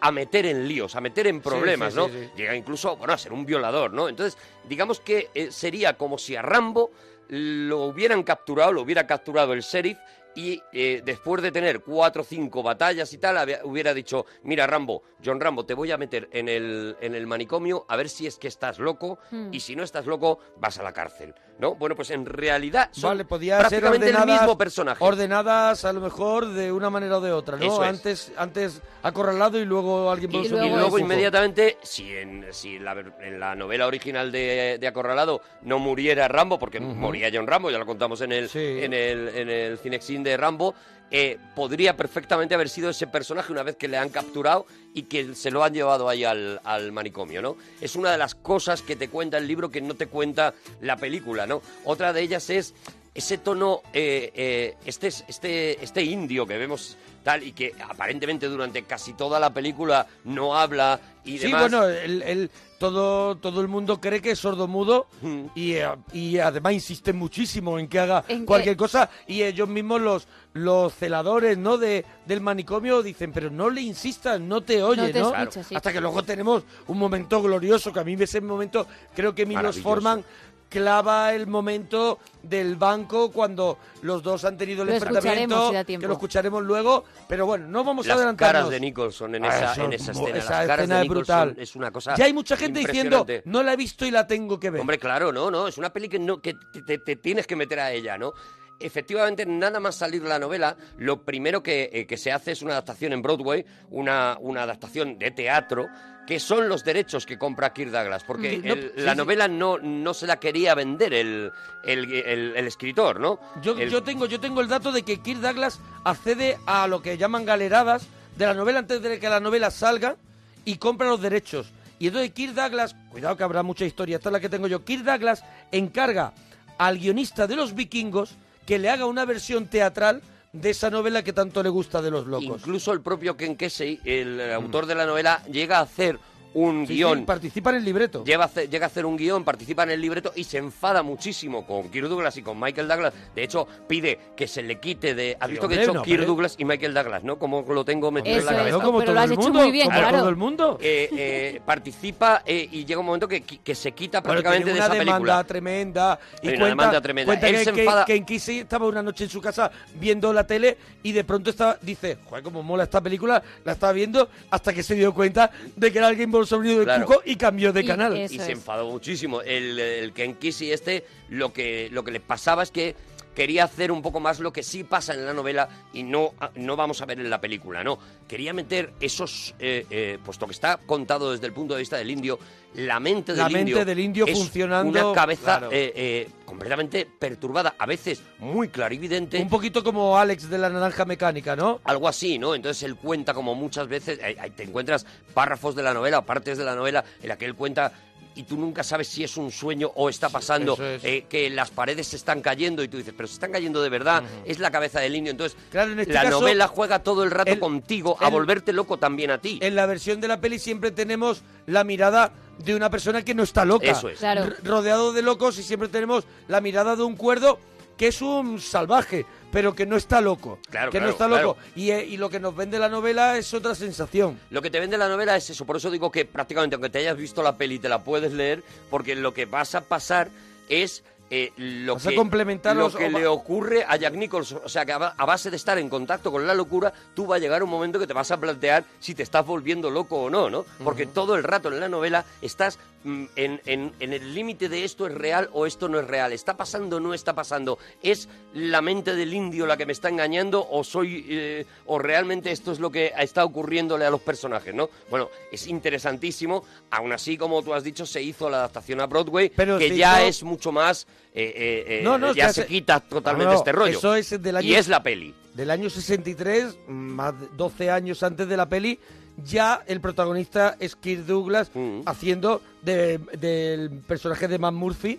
Speaker 5: a meter en líos, a meter en problemas,
Speaker 3: sí,
Speaker 5: ¿no?
Speaker 3: sí, sí.
Speaker 5: Llega incluso, bueno, a ser un violador, ¿no? Entonces, digamos que eh, sería como si a Rambo lo hubieran capturado, lo hubiera capturado el sheriff y eh, después de tener cuatro o cinco batallas y tal, había- hubiera dicho, mira Rambo, John Rambo, te voy a meter en el, en el manicomio a ver si es que estás loco
Speaker 3: Hmm.
Speaker 5: y si no estás loco, vas a la cárcel, ¿no? Bueno, pues en realidad son
Speaker 3: vale, podía ser
Speaker 5: prácticamente el
Speaker 3: ordenadas-
Speaker 5: mismo personaje.
Speaker 3: Ordenadas a lo mejor de una manera o de otra, ¿no?
Speaker 5: Eso es.
Speaker 3: Antes antes acorralado y luego alguien
Speaker 5: Y,
Speaker 3: por
Speaker 5: y
Speaker 3: el
Speaker 5: luego,
Speaker 3: sobrino del cuco.
Speaker 5: inmediatamente, si, en, si la, ver- en la novela original de, de Acorralado no muriera Rambo, porque moría John Rambo, ya lo contamos en el, en el, en el Cinexin de Rambo, eh, podría perfectamente haber sido ese personaje una vez que le han capturado y que se lo han llevado ahí al, al manicomio, ¿no? Es una de las cosas que te cuenta el libro que no te cuenta la película, ¿no? Otra de ellas es ese tono, eh, eh, este, es- este, este indio que vemos tal y que aparentemente durante casi toda la película no habla y
Speaker 3: sí,
Speaker 5: demás.
Speaker 3: bueno, el- el- todo, todo el mundo cree que es sordomudo y, eh, y además insisten muchísimo en que haga
Speaker 5: En que-
Speaker 3: cualquier cosa y ellos mismos los, los celadores no de, del manicomio dicen, pero no le insistas, no te oye,
Speaker 5: te
Speaker 3: ¿no?
Speaker 5: escucha, sí.
Speaker 3: Hasta que luego tenemos un momento glorioso, que a mí ese momento creo que Milos
Speaker 5: Maravilloso.
Speaker 3: Forman clava el momento del banco cuando los dos han tenido el
Speaker 4: Lo escucharemos
Speaker 3: enfrentamiento,
Speaker 4: si da
Speaker 3: que
Speaker 4: tiempo.
Speaker 3: lo escucharemos luego, pero bueno, no vamos a
Speaker 5: las
Speaker 3: adelantarnos.
Speaker 5: caras de Nicholson en
Speaker 3: Ah,
Speaker 5: esa,
Speaker 3: eso
Speaker 5: en
Speaker 3: es
Speaker 5: esa
Speaker 3: mu-
Speaker 5: escena. las
Speaker 3: esa
Speaker 5: caras
Speaker 3: escena
Speaker 5: de
Speaker 3: es
Speaker 5: Nicholson
Speaker 3: brutal.
Speaker 5: Es una cosa.
Speaker 3: Ya hay mucha gente diciendo,
Speaker 5: impresionante.
Speaker 3: no la he visto y la tengo que ver.
Speaker 5: Hombre, claro, no, no, es una peli que, no, que te, te- te tienes que meter a ella, ¿no? Efectivamente, nada más salir la novela, lo primero que, eh, que se hace es una adaptación en Broadway, una, una adaptación de teatro, que son los derechos que compra Kirk Douglas, porque
Speaker 3: Mm, no,
Speaker 5: el-
Speaker 3: sí,
Speaker 5: la
Speaker 3: sí.
Speaker 5: novela no, no se la quería vender el, el, el- el escritor, ¿no?
Speaker 3: Yo,
Speaker 5: El-
Speaker 3: yo tengo, yo tengo el dato de que Kirk Douglas accede a lo que llaman galeradas de la novela antes de que la novela salga y compra los derechos. Y entonces Kirk Douglas, cuidado que habrá mucha historia, esta es la que tengo yo, Kirk Douglas encarga al guionista de los vikingos que le haga una versión teatral de esa novela que tanto le gusta de los locos.
Speaker 5: Incluso el propio Ken Kesey, el autor de la novela, llega a hacer un
Speaker 3: Mm. Sí, sí,
Speaker 5: guión.
Speaker 3: participa en el libreto.
Speaker 5: Lleva a hacer- llega a hacer un guión, participa en el libreto y se enfada muchísimo con Kirk Douglas y con Michael Douglas. De hecho, pide que se le quite de... ¿Has
Speaker 3: Sí,
Speaker 5: visto que he
Speaker 3: hombre,
Speaker 5: hecho
Speaker 3: no,
Speaker 5: Kirk
Speaker 3: hombre.
Speaker 5: Douglas y Michael Douglas, no? Como lo tengo metido
Speaker 3: Hombre,
Speaker 5: en la
Speaker 3: claro,
Speaker 5: cabeza.
Speaker 3: como Pero lo todo has el hecho mundo, muy bien, como claro. todo el mundo.
Speaker 5: Eh, eh, participa eh, y llega un momento que, que se quita
Speaker 3: Bueno,
Speaker 5: prácticamente
Speaker 3: tiene
Speaker 5: de
Speaker 3: una
Speaker 5: esa película.
Speaker 3: demanda tremenda y
Speaker 5: Hay una
Speaker 3: cuenta,
Speaker 5: demanda tremenda.
Speaker 3: cuenta
Speaker 5: Él
Speaker 3: que,
Speaker 5: se
Speaker 3: que-
Speaker 5: enfada-
Speaker 3: que en Kisei estaba una noche en su casa viendo la tele y de pronto estaba, dice, joder, cómo mola esta película, la estaba viendo hasta que se dio cuenta de que era alguien por sonido de
Speaker 5: Claro.
Speaker 3: Cuco y cambió de canal.
Speaker 5: Y, se enfadó muchísimo. El, el Ken Kesey este, lo que, lo que le pasaba es que quería hacer un poco más lo que sí pasa en la novela y no, ah, no vamos a ver en la película, no. Quería meter esos, eh, eh, puesto que está contado desde el punto de vista del indio, la mente del
Speaker 3: La
Speaker 5: indio.
Speaker 3: mente del indio
Speaker 5: es
Speaker 3: funcionando,
Speaker 5: Una cabeza
Speaker 3: claro.
Speaker 5: eh, eh, completamente perturbada, a veces muy clarividente.
Speaker 3: Un poquito como Alex de la naranja mecánica, ¿no?
Speaker 5: Algo así, ¿no? Entonces él cuenta como muchas veces, eh, eh, te encuentras párrafos de la novela o partes de la novela en la que él cuenta y tú nunca sabes si es un sueño o está pasando,
Speaker 3: eso es.
Speaker 5: eh, que las paredes se están cayendo y tú dices, pero se están cayendo de verdad, es la cabeza del indio. Entonces
Speaker 3: este
Speaker 5: la
Speaker 3: caso,
Speaker 5: novela juega todo el rato
Speaker 3: el-
Speaker 5: contigo a
Speaker 3: el-
Speaker 5: volverte loco también a ti.
Speaker 3: En la versión de la peli siempre tenemos la mirada de una persona que no está loca.
Speaker 5: Eso es. Claro.
Speaker 3: R- Rodeado de locos y siempre tenemos la mirada de un cuerdo que es un salvaje, pero que no está loco.
Speaker 5: Claro,
Speaker 3: que
Speaker 5: claro,
Speaker 3: no está loco.
Speaker 5: claro.
Speaker 3: Y, eh, y lo que nos vende la novela es otra sensación.
Speaker 5: Lo que te vende la novela es eso, por eso digo que prácticamente aunque te hayas visto la peli te la puedes leer, porque lo que vas a pasar es eh, lo
Speaker 3: Vas a
Speaker 5: que,
Speaker 3: complementar
Speaker 5: lo
Speaker 3: los-
Speaker 5: que
Speaker 3: o va-
Speaker 5: le ocurre a Jack Nicholson. O sea, que a, ba- a base de estar en contacto con la locura, tú va a llegar un momento que te vas a plantear si te estás volviendo loco o no, ¿no? Porque todo el rato en la novela estás mm, en, en- en el límite de esto es real o esto no es real. ¿Está pasando o no está pasando? ¿Es la mente del indio la que me está engañando o soy eh, o realmente esto es lo que está ocurriéndole a los personajes, ¿no? Bueno, es interesantísimo. Aún así, como tú has dicho, se hizo la adaptación a Broadway,
Speaker 3: Pero
Speaker 5: que
Speaker 3: se
Speaker 5: ya
Speaker 3: hizo-
Speaker 5: es mucho más... eh, eh, eh,
Speaker 3: No, no,
Speaker 5: ya
Speaker 3: se
Speaker 5: se
Speaker 3: hace-
Speaker 5: quita totalmente
Speaker 3: No, no,
Speaker 5: este rollo.
Speaker 3: eso es del año-
Speaker 5: Y es la peli.
Speaker 3: Del año 63, más de 12 años antes de la peli, ya el protagonista es Kirk Douglas
Speaker 5: Mm.
Speaker 3: haciendo de- del personaje de Matt Murphy.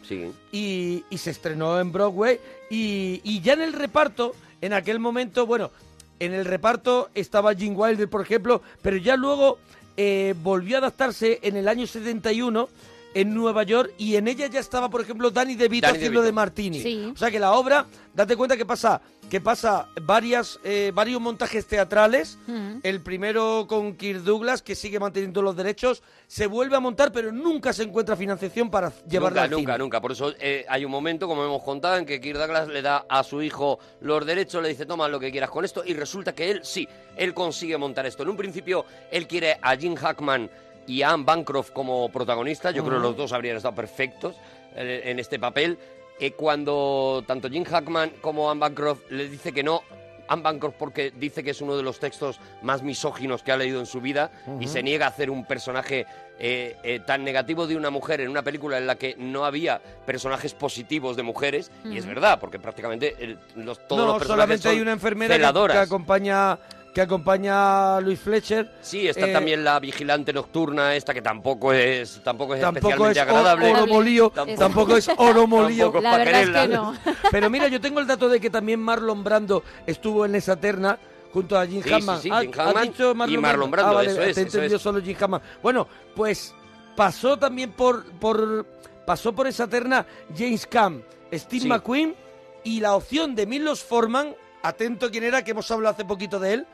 Speaker 3: Y, y se estrenó en Broadway. Y, y ya en el reparto, en aquel momento, bueno, en el reparto estaba Gene Wilder, por ejemplo, pero ya luego eh, volvió a adaptarse en el año 71 en Nueva York y en ella ya estaba, por ejemplo, Danny DeVito
Speaker 5: Danny
Speaker 3: haciendo de
Speaker 5: DeVito.
Speaker 3: Martini.
Speaker 5: Sí.
Speaker 3: O sea que la obra, date cuenta que pasa, que pasa varias, eh, varios montajes teatrales.
Speaker 6: Mm.
Speaker 3: El primero con Kirk Douglas, que sigue manteniendo los derechos, se vuelve a montar, pero nunca se encuentra financiación para llevarla
Speaker 5: nunca,
Speaker 3: al cine.
Speaker 5: nunca, nunca. Por eso eh, hay un momento, como hemos contado, en que Kirk Douglas le da a su hijo los derechos, le dice, toma lo que quieras con esto, y resulta que él, sí, él consigue montar esto. En un principio, él quiere a Jim Hackman y a Anne Bancroft como protagonistas. Yo creo que
Speaker 3: Ujú.
Speaker 5: los dos habrían estado perfectos eh, en este papel. Eh, cuando tanto Jim Hackman como Anne Bancroft le dice que no, Anne Bancroft porque dice que es uno de los textos más misóginos que ha leído en su vida y
Speaker 3: Ujú.
Speaker 5: se niega a hacer un personaje eh, eh, tan negativo de una mujer en una película en la que no había personajes positivos de mujeres y es
Speaker 3: Ujú.
Speaker 5: verdad porque prácticamente el- los, todos los
Speaker 3: no,
Speaker 5: personajes
Speaker 3: solamente
Speaker 5: son
Speaker 3: hay una enfermera que- que,
Speaker 5: celadoras.
Speaker 3: acompaña que acompaña a Luis Fletcher.
Speaker 5: Sí, está
Speaker 3: Eh,
Speaker 5: también la vigilante nocturna esta que tampoco es tampoco es
Speaker 3: Tampoco es
Speaker 5: especialmente
Speaker 3: o-
Speaker 5: agradable.
Speaker 3: oro molío, tampoco es oro molío.
Speaker 5: Tampoco es pa' quererla.
Speaker 3: Pero mira, yo tengo el dato de que también Marlon Brando estuvo en esa terna junto a Jim
Speaker 5: Sí, sí,
Speaker 3: Hammond.
Speaker 5: sí,
Speaker 3: Ah,
Speaker 5: Jim
Speaker 3: ¿has
Speaker 5: Hammond
Speaker 3: dicho
Speaker 5: y Marlon Brando,
Speaker 3: Ah, vale,
Speaker 5: eso es,
Speaker 3: te
Speaker 5: eso
Speaker 3: entendió
Speaker 5: es.
Speaker 3: solo Jim Hammond. Bueno, pues pasó también por, por pasó por esa terna James Caan, Steve
Speaker 5: Sí.
Speaker 3: McQueen y la opción de Milos Forman, atento quién era, que hemos hablado hace poquito de él,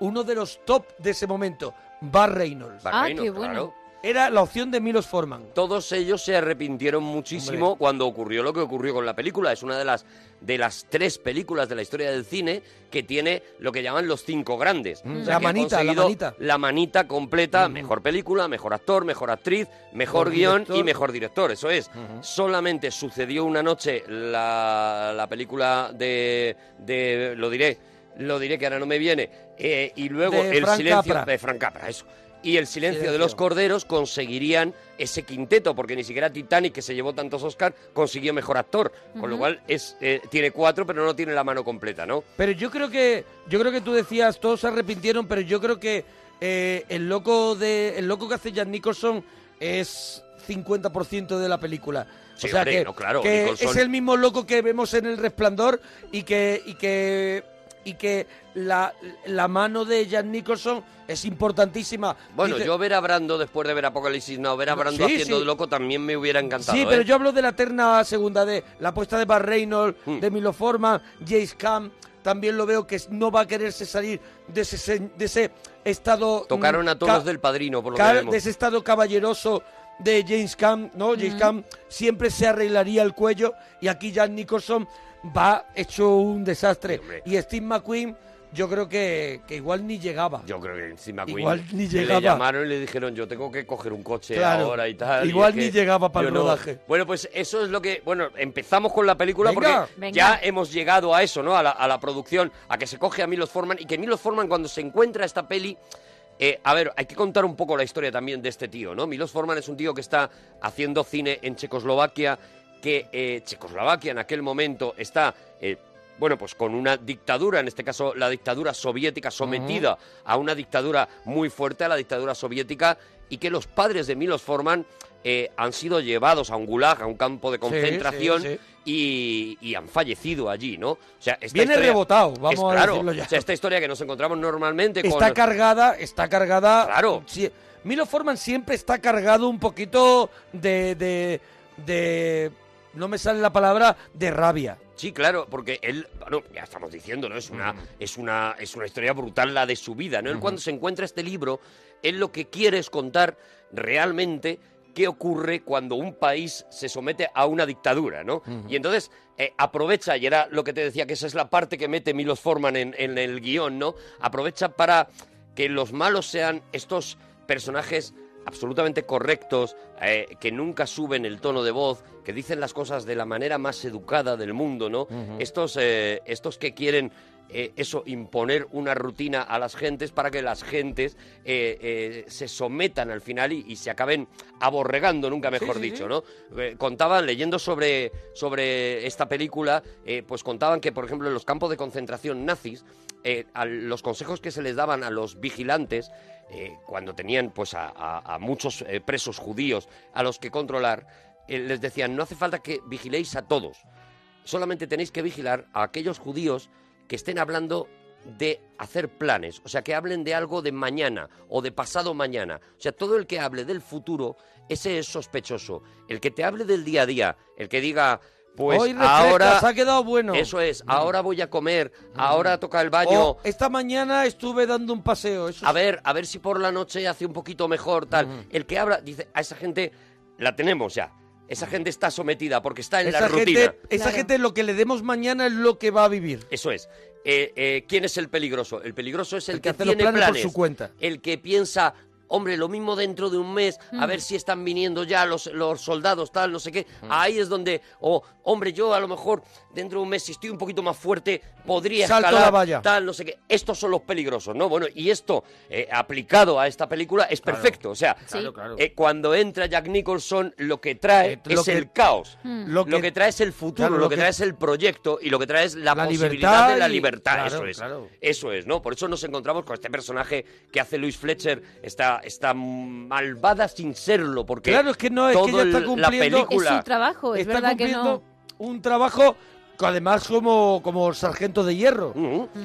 Speaker 3: uno de los top de ese momento, Bar Reynolds.
Speaker 5: Bar Ah, Reynolds, qué bueno. claro.
Speaker 3: Era la opción de Milos Forman.
Speaker 5: Todos ellos se arrepintieron muchísimo
Speaker 3: Hombre.
Speaker 5: cuando ocurrió lo que ocurrió con la película. Es una de las, de las tres películas de la historia del cine que tiene lo que llaman los cinco grandes.
Speaker 3: Mm.
Speaker 5: O
Speaker 3: La
Speaker 5: que han
Speaker 3: manita, la
Speaker 5: conseguido
Speaker 3: manita. Mm.
Speaker 5: La manita completa, mejor película, mejor actor, mejor actriz, mejor
Speaker 3: Mejor
Speaker 5: guión
Speaker 3: director.
Speaker 5: y mejor director. Eso es. Solamente sucedió una noche la, la película de, de- Lo diré, lo diré que ahora no me viene. eh, y luego
Speaker 3: De
Speaker 5: el
Speaker 3: Frank
Speaker 5: silencio
Speaker 3: Capra.
Speaker 5: de Frank Capra, eso. Y el silencio, de
Speaker 3: Silencio.
Speaker 5: los corderos conseguirían ese quinteto, porque ni siquiera Titanic, que se llevó tantos Oscar, consiguió mejor actor. Con lo
Speaker 3: Ujú.
Speaker 5: cual es eh, tiene cuatro, pero no tiene la mano completa, ¿no?
Speaker 3: Pero yo creo que yo creo que tú decías todos se arrepintieron, pero yo creo que eh, el loco de el loco que hace Jack Nicholson es 50% de la película.
Speaker 5: Sí,
Speaker 3: o sea
Speaker 5: hombre,
Speaker 3: que,
Speaker 5: no, claro,
Speaker 3: que
Speaker 5: Nicholson-
Speaker 3: es el mismo loco que vemos en El Resplandor y que y que y que la, la mano de Jan Nicholson es importantísima.
Speaker 5: Bueno,
Speaker 3: Dice-
Speaker 5: yo ver a Brando después de ver Apocalipsis Now, ver a Brando
Speaker 3: Sí,
Speaker 5: haciendo
Speaker 3: sí.
Speaker 5: de loco también me hubiera encantado.
Speaker 3: Sí, pero
Speaker 5: ¿eh?
Speaker 3: yo hablo de la terna segunda D, la apuesta de Bar Reynolds,
Speaker 5: Mm.
Speaker 3: de Milo Forman, Jace Cam. También lo veo que no va a quererse salir de ese, se- de ese estado. mm,
Speaker 5: Tocaron a todos
Speaker 3: ca-
Speaker 5: del padrino, por lo
Speaker 3: ca-
Speaker 5: que vemos.
Speaker 3: de ese estado caballeroso de James Cam, ¿no? James Cam siempre se arreglaría el cuello y aquí Jan Nicholson va hecho un desastre. y Steve McQueen, yo creo que, que igual ni llegaba.
Speaker 5: Yo creo que encima Queen
Speaker 3: Igual ni
Speaker 5: Le
Speaker 3: llegaba.
Speaker 5: llamaron y le dijeron, yo tengo que coger un coche
Speaker 3: Claro.
Speaker 5: ahora y tal. y
Speaker 3: Igual
Speaker 5: es
Speaker 3: ni
Speaker 5: que
Speaker 3: llegaba para
Speaker 5: yo
Speaker 3: el
Speaker 5: no".
Speaker 3: rodaje.
Speaker 5: Bueno, pues eso es lo que... Bueno, empezamos con la película
Speaker 3: Venga.
Speaker 5: porque
Speaker 3: Venga.
Speaker 5: ya hemos llegado a eso, ¿no? A la, a la producción, a que se coge a Milos Forman y que Milos Forman cuando se encuentra esta peli... eh, a ver, hay que contar un poco la historia también de este tío, ¿no? Milos Forman es un tío que está haciendo cine en Checoslovaquia, que eh, Checoslovaquia en aquel momento está... eh, bueno, pues con una dictadura, en este caso la dictadura soviética sometida a una dictadura muy fuerte, a la dictadura soviética, y que los padres de Milos Forman eh, han sido llevados a un gulag, a un campo de
Speaker 3: Sí, sí,
Speaker 5: concentración,
Speaker 3: sí.
Speaker 5: Y, y han fallecido allí, ¿no? O sea, esta
Speaker 3: Viene
Speaker 5: historia-
Speaker 3: rebotado, vamos
Speaker 5: es,
Speaker 3: a
Speaker 5: claro,
Speaker 3: decirlo ya.
Speaker 5: o sea, esta historia que nos encontramos normalmente
Speaker 3: Está
Speaker 5: Este, con...
Speaker 3: cargada, está cargada.
Speaker 5: Claro.
Speaker 3: Sí, Milo Forman siempre está cargado un poquito de, de. de. No me sale la palabra, de rabia.
Speaker 5: Sí, claro, porque él, bueno, ya estamos diciendo, ¿no? Es una, es una, es una historia brutal la de su vida, ¿no? Él
Speaker 3: Ujú.
Speaker 5: cuando se encuentra este libro, él lo que quiere es contar realmente qué ocurre cuando un país se somete a una dictadura, ¿no?
Speaker 3: Ujú.
Speaker 5: Y entonces eh, aprovecha, y era lo que te decía, que esa es la parte que mete Milos Forman en, en el guión, ¿no? Aprovecha para que los malos sean estos personajes absolutamente correctos, eh, que nunca suben el tono de voz, que dicen las cosas de la manera más educada del mundo, ¿no?
Speaker 3: Ujú.
Speaker 5: estos, eh, estos que quieren eh, eso, imponer una rutina a las gentes para que las gentes eh, eh, se sometan al final y, y se acaben aborregando, nunca mejor
Speaker 3: sí,
Speaker 5: dicho,
Speaker 3: sí.
Speaker 5: ¿no? Eh, contaban, leyendo sobre, sobre esta película, eh, pues contaban que, por ejemplo, en los campos de concentración nazis, eh, a los consejos que se les daban a los vigilantes, eh, cuando tenían pues a, a- a muchos eh, presos judíos a los que controlar, eh, les decían, no hace falta que vigiléis a todos, solamente tenéis que vigilar a aquellos judíos que estén hablando de hacer planes, o sea, que hablen de algo de mañana o de pasado mañana. O sea, todo el que hable del futuro, ese es sospechoso. El que te hable del día a día, el que diga, pues
Speaker 3: Hoy refrescas,
Speaker 5: ahora...
Speaker 3: ha quedado bueno. Mm. Oh.
Speaker 5: Eso es, ahora voy a comer, ahora toca el baño,
Speaker 3: O, esta mañana estuve dando un paseo. Eso
Speaker 5: a ver, a ver si por la noche hace un poquito mejor, tal.
Speaker 3: Mm.
Speaker 5: El que habla, dice, a esa gente la tenemos ya. Esa gente está sometida porque está en la
Speaker 3: Mm. esa
Speaker 5: rutina.
Speaker 3: gente, esa gente lo que le demos mañana es lo que va a vivir.
Speaker 5: Eso es. Eh, eh, ¿Quién es el peligroso? El peligroso es el, que,
Speaker 3: que hace los
Speaker 5: tiene
Speaker 3: planes
Speaker 5: planes, Eh,
Speaker 3: por su cuenta.
Speaker 5: El que piensa, hombre, lo mismo dentro de un mes, a
Speaker 3: Mm.
Speaker 5: ver si están viniendo ya los, los soldados, tal, no sé qué. Ahí es donde, o hombre, yo a lo mejor dentro de un mes, si estoy un poquito más fuerte, podría
Speaker 3: Salto
Speaker 5: escalar,
Speaker 3: la valla.
Speaker 5: tal, no sé qué. Estos son los peligrosos, ¿no? Bueno, y esto eh, aplicado a esta película es perfecto. O sea,
Speaker 3: Claro, claro.
Speaker 5: eh, cuando entra Jack Nicholson, lo que trae
Speaker 3: Eh, lo
Speaker 5: es
Speaker 3: que-
Speaker 5: el caos.
Speaker 4: Hmm.
Speaker 3: Mm.
Speaker 5: Lo,
Speaker 3: lo
Speaker 5: que,
Speaker 3: que-
Speaker 5: trae es el futuro,
Speaker 3: Claro,
Speaker 5: lo
Speaker 3: lo
Speaker 5: que
Speaker 3: que-
Speaker 5: trae es el proyecto y lo que trae es la la
Speaker 3: La
Speaker 5: posibilidad
Speaker 3: libertad
Speaker 5: de la
Speaker 3: y-
Speaker 5: libertad,
Speaker 3: claro,
Speaker 5: eso es.
Speaker 3: claro.
Speaker 5: Eso es, ¿no? Por eso nos encontramos con este personaje que hace Luis Fletcher, está, está malvada sin serlo, porque
Speaker 3: Claro, es que no, es que
Speaker 5: todo
Speaker 3: ella está
Speaker 5: el-
Speaker 3: cumpliendo-
Speaker 5: la película...
Speaker 4: Es su trabajo, es
Speaker 3: Está
Speaker 4: verdad que
Speaker 3: cumpliendo
Speaker 4: no.
Speaker 3: un trabajo que además como, como sargento de hierro.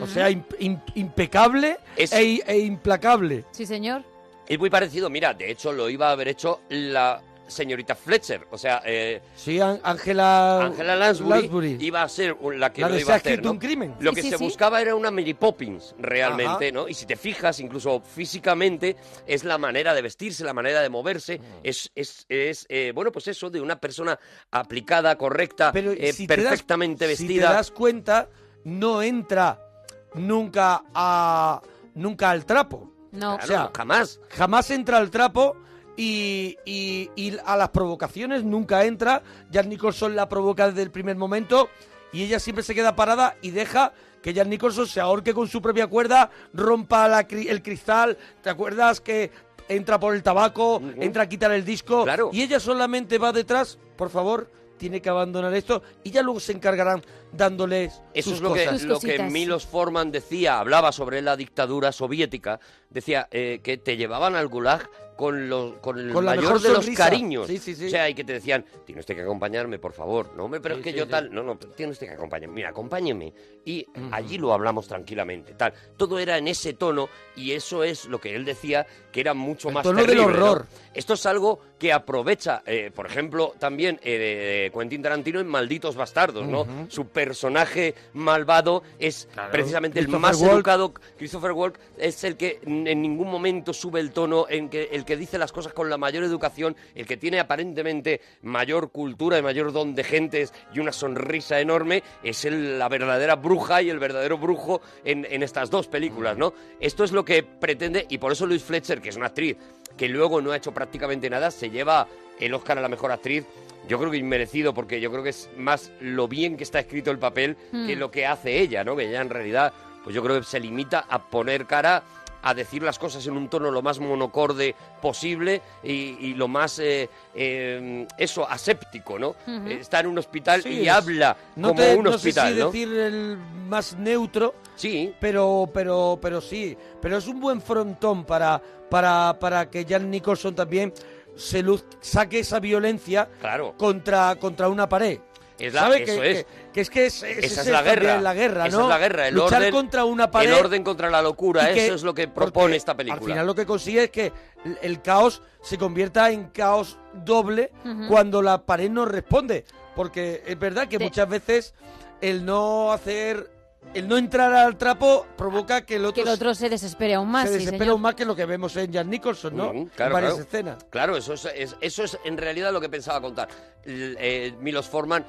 Speaker 3: O sea, im- im- impecable
Speaker 5: Es-
Speaker 3: e, i- e implacable.
Speaker 4: Sí, señor.
Speaker 5: Es muy parecido, mira, de hecho lo iba a haber hecho la señorita Fletcher, o sea, eh,
Speaker 3: Sí, An- Ángela
Speaker 5: Angela Lansbury,
Speaker 3: Lansbury.
Speaker 5: iba a ser un- la que
Speaker 3: La
Speaker 5: lo
Speaker 3: de
Speaker 5: iba
Speaker 3: Se
Speaker 5: a
Speaker 3: ha
Speaker 5: hacer.
Speaker 3: escrito
Speaker 5: ¿no?
Speaker 3: un crimen.
Speaker 5: Lo
Speaker 3: Sí,
Speaker 5: que
Speaker 3: sí,
Speaker 5: se
Speaker 3: sí.
Speaker 5: buscaba era una Mary Poppins realmente,
Speaker 3: Ajá.
Speaker 5: ¿no? Y si te fijas, incluso físicamente, es la manera de vestirse, la manera de
Speaker 3: Mm.
Speaker 5: moverse, es, es, es eh, bueno, pues eso, de una persona aplicada, correcta, eh,
Speaker 3: si te das-
Speaker 5: perfectamente
Speaker 3: Si te
Speaker 5: vestida.
Speaker 3: das cuenta, no entra nunca a nunca al trapo. O
Speaker 4: No.
Speaker 3: sea,
Speaker 5: Claro, jamás.
Speaker 3: Jamás entra al trapo y, y- y a las provocaciones nunca entra. Jan Nicholson la provoca desde el primer momento y ella siempre se queda parada y deja que Jan Nicholson se ahorque con su propia cuerda, rompa la cri- el cristal. ¿Te acuerdas que entra por el tabaco, entra a quitar el disco? Y ella solamente va detrás, por favor. Tiene que abandonar esto y ya luego se encargarán dándoles
Speaker 5: Eso
Speaker 3: sus
Speaker 5: es lo que,
Speaker 3: cosas.
Speaker 5: lo que Milos Forman decía, hablaba sobre la dictadura soviética, decía eh, que te llevaban al gulag con, los- con el
Speaker 3: Con la
Speaker 5: mayor
Speaker 3: mejor
Speaker 5: de los
Speaker 3: sonrisa.
Speaker 5: cariños.
Speaker 3: Sí, sí, sí.
Speaker 5: O sea, y que te decían, tienes que acompañarme, por favor. No, me pero
Speaker 3: Sí,
Speaker 5: es que
Speaker 3: sí,
Speaker 5: yo
Speaker 3: sí.
Speaker 5: tal. No, no, tienes que acompañarme. Mira, acompáñeme. Y allí lo hablamos tranquilamente, tal. Todo era en ese tono y eso es lo que él decía que era mucho más
Speaker 3: tono del
Speaker 5: terrible, ¿no?
Speaker 3: horror.
Speaker 5: Esto es algo que aprovecha, eh, por ejemplo, también eh, Quentin Tarantino en Malditos Bastardos, ¿no?
Speaker 3: Ujú.
Speaker 5: Su personaje malvado es precisamente el
Speaker 3: Christopher
Speaker 5: más
Speaker 3: Walken.
Speaker 5: educado. Christopher Walk es el que n- en ningún momento sube el tono, en que, el que dice las cosas con la mayor educación, el que tiene aparentemente mayor cultura y mayor don de gentes y una sonrisa enorme, es el- la verdadera bruja y el verdadero brujo en, en estas dos películas, ¿no? Esto es lo que pretende, y por eso Luis Fletcher, que es una actriz que luego no ha hecho prácticamente nada, se lleva el Oscar a la mejor actriz. Yo creo que inmerecido, porque yo creo que es más lo bien que está escrito el papel
Speaker 3: Mm.
Speaker 5: que lo que hace ella, ¿no? Que ella en realidad, pues yo creo que se limita a poner cara, a decir las cosas en un tono lo más monocorde posible y, y lo más, eh, eh, eso, aséptico, ¿no?
Speaker 3: Ujú.
Speaker 5: Está en un hospital
Speaker 3: Sí,
Speaker 5: y
Speaker 3: es-
Speaker 5: habla
Speaker 3: no
Speaker 5: como
Speaker 3: te-
Speaker 5: un
Speaker 3: no
Speaker 5: hospital,
Speaker 3: sé si
Speaker 5: ¿no?
Speaker 3: decir el más neutro.
Speaker 5: Sí.
Speaker 3: Pero, pero, pero sí. Pero es un buen frontón para, para, para que Jan Nicholson también se luz, saque esa violencia
Speaker 5: Claro.
Speaker 3: contra, contra una pared.
Speaker 5: Es la-
Speaker 3: ¿Sabe?
Speaker 5: eso
Speaker 3: que,
Speaker 5: es.
Speaker 3: Que, que es que es, es-
Speaker 5: Esa
Speaker 3: es
Speaker 5: es la
Speaker 3: también
Speaker 5: guerra.
Speaker 3: la guerra,
Speaker 5: Esa
Speaker 3: ¿no?
Speaker 5: es la guerra, el
Speaker 3: Luchar
Speaker 5: orden-
Speaker 3: contra una pared.
Speaker 5: el orden contra la locura,
Speaker 3: y que-
Speaker 5: eso es lo que propone esta película.
Speaker 3: Al final lo que consigue es que el- el caos se convierta en caos doble
Speaker 5: Ujú.
Speaker 3: cuando la pared no responde. Porque es verdad que muchas veces el no hacer, el no entrar al trapo provoca que el otro,
Speaker 4: Que el otro se desespere aún más.
Speaker 3: se
Speaker 4: sí,
Speaker 3: desespera
Speaker 4: señor.
Speaker 3: aún más que lo que vemos en Jan Nicholson, ¿no?
Speaker 5: Ujú,
Speaker 3: en varias
Speaker 5: claro.
Speaker 3: escenas.
Speaker 5: Claro, eso es, es- eso es en realidad lo que pensaba contar. L- eh, Milos Forman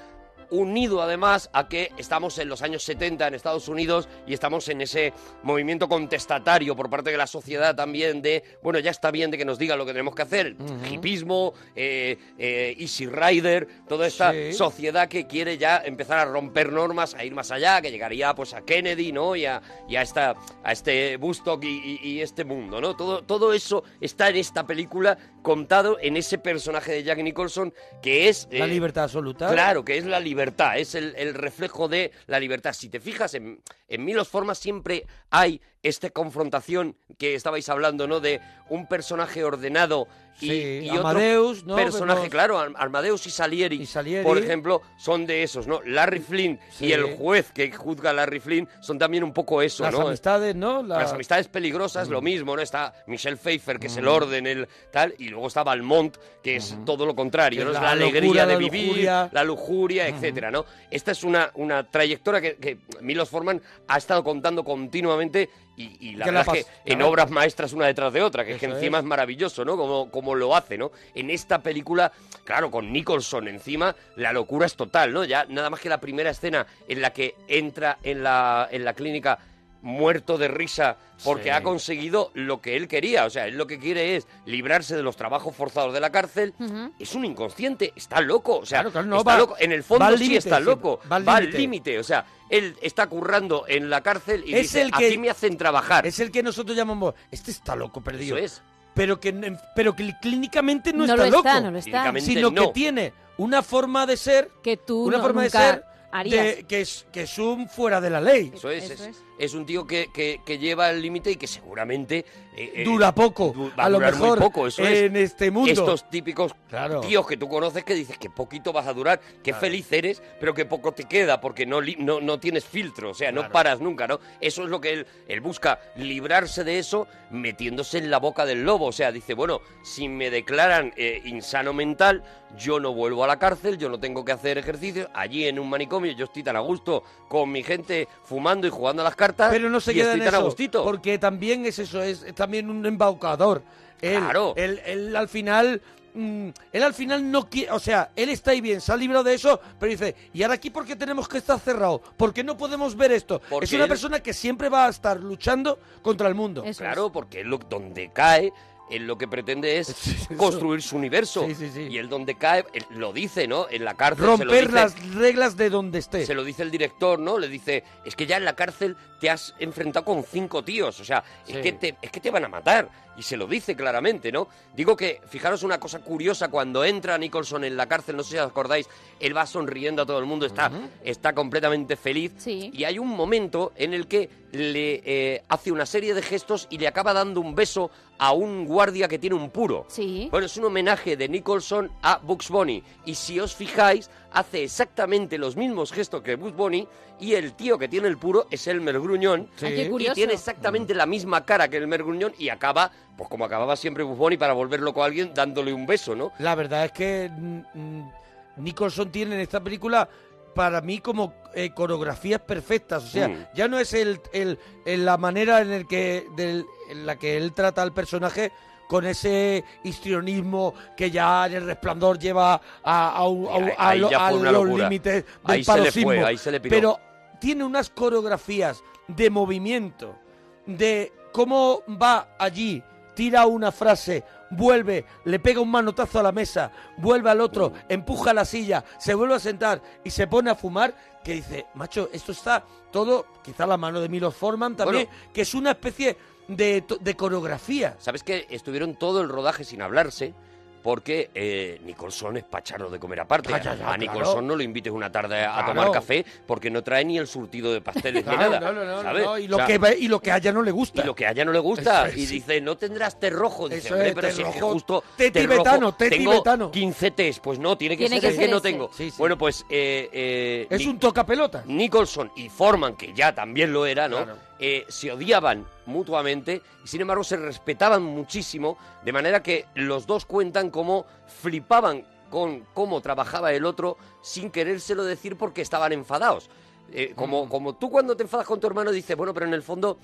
Speaker 5: unido además a que estamos en los años 70 en Estados Unidos y estamos en ese movimiento contestatario por parte de la sociedad también de, bueno, ya está bien de que nos digan lo que tenemos que hacer,
Speaker 3: Ujú.
Speaker 5: hipismo, eh, eh, Easy Rider, toda esta
Speaker 3: Sí.
Speaker 5: sociedad que quiere ya empezar a romper normas, a ir más allá, que llegaría pues a Kennedy, ¿no? Y a, y a esta, a este Bustock y, y- y este mundo, ¿no? Todo, todo eso está en esta película contado en ese personaje de Jack Nicholson que es...
Speaker 3: La
Speaker 5: eh,
Speaker 3: libertad absoluta.
Speaker 5: Claro, que es la libertad, es el, el reflejo de la libertad. Si te fijas, en, en Milos Formas siempre hay esta confrontación que estabais hablando, ¿no? De un personaje ordenado y,
Speaker 3: Sí,
Speaker 5: y otro
Speaker 3: Amadeus, ¿no?
Speaker 5: personaje,
Speaker 3: Vemos-
Speaker 5: claro, Ar- Amadeus y Salieri, por ejemplo, son de esos, ¿no? Larry Flynn
Speaker 3: Sí.
Speaker 5: y el juez que juzga a Larry Flynn son también un poco eso,
Speaker 3: Las
Speaker 5: ¿no?
Speaker 3: amistades, ¿no? La-
Speaker 5: Las amistades peligrosas, lo mismo, ¿no? Está Michelle Pfeiffer, que es el
Speaker 3: Mm.
Speaker 5: orden, el tal, y luego está Valmont, que es todo lo contrario,
Speaker 3: Que
Speaker 5: ¿no?
Speaker 3: es
Speaker 5: Es
Speaker 3: la
Speaker 5: la alegría
Speaker 3: locura,
Speaker 5: de
Speaker 3: la
Speaker 5: vivir,
Speaker 3: lujuria.
Speaker 5: la lujuria, etcétera, ¿no? Esta es una, una trayectoria que, que Milos Forman ha estado contando continuamente y, y la
Speaker 3: Que la
Speaker 5: verdad es
Speaker 3: pas-
Speaker 5: que en
Speaker 3: claro.
Speaker 5: obras maestras una detrás de otra, que es que
Speaker 3: Eso
Speaker 5: encima
Speaker 3: es.
Speaker 5: es maravilloso, ¿no? Como, como lo hace, ¿no? En esta película, claro, con Nicholson encima, la locura es total, ¿no? Ya nada más que la primera escena en la que entra en la, en la clínica muerto de risa porque
Speaker 3: Sí.
Speaker 5: ha conseguido lo que él quería. O sea, él lo que quiere es librarse de los trabajos forzados de la cárcel.
Speaker 3: Ujú.
Speaker 5: Es un inconsciente, está loco. O sea,
Speaker 3: Claro, claro, no,
Speaker 5: está
Speaker 3: va-
Speaker 5: loco. En el
Speaker 3: va
Speaker 5: fondo
Speaker 3: al
Speaker 5: sí
Speaker 3: límite,
Speaker 5: está
Speaker 3: sí,
Speaker 5: loco.
Speaker 3: va al límite.
Speaker 5: límite. O sea, él está currando en la cárcel y
Speaker 3: Es
Speaker 5: dice,
Speaker 3: el que-
Speaker 5: aquí me hacen trabajar.
Speaker 3: Es el que nosotros llamamos, este está loco perdido.
Speaker 5: Eso es.
Speaker 3: Pero que, pero que clínicamente no,
Speaker 4: No
Speaker 3: está
Speaker 4: lo
Speaker 3: loco.
Speaker 4: está, no lo está. Clínicamente
Speaker 3: Sino
Speaker 4: no.
Speaker 3: que tiene una forma de ser.
Speaker 4: Que tú
Speaker 3: Una
Speaker 4: no-
Speaker 3: forma de
Speaker 4: nunca
Speaker 3: ser.
Speaker 4: harías.
Speaker 3: de- que, es, que es un fuera de la ley.
Speaker 5: Eso es, es, es un tío que, que- que lleva el límite y que seguramente... eh, eh,
Speaker 3: Dura poco.
Speaker 5: du- va
Speaker 3: a lo
Speaker 5: durar muy
Speaker 3: mejor
Speaker 5: poco, eso es.
Speaker 3: en este mundo.
Speaker 5: Estos típicos
Speaker 3: Claro.
Speaker 5: tíos que tú conoces que dices que poquito vas a durar, que
Speaker 3: Claro.
Speaker 5: feliz eres, pero que poco te queda porque no, li- no, no tienes filtro, o sea, no
Speaker 3: Claro.
Speaker 5: paras nunca, ¿no? Eso es lo que él, él busca, librarse de eso metiéndose en la boca del lobo, o sea, dice, bueno, si me declaran eh, insano mental, yo no vuelvo a la cárcel, yo no tengo que hacer ejercicio, allí en un manicomio yo estoy tan a gusto con mi gente fumando y jugando a las cartas,
Speaker 3: Pero no se
Speaker 5: y
Speaker 3: queda
Speaker 5: estoy
Speaker 3: en
Speaker 5: tan a
Speaker 3: eso,
Speaker 5: gustito.
Speaker 3: Porque también es eso, es, es también un embaucador. Él,
Speaker 5: Claro.
Speaker 3: Él, él al final... mm, él al final no quiere, o sea, él está ahí bien, se ha librado de eso, pero dice, ¿y ahora aquí por qué tenemos que estar cerrado? ¿Por qué no podemos ver esto?
Speaker 5: Porque
Speaker 3: es una
Speaker 5: él-
Speaker 3: persona que siempre va a estar luchando contra el mundo.
Speaker 5: claro, porque él lo- donde cae, él lo que pretende es construir su universo. Y él donde cae, él lo dice, ¿no? En la cárcel. se lo
Speaker 3: Romper
Speaker 5: dice-
Speaker 3: las reglas de donde esté.
Speaker 5: se lo dice el director, ¿no? Le dice, es que ya en la cárcel te has enfrentado con cinco tíos, o sea, es,
Speaker 3: Sí.
Speaker 5: que te, es que te van a matar. y se lo dice claramente, ¿no? Digo que, fijaros una cosa curiosa, cuando entra Nicholson en la cárcel, no sé si os acordáis, él va sonriendo a todo el mundo, está, está completamente feliz. Y hay un momento en el que le eh, hace una serie de gestos y le acaba dando un beso a un guardia que tiene un puro.
Speaker 4: Sí.
Speaker 5: Bueno, es un homenaje de Nicholson a Bugs Bunny. Y si os fijáis, hace exactamente los mismos gestos que Bugs Bunny y el tío que tiene el puro es el mergruñón.
Speaker 4: Sí. Ay, qué
Speaker 5: Y
Speaker 4: curioso.
Speaker 5: tiene exactamente la misma cara que el mergruñón y acaba, pues como acababa siempre Bugs Bunny, para volver loco a alguien dándole un beso, ¿no?
Speaker 3: La verdad es que mm, mm, Nicholson tiene en esta película para mí como eh, coreografías perfectas, o sea,
Speaker 5: Mm.
Speaker 3: ya no es el, el- el- la manera en, el que, del- en la que él trata al personaje con ese histrionismo que ya en el resplandor lleva a, a un- a un-
Speaker 5: ahí-
Speaker 3: a
Speaker 5: ahí
Speaker 3: lo-
Speaker 5: ya
Speaker 3: a
Speaker 5: fue una
Speaker 3: los
Speaker 5: locura.
Speaker 3: límites del
Speaker 5: Ahí se le fue,
Speaker 3: paroxismo.
Speaker 5: ahí se le piró.
Speaker 3: Pero tiene unas coreografías de movimiento, de cómo va allí, tira una frase, vuelve, le pega un manotazo a la mesa, vuelve al
Speaker 5: Uh.
Speaker 3: otro, empuja la silla, se vuelve a sentar y se pone a fumar, que dice, macho, esto está todo, quizá la mano de Milos Forman también, que es una especie de, to- de coreografía.
Speaker 5: ¿Sabes que estuvieron todo el rodaje sin hablarse? Porque eh, Nicholson es pacharro de comer aparte.
Speaker 3: Ya, ya, ya,
Speaker 5: a Nicholson
Speaker 3: claro.
Speaker 5: no lo invites una tarde a
Speaker 3: Claro.
Speaker 5: tomar café porque no trae ni el surtido de pasteles ni
Speaker 3: Claro, no,
Speaker 5: nada.
Speaker 3: no, no, no,
Speaker 5: ¿sabes?
Speaker 3: no, y, lo
Speaker 5: O sea,
Speaker 3: que, ve- y lo que a ella no le gusta.
Speaker 5: y lo que a ella no le gusta.
Speaker 3: Eso es.
Speaker 5: Y dice, no tendrás té rojo. Dice,
Speaker 3: Eso
Speaker 5: hombre,
Speaker 3: es,
Speaker 5: pero
Speaker 3: té
Speaker 5: si es que
Speaker 3: rojo.
Speaker 5: justo.
Speaker 3: Té tibetano, té
Speaker 5: tengo
Speaker 3: tibetano.
Speaker 5: 15 tés. Pues no, tiene que
Speaker 3: Tiene
Speaker 5: ser
Speaker 3: que
Speaker 5: el que
Speaker 3: ser
Speaker 5: no
Speaker 3: ese.
Speaker 5: tengo.
Speaker 3: Sí, sí.
Speaker 5: Bueno, pues. eh, eh,
Speaker 3: Es
Speaker 5: Ni-
Speaker 3: un tocapelota.
Speaker 5: Nicholson y Forman, que ya también lo era, ¿no?
Speaker 3: Claro.
Speaker 5: Eh, se odiaban mutuamente y sin embargo se respetaban muchísimo, de manera que los dos cuentan cómo flipaban con cómo trabajaba el otro sin querérselo decir porque estaban enfadados. Eh, como,
Speaker 3: Mm.
Speaker 5: como tú cuando te enfadas con tu hermano dices, bueno, pero en el fondo,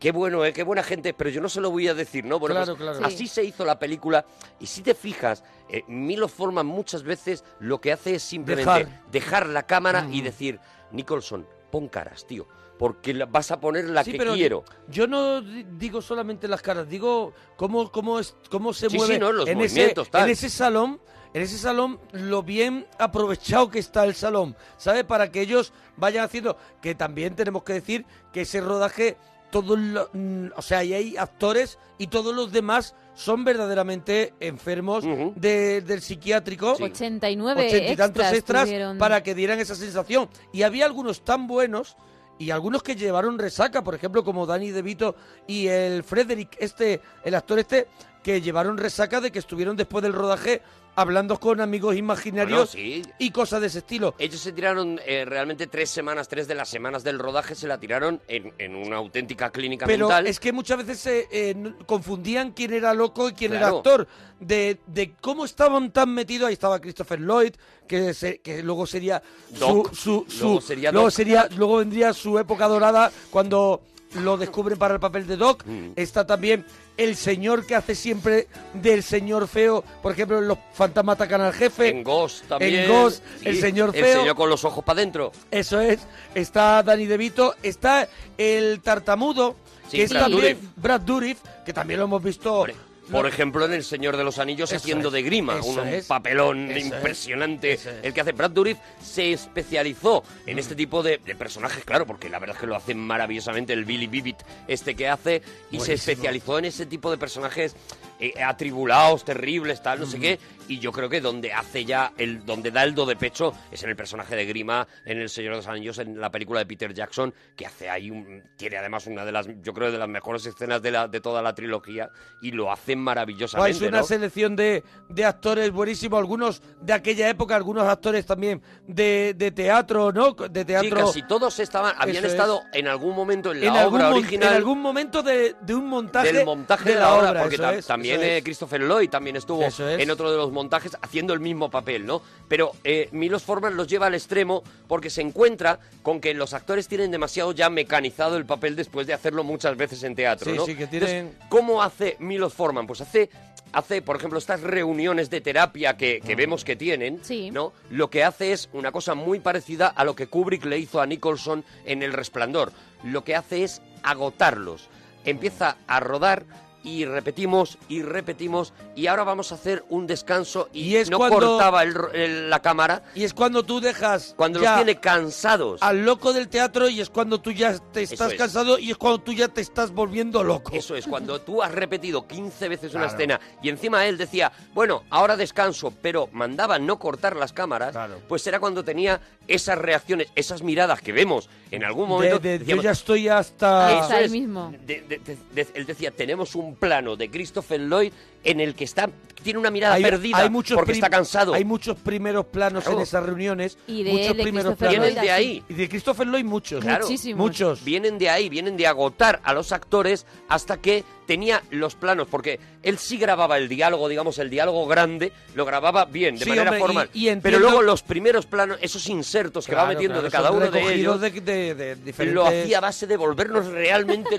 Speaker 5: qué bueno, eh, qué buena gente, es, pero yo no se lo voy a decir, ¿no? Bueno,
Speaker 3: Claro,
Speaker 5: pues
Speaker 3: claro.
Speaker 5: Así se hizo la película y si te fijas, eh, Milo Forman muchas veces lo que hace es simplemente
Speaker 3: Dejar. Mm.
Speaker 5: dejar la cámara y
Speaker 3: Ujú.
Speaker 5: decir, Nicholson, pon caras, tío, porque la- vas a poner la
Speaker 3: Sí,
Speaker 5: que
Speaker 3: pero
Speaker 5: quiero.
Speaker 3: Yo no di- digo solamente las caras, digo cómo, cómo, es, cómo se
Speaker 5: Sí,
Speaker 3: mueve
Speaker 5: sí, no, los
Speaker 3: en, ese,
Speaker 5: movimientos, tal.
Speaker 3: en ese salón. En ese salón, lo bien aprovechado que está el salón, ¿sabe? Para que ellos vayan haciendo. Que también tenemos que decir que ese rodaje, todos los. mm, O sea, ahí hay actores y todos los demás son verdaderamente enfermos de- del psiquiátrico.
Speaker 4: Pues 89
Speaker 3: ochenta y tantos
Speaker 4: extras
Speaker 3: extras
Speaker 4: tuvieron.
Speaker 3: para que dieran esa sensación. Y había algunos tan buenos y algunos que llevaron resaca, por ejemplo, como Danny DeVito y el Frederick, este, el actor este, que llevaron resaca de que estuvieron después del rodaje hablando con amigos
Speaker 5: Bueno,
Speaker 3: imaginarios
Speaker 5: sí.
Speaker 3: y cosas de ese estilo.
Speaker 5: Ellos se tiraron eh, realmente tres semanas, tres de las semanas del rodaje, se la tiraron en, en una auténtica clínica
Speaker 3: Pero
Speaker 5: mental.
Speaker 3: es que muchas veces se eh, n- confundían quién era loco y quién era
Speaker 5: Claro.
Speaker 3: actor. De, de cómo estaban tan metidos. Ahí estaba Christopher Lloyd, que, se- que luego sería su,
Speaker 5: Doc.
Speaker 3: su- su-
Speaker 5: Luego sería
Speaker 3: luego
Speaker 5: Doc.
Speaker 3: sería- luego vendría su época dorada cuando lo descubren para el papel de Doc.
Speaker 5: Mm.
Speaker 3: Está también el señor que hace siempre del señor feo. Por ejemplo, en Los Fantasmas Atacan al Jefe.
Speaker 5: en Ghost también.
Speaker 3: En Ghost, el
Speaker 5: Sí,
Speaker 3: señor
Speaker 5: El
Speaker 3: feo.
Speaker 5: señor con los ojos para adentro.
Speaker 3: Eso es. Está Danny DeVito. Está el tartamudo.
Speaker 5: Sí,
Speaker 3: que es
Speaker 5: Brad
Speaker 3: también
Speaker 5: Dourif.
Speaker 3: Brad Dourif, que también lo hemos visto.
Speaker 5: Por ejemplo, en El Señor de los Anillos
Speaker 3: Eso
Speaker 5: haciendo
Speaker 3: es,
Speaker 5: de grima,
Speaker 3: eso
Speaker 5: un
Speaker 3: es,
Speaker 5: papelón
Speaker 3: eso es,
Speaker 5: impresionante.
Speaker 3: eso es.
Speaker 5: El que hace Brad Dourif se especializó en este tipo de, de personajes, claro, porque la verdad es que lo hace maravillosamente el Billy Bibbit este que hace, y se
Speaker 3: Buenísimo.
Speaker 5: especializó en ese tipo de personajes eh, atribulados, terribles, tal, no sé
Speaker 3: Ujú.
Speaker 5: qué. Y yo creo que donde hace ya, el donde da el do de pecho es en el personaje de Grima, en El Señor de los Anillos, en la película de Peter Jackson, que hace ahí, un, tiene además una de las, yo creo, de las mejores escenas de, la, de toda la trilogía y lo hace maravillosamente.
Speaker 3: es una
Speaker 5: ¿no?
Speaker 3: selección de, de actores buenísimos, algunos de aquella época, algunos actores también de, de teatro, ¿no? De teatro.
Speaker 5: Sí, casi todos estaban, habían
Speaker 3: Eso es.
Speaker 5: estado en algún momento en la
Speaker 3: en
Speaker 5: obra
Speaker 3: algún, mon-
Speaker 5: original.
Speaker 3: en algún momento de, de un montaje,
Speaker 5: del montaje de, la obra, porque
Speaker 3: eso
Speaker 5: tam-
Speaker 3: es,
Speaker 5: también
Speaker 3: eso
Speaker 5: eh,
Speaker 3: es.
Speaker 5: Christopher Lloyd también estuvo
Speaker 3: Eso es.
Speaker 5: en otro de los montajes haciendo el mismo papel, ¿no? Pero eh, Milos Forman los lleva al extremo porque se encuentra con que los actores tienen demasiado ya mecanizado el papel después de hacerlo muchas veces en teatro,
Speaker 3: Sí,
Speaker 5: ¿no?
Speaker 3: sí, que
Speaker 5: Entonces,
Speaker 3: tienen-
Speaker 5: ¿Cómo hace Milos Forman? Pues hace, hace, por ejemplo, estas reuniones de terapia que, que vemos que tienen, ¿no? Lo que hace es una cosa muy parecida a lo que Kubrick le hizo a Nicholson en El Resplandor. Lo que hace es agotarlos. Empieza a rodar y repetimos y repetimos y ahora vamos a hacer un descanso y,
Speaker 3: Y es
Speaker 5: no
Speaker 3: cuando-
Speaker 5: cortaba el ro- el- la cámara.
Speaker 3: Y es cuando tú dejas
Speaker 5: cuando
Speaker 3: ya
Speaker 5: los tiene cansados.
Speaker 3: al loco del teatro y es cuando tú ya te
Speaker 5: Eso
Speaker 3: estás
Speaker 5: es.
Speaker 3: cansado y es cuando tú ya te estás volviendo loco.
Speaker 5: Eso es, cuando tú has repetido 15 veces una
Speaker 3: Claro.
Speaker 5: escena y encima él decía, bueno, ahora descanso, pero mandaba no cortar las cámaras, pues era cuando tenía esas reacciones, esas miradas que vemos en algún momento.
Speaker 3: De- de- yo
Speaker 5: decíamos,
Speaker 3: ya estoy hasta...
Speaker 5: Eso es. De- de- de- de- él decía, tenemos un plano de Christopher Lloyd en el que está tiene una mirada perdida porque
Speaker 3: prim-
Speaker 5: está cansado.
Speaker 3: Hay muchos primeros planos
Speaker 5: Claro.
Speaker 3: en esas reuniones.
Speaker 5: Y de-
Speaker 3: muchos
Speaker 5: de
Speaker 3: primeros
Speaker 5: Christopher
Speaker 3: planos.
Speaker 5: Lloyd Vienen de así. ahí.
Speaker 3: Y de Christopher Lloyd muchos.
Speaker 5: Claro,
Speaker 3: Muchos.
Speaker 5: Vienen de ahí, vienen de agotar a los actores hasta que tenía los planos, porque él sí grababa el diálogo, digamos, el diálogo grande, lo grababa bien, de
Speaker 3: Sí,
Speaker 5: manera
Speaker 3: hombre, y-
Speaker 5: formal.
Speaker 3: y entiendo-
Speaker 5: pero luego los primeros planos, esos insertos que va
Speaker 3: Claro,
Speaker 5: metiendo
Speaker 3: claro,
Speaker 5: de cada
Speaker 3: son
Speaker 5: uno de
Speaker 3: recogidos
Speaker 5: ellos,
Speaker 3: de- de- de
Speaker 5: lo
Speaker 3: diferentes-
Speaker 5: hacía a base de volvernos realmente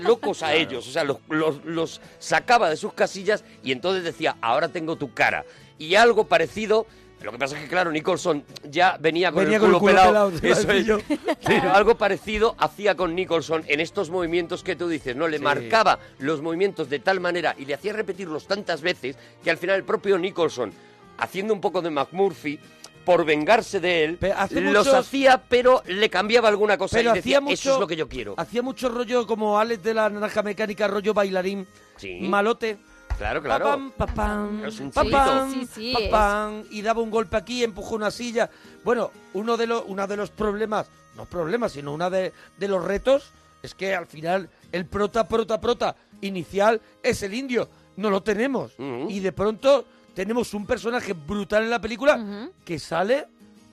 Speaker 5: locos a ellos. O sea, los, los- los sacaba de sus casillas y entonces decía, ahora tengo tu cara. Y algo parecido... Lo que pasa es que, claro, Nicholson ya venía con,
Speaker 3: Venía
Speaker 5: el, culo pelado.
Speaker 3: te iba a
Speaker 5: Eso es.
Speaker 3: decir yo.
Speaker 5: Pero algo parecido hacía con Nicholson en estos movimientos que tú dices, ¿no? Le
Speaker 3: Sí.
Speaker 5: marcaba los movimientos de tal manera y le hacía repetirlos tantas veces que al final el propio Nicholson, haciendo un poco de McMurphy, por vengarse de él,
Speaker 3: hace
Speaker 5: los
Speaker 3: muchos-
Speaker 5: hacía, pero le cambiaba alguna cosa
Speaker 3: Pero
Speaker 5: y decía,
Speaker 3: hacía mucho,
Speaker 5: eso es lo que yo quiero.
Speaker 3: Hacía mucho rollo como Alex de la naranja mecánica, rollo bailarín,
Speaker 5: Sí.
Speaker 3: malote.
Speaker 5: Claro, claro.
Speaker 3: Papam, papam,
Speaker 5: Es un
Speaker 3: papam,
Speaker 4: chulito. Sí, sí, sí,
Speaker 3: papam, y daba un golpe aquí, empujó una silla. Bueno, uno de los, uno de los problemas, no problemas, sino uno de, de los retos, es que al final el prota, prota, prota inicial es el indio. No lo tenemos. Y de pronto tenemos un personaje brutal en la película que sale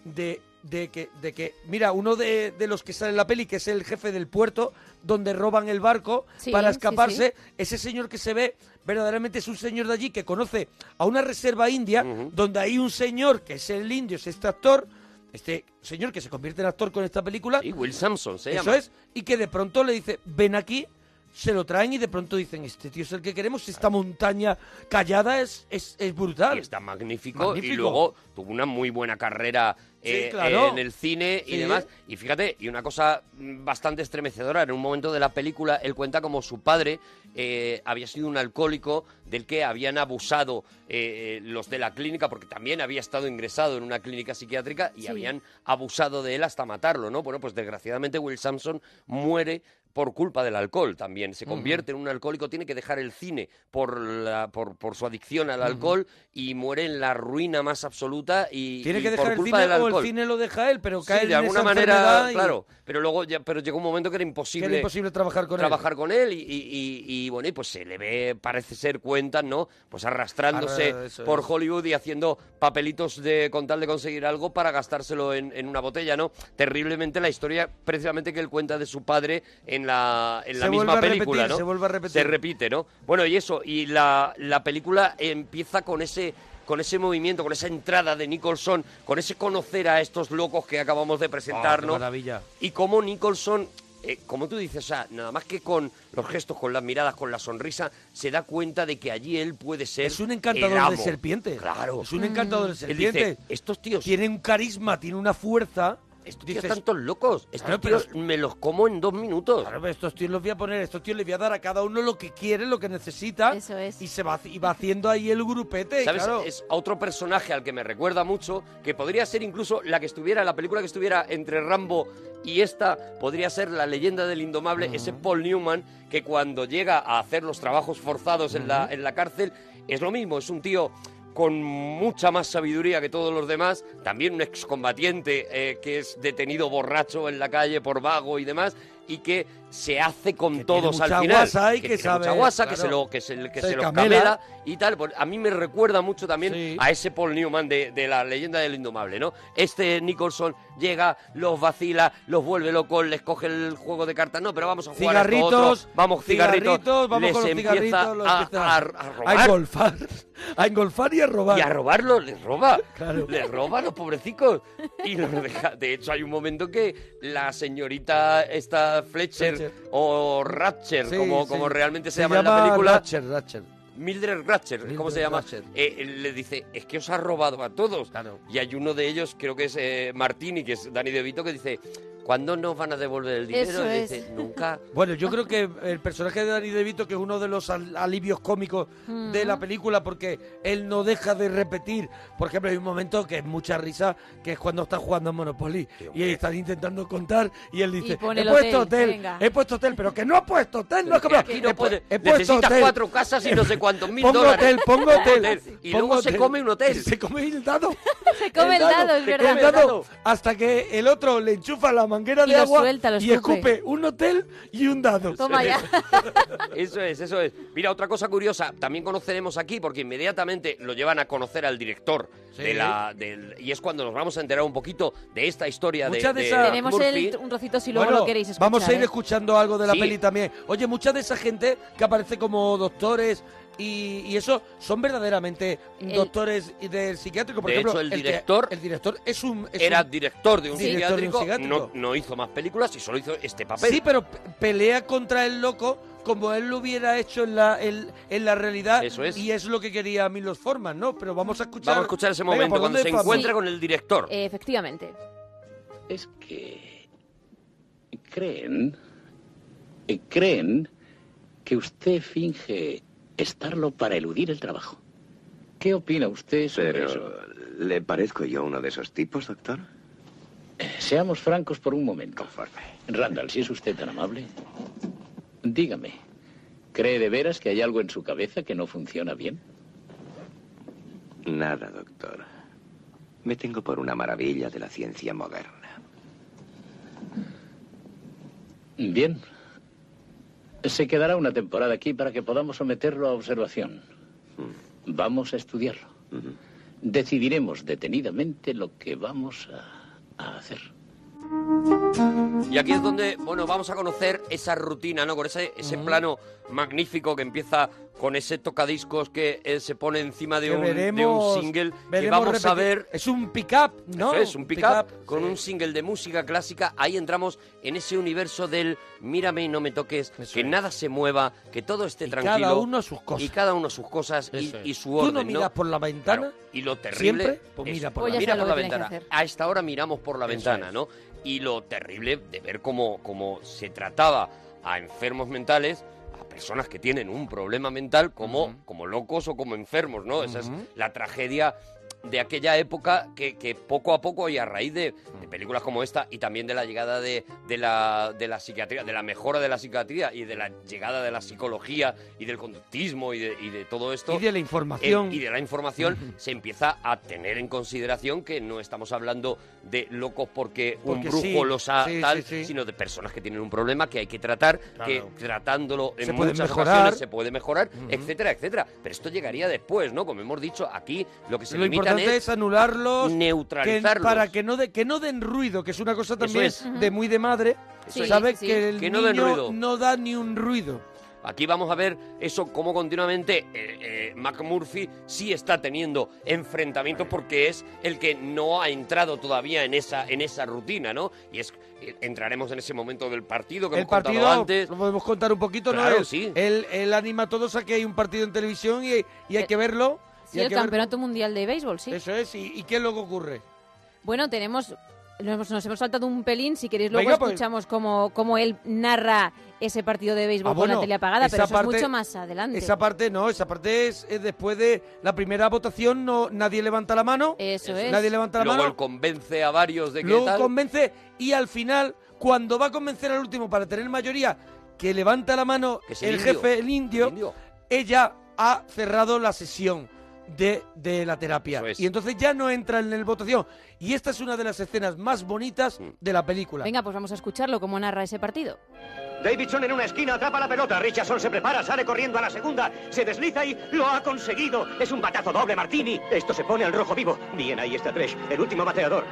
Speaker 3: de, de que, de que, mira, uno de, de los que sale en la peli, que es el jefe del puerto, donde roban el barco
Speaker 1: Sí,
Speaker 3: para
Speaker 1: sí,
Speaker 3: escaparse,
Speaker 1: sí.
Speaker 3: ese señor que se ve verdaderamente es un señor de allí que conoce a una reserva india donde hay un señor que es el indio, es este actor, este señor que se convierte en actor con esta película.
Speaker 5: Y Will Sampson se
Speaker 3: Eso
Speaker 5: llama.
Speaker 3: es, y que de pronto le dice, ven aquí, se lo traen y de pronto dicen, este tío es el que queremos, esta montaña callada es, es, es brutal.
Speaker 5: Y está magnífico,
Speaker 3: Magnífico.
Speaker 5: y luego tuvo una muy buena carrera
Speaker 3: Sí,
Speaker 5: eh,
Speaker 3: claro.
Speaker 5: en el cine y
Speaker 3: Sí.
Speaker 5: demás. Y fíjate, y una cosa mm, bastante estremecedora, en un momento de la película él cuenta como su padre eh, había sido un alcohólico del que habían abusado eh, los de la clínica, porque también había estado ingresado en una clínica psiquiátrica y
Speaker 3: Sí.
Speaker 5: habían abusado de él hasta matarlo, ¿no? Bueno, pues desgraciadamente Will Sampson muere por culpa del alcohol también. Se
Speaker 3: Ujú.
Speaker 5: convierte en un alcohólico, tiene que dejar el cine por, la, por, por su adicción al alcohol y muere en la ruina más absoluta y,
Speaker 3: Tiene
Speaker 5: y
Speaker 3: que
Speaker 5: por
Speaker 3: dejar el
Speaker 5: culpa
Speaker 3: cine
Speaker 5: del
Speaker 3: o
Speaker 5: alcohol.
Speaker 3: el cine lo deja él, pero
Speaker 5: Sí,
Speaker 3: cae en
Speaker 5: de alguna
Speaker 3: esa
Speaker 5: manera,
Speaker 3: enfermedad y-
Speaker 5: claro. Pero luego ya, pero llegó un momento que era
Speaker 3: que
Speaker 5: imposible.
Speaker 3: era imposible trabajar con él.
Speaker 5: trabajar con él y, y- y- y, bueno, y pues se le ve, parece ser, cuentas, ¿no? Pues arrastrándose
Speaker 3: Arra- eso
Speaker 5: por
Speaker 3: es.
Speaker 5: Hollywood y haciendo papelitos de con tal de conseguir algo para gastárselo en, en una botella, ¿no? Terriblemente la historia precisamente que él cuenta de su padre en la, en la
Speaker 3: Se
Speaker 5: misma
Speaker 3: vuelve a
Speaker 5: película,
Speaker 3: repetir,
Speaker 5: ¿no?
Speaker 3: se vuelve a repetir.
Speaker 5: Se repite, ¿no? Bueno, y eso, y la, la película empieza con ese con ese movimiento, con esa entrada de Nicholson, con ese conocer a estos locos que acabamos de presentarnos.
Speaker 3: Ah, maravilla.
Speaker 5: Y como Nicholson, eh, como tú dices, o sea, nada más que con los gestos, con las miradas, con la sonrisa, se da cuenta de que allí él puede ser.
Speaker 3: Es un
Speaker 5: el
Speaker 3: encantador
Speaker 5: amo.
Speaker 3: de serpientes.
Speaker 5: Claro.
Speaker 3: Es un encantador de
Speaker 5: Él dice,
Speaker 3: serpientes.
Speaker 5: estos tíos.
Speaker 3: Tienen un carisma, tienen una fuerza.
Speaker 5: Estos tíos están todos locos. Estos
Speaker 3: Claro, pero-
Speaker 5: tíos me los como en dos minutos.
Speaker 3: Claro, pero estos tíos los voy a poner, estos tíos les voy a dar a cada uno lo que quiere, lo que necesita. Eso es. Y, se va, y va haciendo ahí el grupete. y
Speaker 5: ¿Sabes?
Speaker 3: claro.
Speaker 5: Es a otro personaje al que me recuerda mucho, que podría ser incluso la que estuviera, la película que estuviera entre Rambo y esta, podría ser La leyenda del indomable, ese Paul Newman, que cuando llega a hacer los trabajos forzados en, la, en la cárcel, es lo mismo, es un tío con mucha más sabiduría que todos los demás, también un excombatiente eh, que es detenido borracho en la calle por vago y demás, y que se hace con todos
Speaker 3: mucha
Speaker 5: al final.
Speaker 3: guasa y que
Speaker 5: tiene mucha
Speaker 3: sabe,
Speaker 5: guasa, que
Speaker 3: claro.
Speaker 5: se lo, que se, que
Speaker 3: Se
Speaker 5: se los
Speaker 3: camela.
Speaker 5: camela y tal. pues, a mí me recuerda mucho también a ese Paul Newman de, de la leyenda del indomable, ¿no? Este Nicholson llega, los vacila, los vuelve locos, les coge el juego de cartas. No, pero vamos a jugar a esto
Speaker 3: Cigarritos,
Speaker 5: otro, vamos cigarritos,
Speaker 3: vamos
Speaker 5: les
Speaker 3: con los
Speaker 5: empieza
Speaker 3: cigarritos, los
Speaker 5: a,
Speaker 3: empieza
Speaker 5: a- a robar.
Speaker 3: a engolfar, a engolfar y a robar.
Speaker 5: Y a robarlo, les roba. Les roba a los pobrecicos. Y los deja. De hecho, hay un momento que la señorita, esta Fletcher,
Speaker 3: Fletcher.
Speaker 5: o Ratcher,
Speaker 3: Sí,
Speaker 5: como,
Speaker 3: sí.
Speaker 5: como realmente se,
Speaker 3: Se
Speaker 5: llama, en la película,
Speaker 3: Ratchet, Ratchet.
Speaker 5: Mildred Ratcher, ¿cómo se llama?
Speaker 3: Ratcher.
Speaker 5: Eh, él le dice, es que os ha robado a todos. Y hay uno de ellos, creo que es eh, Martini, que es Dani De Vito, que dice, ¿cuándo nos van a devolver el dinero?
Speaker 3: Eso
Speaker 5: Y
Speaker 3: es.
Speaker 5: dice, nunca.
Speaker 3: Bueno, yo creo que el personaje de Danny DeVito, que es uno de los al- alivios cómicos de la película, porque él no deja de repetir. Por ejemplo, hay un momento que es mucha risa, que es cuando están jugando a Monopoly y él está intentando contar y él dice,
Speaker 5: pone
Speaker 3: he
Speaker 5: el
Speaker 3: puesto
Speaker 5: hotel,
Speaker 3: hotel,
Speaker 5: venga".
Speaker 3: he puesto hotel, pero que no ha puesto hotel, no ha
Speaker 5: Pero que
Speaker 3: comprado.
Speaker 5: aquí no
Speaker 3: He pu-
Speaker 5: puede-
Speaker 3: he puesto
Speaker 5: necesitas
Speaker 3: hotel.
Speaker 5: cuatro casas y no sé cuántos mil
Speaker 3: Pongo
Speaker 5: dólares.
Speaker 3: hotel, pongo hotel.
Speaker 5: Y
Speaker 3: pongo
Speaker 5: luego se come un hotel.
Speaker 3: Se come el dado.
Speaker 4: Se come el dado, es
Speaker 3: se
Speaker 4: verdad.
Speaker 3: come el dado, hasta que el otro le enchufa la manguera
Speaker 4: Y
Speaker 3: de
Speaker 4: lo
Speaker 3: agua
Speaker 4: suelta, lo
Speaker 3: y
Speaker 4: escupe.
Speaker 3: escupe un hotel y un dado.
Speaker 4: Toma ya.
Speaker 5: Eso es, eso es. Mira, otra cosa curiosa, también conoceremos aquí, porque inmediatamente lo llevan a conocer al director
Speaker 3: Sí.
Speaker 5: de la, del, y es cuando nos vamos a enterar un poquito de esta historia de-
Speaker 3: Muchas
Speaker 5: de,
Speaker 3: de esas-
Speaker 4: Tenemos
Speaker 5: Murphy.
Speaker 4: el, un trocito si luego
Speaker 3: Bueno,
Speaker 4: lo queréis escuchar.
Speaker 3: Vamos a ir
Speaker 4: ¿eh?
Speaker 3: escuchando algo de la
Speaker 5: Sí.
Speaker 3: peli también. Oye, mucha de esa gente que aparece como doctores y, y eso son verdaderamente
Speaker 5: El-
Speaker 3: doctores y del psiquiátrico. Por
Speaker 5: De
Speaker 3: ejemplo,
Speaker 5: hecho, el
Speaker 3: que-
Speaker 5: director
Speaker 3: el director es un. es
Speaker 5: Era
Speaker 3: un
Speaker 5: director de un
Speaker 3: director de un
Speaker 5: psiquiátrico,
Speaker 3: psiquiátrico.
Speaker 5: No, no hizo más películas y solo hizo este papel.
Speaker 3: Sí, pero pe- pelea contra el loco como él lo hubiera hecho en la, en, en la realidad.
Speaker 5: Eso es.
Speaker 3: Y es lo que quería Mil los Forman, ¿no? Pero vamos a escuchar.
Speaker 5: Vamos a escuchar ese
Speaker 3: Venga,
Speaker 5: momento
Speaker 3: ¿por
Speaker 5: cuando
Speaker 3: dónde
Speaker 5: se
Speaker 3: vamos?
Speaker 5: encuentra con el director.
Speaker 4: Eh, Efectivamente.
Speaker 1: es que creen, eh, creen que usted finge estarlo para eludir el trabajo. ¿Qué opina usted sobre eso?
Speaker 2: ¿Le parezco yo uno de esos tipos, doctor?
Speaker 1: Eh, Seamos francos por un momento. Randall, si es usted tan amable, dígame, ¿cree de veras que hay algo en su cabeza que no funciona bien?
Speaker 2: Nada, doctor. Me tengo por una maravilla de la ciencia moderna.
Speaker 1: Bien. Se quedará una temporada aquí para que podamos someterlo a observación. Vamos a estudiarlo. Decidiremos detenidamente lo que vamos a, a hacer.
Speaker 5: Y aquí es donde, bueno, vamos a conocer esa rutina, ¿no? Con ese, ese plano magnífico que empieza con ese tocadiscos que eh, se pone encima de,
Speaker 3: Que
Speaker 5: un, de un
Speaker 3: veremos-
Speaker 5: single. y
Speaker 3: veremos
Speaker 5: vamos a
Speaker 3: repetir-
Speaker 5: ver.
Speaker 3: Es un pick-up, ¿no?
Speaker 5: Eso es, un pick-up con
Speaker 3: sí.
Speaker 5: un single de música clásica. Ahí entramos en ese universo del mírame y no me toques, que nada se mueva, que todo esté tranquilo.
Speaker 3: cada uno a sus cosas.
Speaker 5: Y cada uno a sus cosas y, y su
Speaker 3: Tú
Speaker 5: orden.
Speaker 3: no miras por la ventana.
Speaker 5: Claro, Y lo terrible.
Speaker 3: ¿Siempre? Pues
Speaker 5: es-
Speaker 3: mira por Pues la ya
Speaker 5: mira
Speaker 3: sé lo
Speaker 5: por la
Speaker 3: que tienes que
Speaker 5: ventana.
Speaker 3: hacer.
Speaker 5: A esta hora miramos por la
Speaker 3: Eso
Speaker 5: ventana,
Speaker 3: es.
Speaker 5: ¿no? Y lo terrible de ver cómo, cómo se trataba a enfermos mentales, a personas que tienen un problema mental como, como locos o como enfermos, ¿no? Esa es
Speaker 3: Ujú.
Speaker 5: la tragedia de aquella época que, que poco a poco y a raíz de, de películas como esta y también de la llegada de, de, la, de la psiquiatría, de la mejora de la psiquiatría y de la llegada de la psicología y del conductismo y de, y de todo esto.
Speaker 3: Y de la información.
Speaker 5: Eh, y de la información se empieza a tener en consideración que no estamos hablando de locos porque, un
Speaker 3: Porque
Speaker 5: brujo
Speaker 3: sí,
Speaker 5: los ha
Speaker 3: sí,
Speaker 5: tal,
Speaker 3: sí, sí.
Speaker 5: sino de personas que tienen un problema que hay que tratar, que
Speaker 3: Claro.
Speaker 5: tratándolo en
Speaker 3: Se puede
Speaker 5: muchas
Speaker 3: mejorar.
Speaker 5: ocasiones se puede mejorar,
Speaker 3: Ujú.
Speaker 5: etcétera, etcétera. Pero esto llegaría después, ¿no? Como hemos dicho, aquí lo que se
Speaker 3: Lo
Speaker 5: limitan
Speaker 3: importante es, anularlos,
Speaker 5: neutralizarlos.
Speaker 3: que- para que no de- que no den ruido, que es una cosa también
Speaker 5: es.
Speaker 3: de muy de madre.
Speaker 5: Eso es.
Speaker 3: Sabes
Speaker 5: Sí, sí, sí.
Speaker 3: que el
Speaker 5: Que no
Speaker 3: niño
Speaker 5: den ruido.
Speaker 3: no da ni un ruido.
Speaker 5: Aquí vamos a ver eso, cómo continuamente eh, eh, Mac Murphy sí está teniendo enfrentamientos porque es el que no ha entrado todavía en esa, en esa rutina, ¿no? Y es eh, entraremos en ese momento del partido que
Speaker 3: El
Speaker 5: hemos contado
Speaker 3: partido
Speaker 5: antes.
Speaker 3: lo podemos contar un poquito,
Speaker 5: Claro,
Speaker 3: ¿no? Él,
Speaker 5: sí.
Speaker 3: él, él anima a todos a que hay un partido en televisión y, y hay que verlo. y
Speaker 4: Eh, Sí,
Speaker 3: hay
Speaker 4: el
Speaker 3: que ver-
Speaker 4: Campeonato Mundial de Béisbol, sí.
Speaker 3: Eso es. ¿Y, y qué es lo que ocurre?
Speaker 4: Bueno, tenemos. Nos hemos, nos hemos saltado un pelín. Si queréis, luego
Speaker 3: Venga, pues.
Speaker 4: escuchamos cómo, cómo él narra ese partido de béisbol
Speaker 3: Ah,
Speaker 4: con la
Speaker 3: bueno,
Speaker 4: tele apagada,
Speaker 3: esa
Speaker 4: pero eso
Speaker 3: parte-
Speaker 4: es mucho más adelante.
Speaker 3: Esa parte no, esa parte es, es después de la primera votación, no nadie levanta la mano.
Speaker 4: Eso es.
Speaker 3: Nadie levanta la
Speaker 5: Luego
Speaker 3: mano.
Speaker 5: él convence a varios de que
Speaker 3: Luego
Speaker 5: tal.
Speaker 3: convence y al final, cuando va a convencer al último para tener mayoría, que levanta la mano
Speaker 5: es
Speaker 3: el,
Speaker 5: el indio.
Speaker 3: jefe, el indio, ella ha cerrado la sesión de, de la terapia. Y entonces ya no entra en el votación. Y esta es una de las escenas más bonitas
Speaker 5: Mm.
Speaker 3: de la película.
Speaker 4: Venga, pues vamos a escucharlo, cómo narra ese partido.
Speaker 8: Davidson en una esquina atrapa la pelota. Richardson se prepara, sale corriendo a la segunda, se desliza y lo ha conseguido. Es un batazo doble, Martini. Esto se pone al rojo vivo. Bien, ahí está Tresh, el último bateador.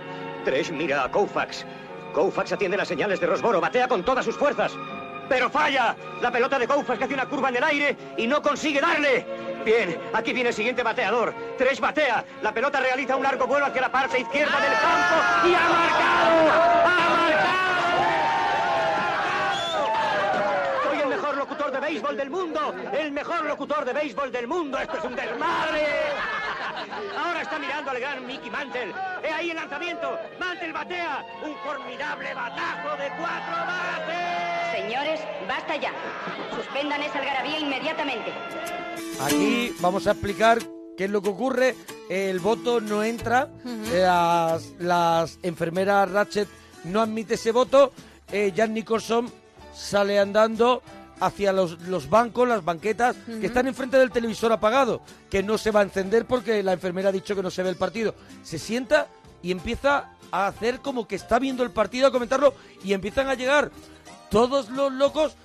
Speaker 8: Tresh mira a Koufax. Koufax atiende las señales de Rosboro, batea con todas sus fuerzas. ¡Pero falla! La pelota de Koufax que hace una curva en el aire y no consigue darle. Bien, aquí viene el siguiente bateador. Tresh batea. La pelota realiza un largo vuelo hacia la parte izquierda del campo y ha marcado. ¡Ha marcado! Soy el mejor locutor de béisbol béisbol del mundo, el mejor locutor de béisbol del mundo. Esto es un desmadre. Ahora está mirando al gran Mickey Mantle. He ahí el lanzamiento. Mantle batea. Un formidable batajo de cuatro bates.
Speaker 9: Señores, basta ya. Suspendan esa algarabía inmediatamente.
Speaker 3: Aquí vamos a explicar qué es lo que ocurre. El voto no entra. Las, las enfermeras Ratchet no admite ese voto. Eh, Jan Nicholson sale andando hacia los, los bancos, las banquetas,
Speaker 10: Ujú.
Speaker 3: que están enfrente del televisor apagado, que no se va a encender porque la enfermera ha dicho que no se ve el partido. Se sienta y empieza a hacer como que está viendo el partido, a comentarlo, y empiezan a llegar todos los locos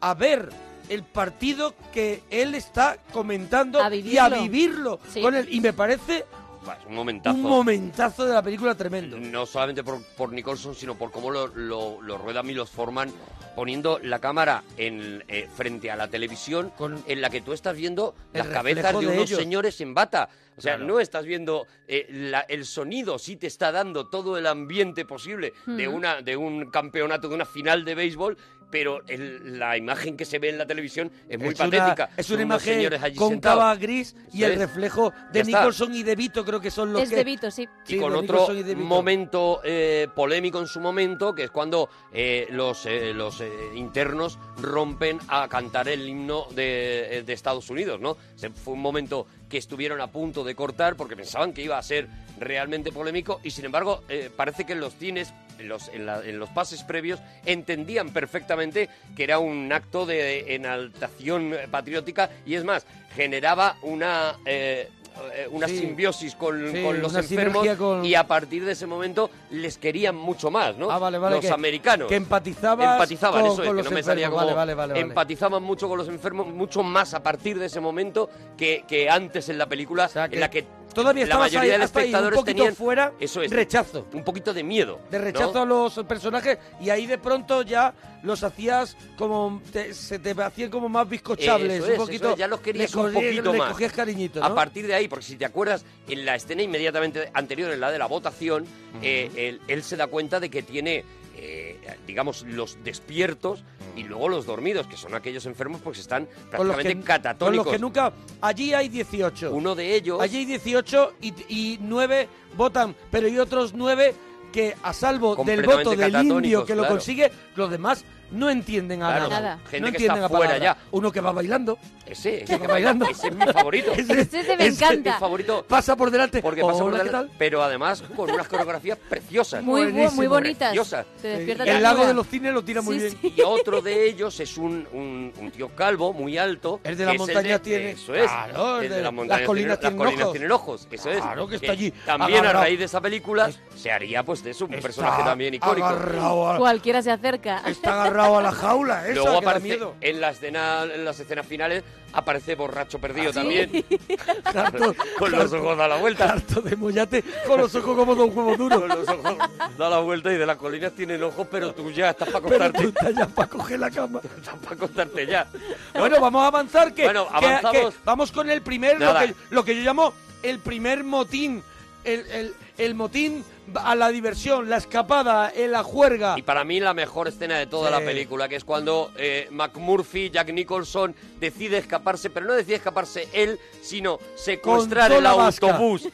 Speaker 3: a ver el partido que él está comentando y a
Speaker 5: vivirlo.
Speaker 3: vivirlo con él. Y me parece
Speaker 5: Es Pues, un momentazo.
Speaker 3: un momentazo de la película tremendo.
Speaker 5: No solamente por, por Nicholson, sino por cómo lo, lo, lo ruedan y los forman, poniendo la cámara en, eh, frente a la televisión en la que tú estás viendo
Speaker 3: El
Speaker 5: las cabezas
Speaker 3: reflejo
Speaker 5: de,
Speaker 3: de
Speaker 5: unos
Speaker 3: ellos.
Speaker 5: señores en bata. O sea,
Speaker 3: Claro.
Speaker 5: no estás viendo eh, la- el sonido, sí te está dando todo el ambiente posible de,
Speaker 2: Mm.
Speaker 5: una, de un campeonato, de una final de béisbol. Pero el- la imagen que se ve en la televisión es muy
Speaker 3: una-
Speaker 5: patética.
Speaker 3: es una
Speaker 5: Unos
Speaker 3: imagen
Speaker 5: señores allí
Speaker 3: cóncava
Speaker 5: sentados.
Speaker 3: gris y
Speaker 5: Eso
Speaker 3: el
Speaker 5: es.
Speaker 3: reflejo de
Speaker 5: Ya está.
Speaker 3: Nicholson y de Vito, creo que son los
Speaker 4: Es
Speaker 3: que...
Speaker 4: de Vito, sí.
Speaker 5: y con
Speaker 3: de
Speaker 5: otro
Speaker 3: Nicholson y de Vito.
Speaker 5: momento eh, polémico en su momento, que es cuando eh, los, eh, los eh, internos rompen a cantar el himno de, eh, de Estados Unidos, ¿no? Se- fue un momento que estuvieron a punto de cortar porque pensaban que iba a ser realmente polémico y sin embargo eh, parece que en los cines, en los, en, la- en los pases previos, entendían perfectamente que era un acto de enaltación eh, patriótica y es más, generaba una... eh, eh, una
Speaker 3: Sí.
Speaker 5: simbiosis con,
Speaker 3: Sí,
Speaker 5: con los
Speaker 3: una
Speaker 5: enfermos
Speaker 3: sinergia con- Ah,
Speaker 5: y a partir de ese momento les querían mucho más, ¿no?
Speaker 3: Vale,
Speaker 5: los
Speaker 3: que-
Speaker 5: americanos.
Speaker 3: Que empatizaban,
Speaker 5: empatizaban,
Speaker 3: con,
Speaker 5: eso es,
Speaker 3: con
Speaker 5: que
Speaker 3: los
Speaker 5: no me salía
Speaker 3: enfermos.
Speaker 5: como-
Speaker 3: Vale, vale, vale, vale.
Speaker 5: Empatizaban mucho con los enfermos, mucho más a partir de ese momento que, que antes en la película, en la que
Speaker 3: todavía
Speaker 5: la
Speaker 3: estabas
Speaker 5: mayoría
Speaker 3: ahí-
Speaker 5: de los
Speaker 3: hasta ahí, un
Speaker 5: espectadores
Speaker 3: poquito
Speaker 5: tenían
Speaker 3: fuera,
Speaker 5: eso es,
Speaker 3: rechazo.
Speaker 5: un poquito de miedo.
Speaker 3: De
Speaker 5: ¿no?
Speaker 3: rechazo a los personajes y ahí de pronto ya los hacías como... te- se te hacían como más bizcochables,
Speaker 5: Eso
Speaker 3: un
Speaker 5: es,
Speaker 3: poquito...
Speaker 5: eso es, ya los querías
Speaker 3: le
Speaker 5: un
Speaker 3: cogías-
Speaker 5: poquito
Speaker 3: le
Speaker 5: más.
Speaker 3: cogías cariñito,
Speaker 5: A
Speaker 3: ¿no?
Speaker 5: partir de ahí, porque si te acuerdas, en la escena inmediatamente anterior, en la de la votación, eh, él, él se da cuenta de que tiene, eh, digamos, los despiertos y luego los dormidos, que son aquellos enfermos porque están
Speaker 3: Con los
Speaker 5: prácticamente
Speaker 3: que- Con los
Speaker 5: catatónicos.
Speaker 3: que nunca... Allí hay 18.
Speaker 5: Uno de ellos...
Speaker 3: Allí hay 18 y, y 9 votan, pero hay otros 9 que a salvo del
Speaker 5: Completamente
Speaker 3: voto del
Speaker 5: catatónicos,
Speaker 3: indio que lo
Speaker 5: claro.
Speaker 3: consigue, los demás no entienden a
Speaker 5: Claro,
Speaker 3: nada.
Speaker 5: Nada. gente
Speaker 3: no
Speaker 5: que
Speaker 3: entienden
Speaker 5: está
Speaker 3: a
Speaker 5: fuera
Speaker 3: palabra.
Speaker 5: ya.
Speaker 3: Uno que va bailando.
Speaker 5: Ese,
Speaker 3: Que bailando.
Speaker 5: ese es mi favorito.
Speaker 3: Ese-
Speaker 5: me
Speaker 3: ese-
Speaker 5: encanta. mi favorito.
Speaker 3: Pasa por delante.
Speaker 5: Porque pasa por
Speaker 3: Hola, ¿qué
Speaker 5: delante, pero además con unas coreografías preciosas.
Speaker 4: Muy bu- Buenísimo. muy bonitas.
Speaker 5: Preciosas.
Speaker 4: Te despierta
Speaker 3: El lago de los cines lo tira muy
Speaker 4: Sí,
Speaker 3: bien.
Speaker 5: Y otro de ellos es un, un, un tío calvo, muy alto. que
Speaker 3: El de las
Speaker 5: es
Speaker 3: montañas tiene-
Speaker 5: Eso es.
Speaker 3: Claro, el
Speaker 5: el
Speaker 3: de
Speaker 5: de,
Speaker 3: las
Speaker 5: las montañas
Speaker 3: colinas
Speaker 5: tiene,
Speaker 3: tienen
Speaker 5: las colinas
Speaker 3: ojos.
Speaker 5: tienen ojos. Eso es.
Speaker 3: Claro que está allí,
Speaker 5: También
Speaker 3: agarrado.
Speaker 5: a raíz de esa película se haría pues de eso un personaje también icónico.
Speaker 3: agarrado
Speaker 4: Cualquiera se acerca.
Speaker 3: Está agarrado a la jaula esa
Speaker 5: Luego
Speaker 3: que da
Speaker 5: aparece
Speaker 3: miedo.
Speaker 5: En, la escena- en las escenas finales aparece borracho perdido
Speaker 3: ¿Ah, sí?
Speaker 5: también. con los ojos da la vuelta.
Speaker 3: Harto de mollate con los ojos como dos huevos duros.
Speaker 5: Con los ojos da la vuelta y de las colinas tienen ojos, pero tú ya estás para
Speaker 3: Pero
Speaker 5: acostarte.
Speaker 3: tú estás ya para coger la cama.
Speaker 5: estás para acostarte ya.
Speaker 3: Bueno, vamos a avanzar que,
Speaker 5: Bueno,
Speaker 3: que-
Speaker 5: avanzamos.
Speaker 3: que vamos con el primer lo
Speaker 5: Nada.
Speaker 3: que, lo que yo llamo el primer motín, el, el- el motín a la diversión, la escapada, eh, la juerga.
Speaker 5: Y para mí la mejor escena de toda
Speaker 3: Sí.
Speaker 5: la película, que es cuando eh, McMurphy, Jack Nicholson, decide escaparse, pero no decide escaparse él, sino secuestrar el
Speaker 3: Controla vasca.
Speaker 5: autobús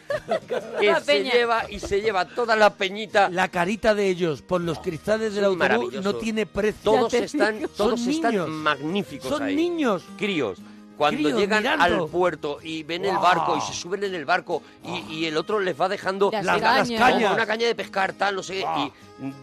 Speaker 5: que
Speaker 3: La
Speaker 5: se
Speaker 3: peña.
Speaker 5: lleva y se lleva toda la peñita.
Speaker 3: La carita de ellos por los cristales del autobús
Speaker 5: maravilloso.
Speaker 3: no tiene precio.
Speaker 5: Todos
Speaker 3: Ya te
Speaker 5: están,
Speaker 3: digo,
Speaker 5: todos
Speaker 3: son
Speaker 5: están
Speaker 3: niños.
Speaker 5: magníficos
Speaker 3: Son
Speaker 5: ahí.
Speaker 3: niños.
Speaker 5: Críos. Cuando
Speaker 3: Críos,
Speaker 5: llegan
Speaker 3: mirando.
Speaker 5: al puerto y ven el
Speaker 3: Guau.
Speaker 5: barco y se suben en el barco y, y el otro les va dejando
Speaker 3: Las Las- las cañas. cañas.
Speaker 5: Como una caña de pescar, tal, no sé, y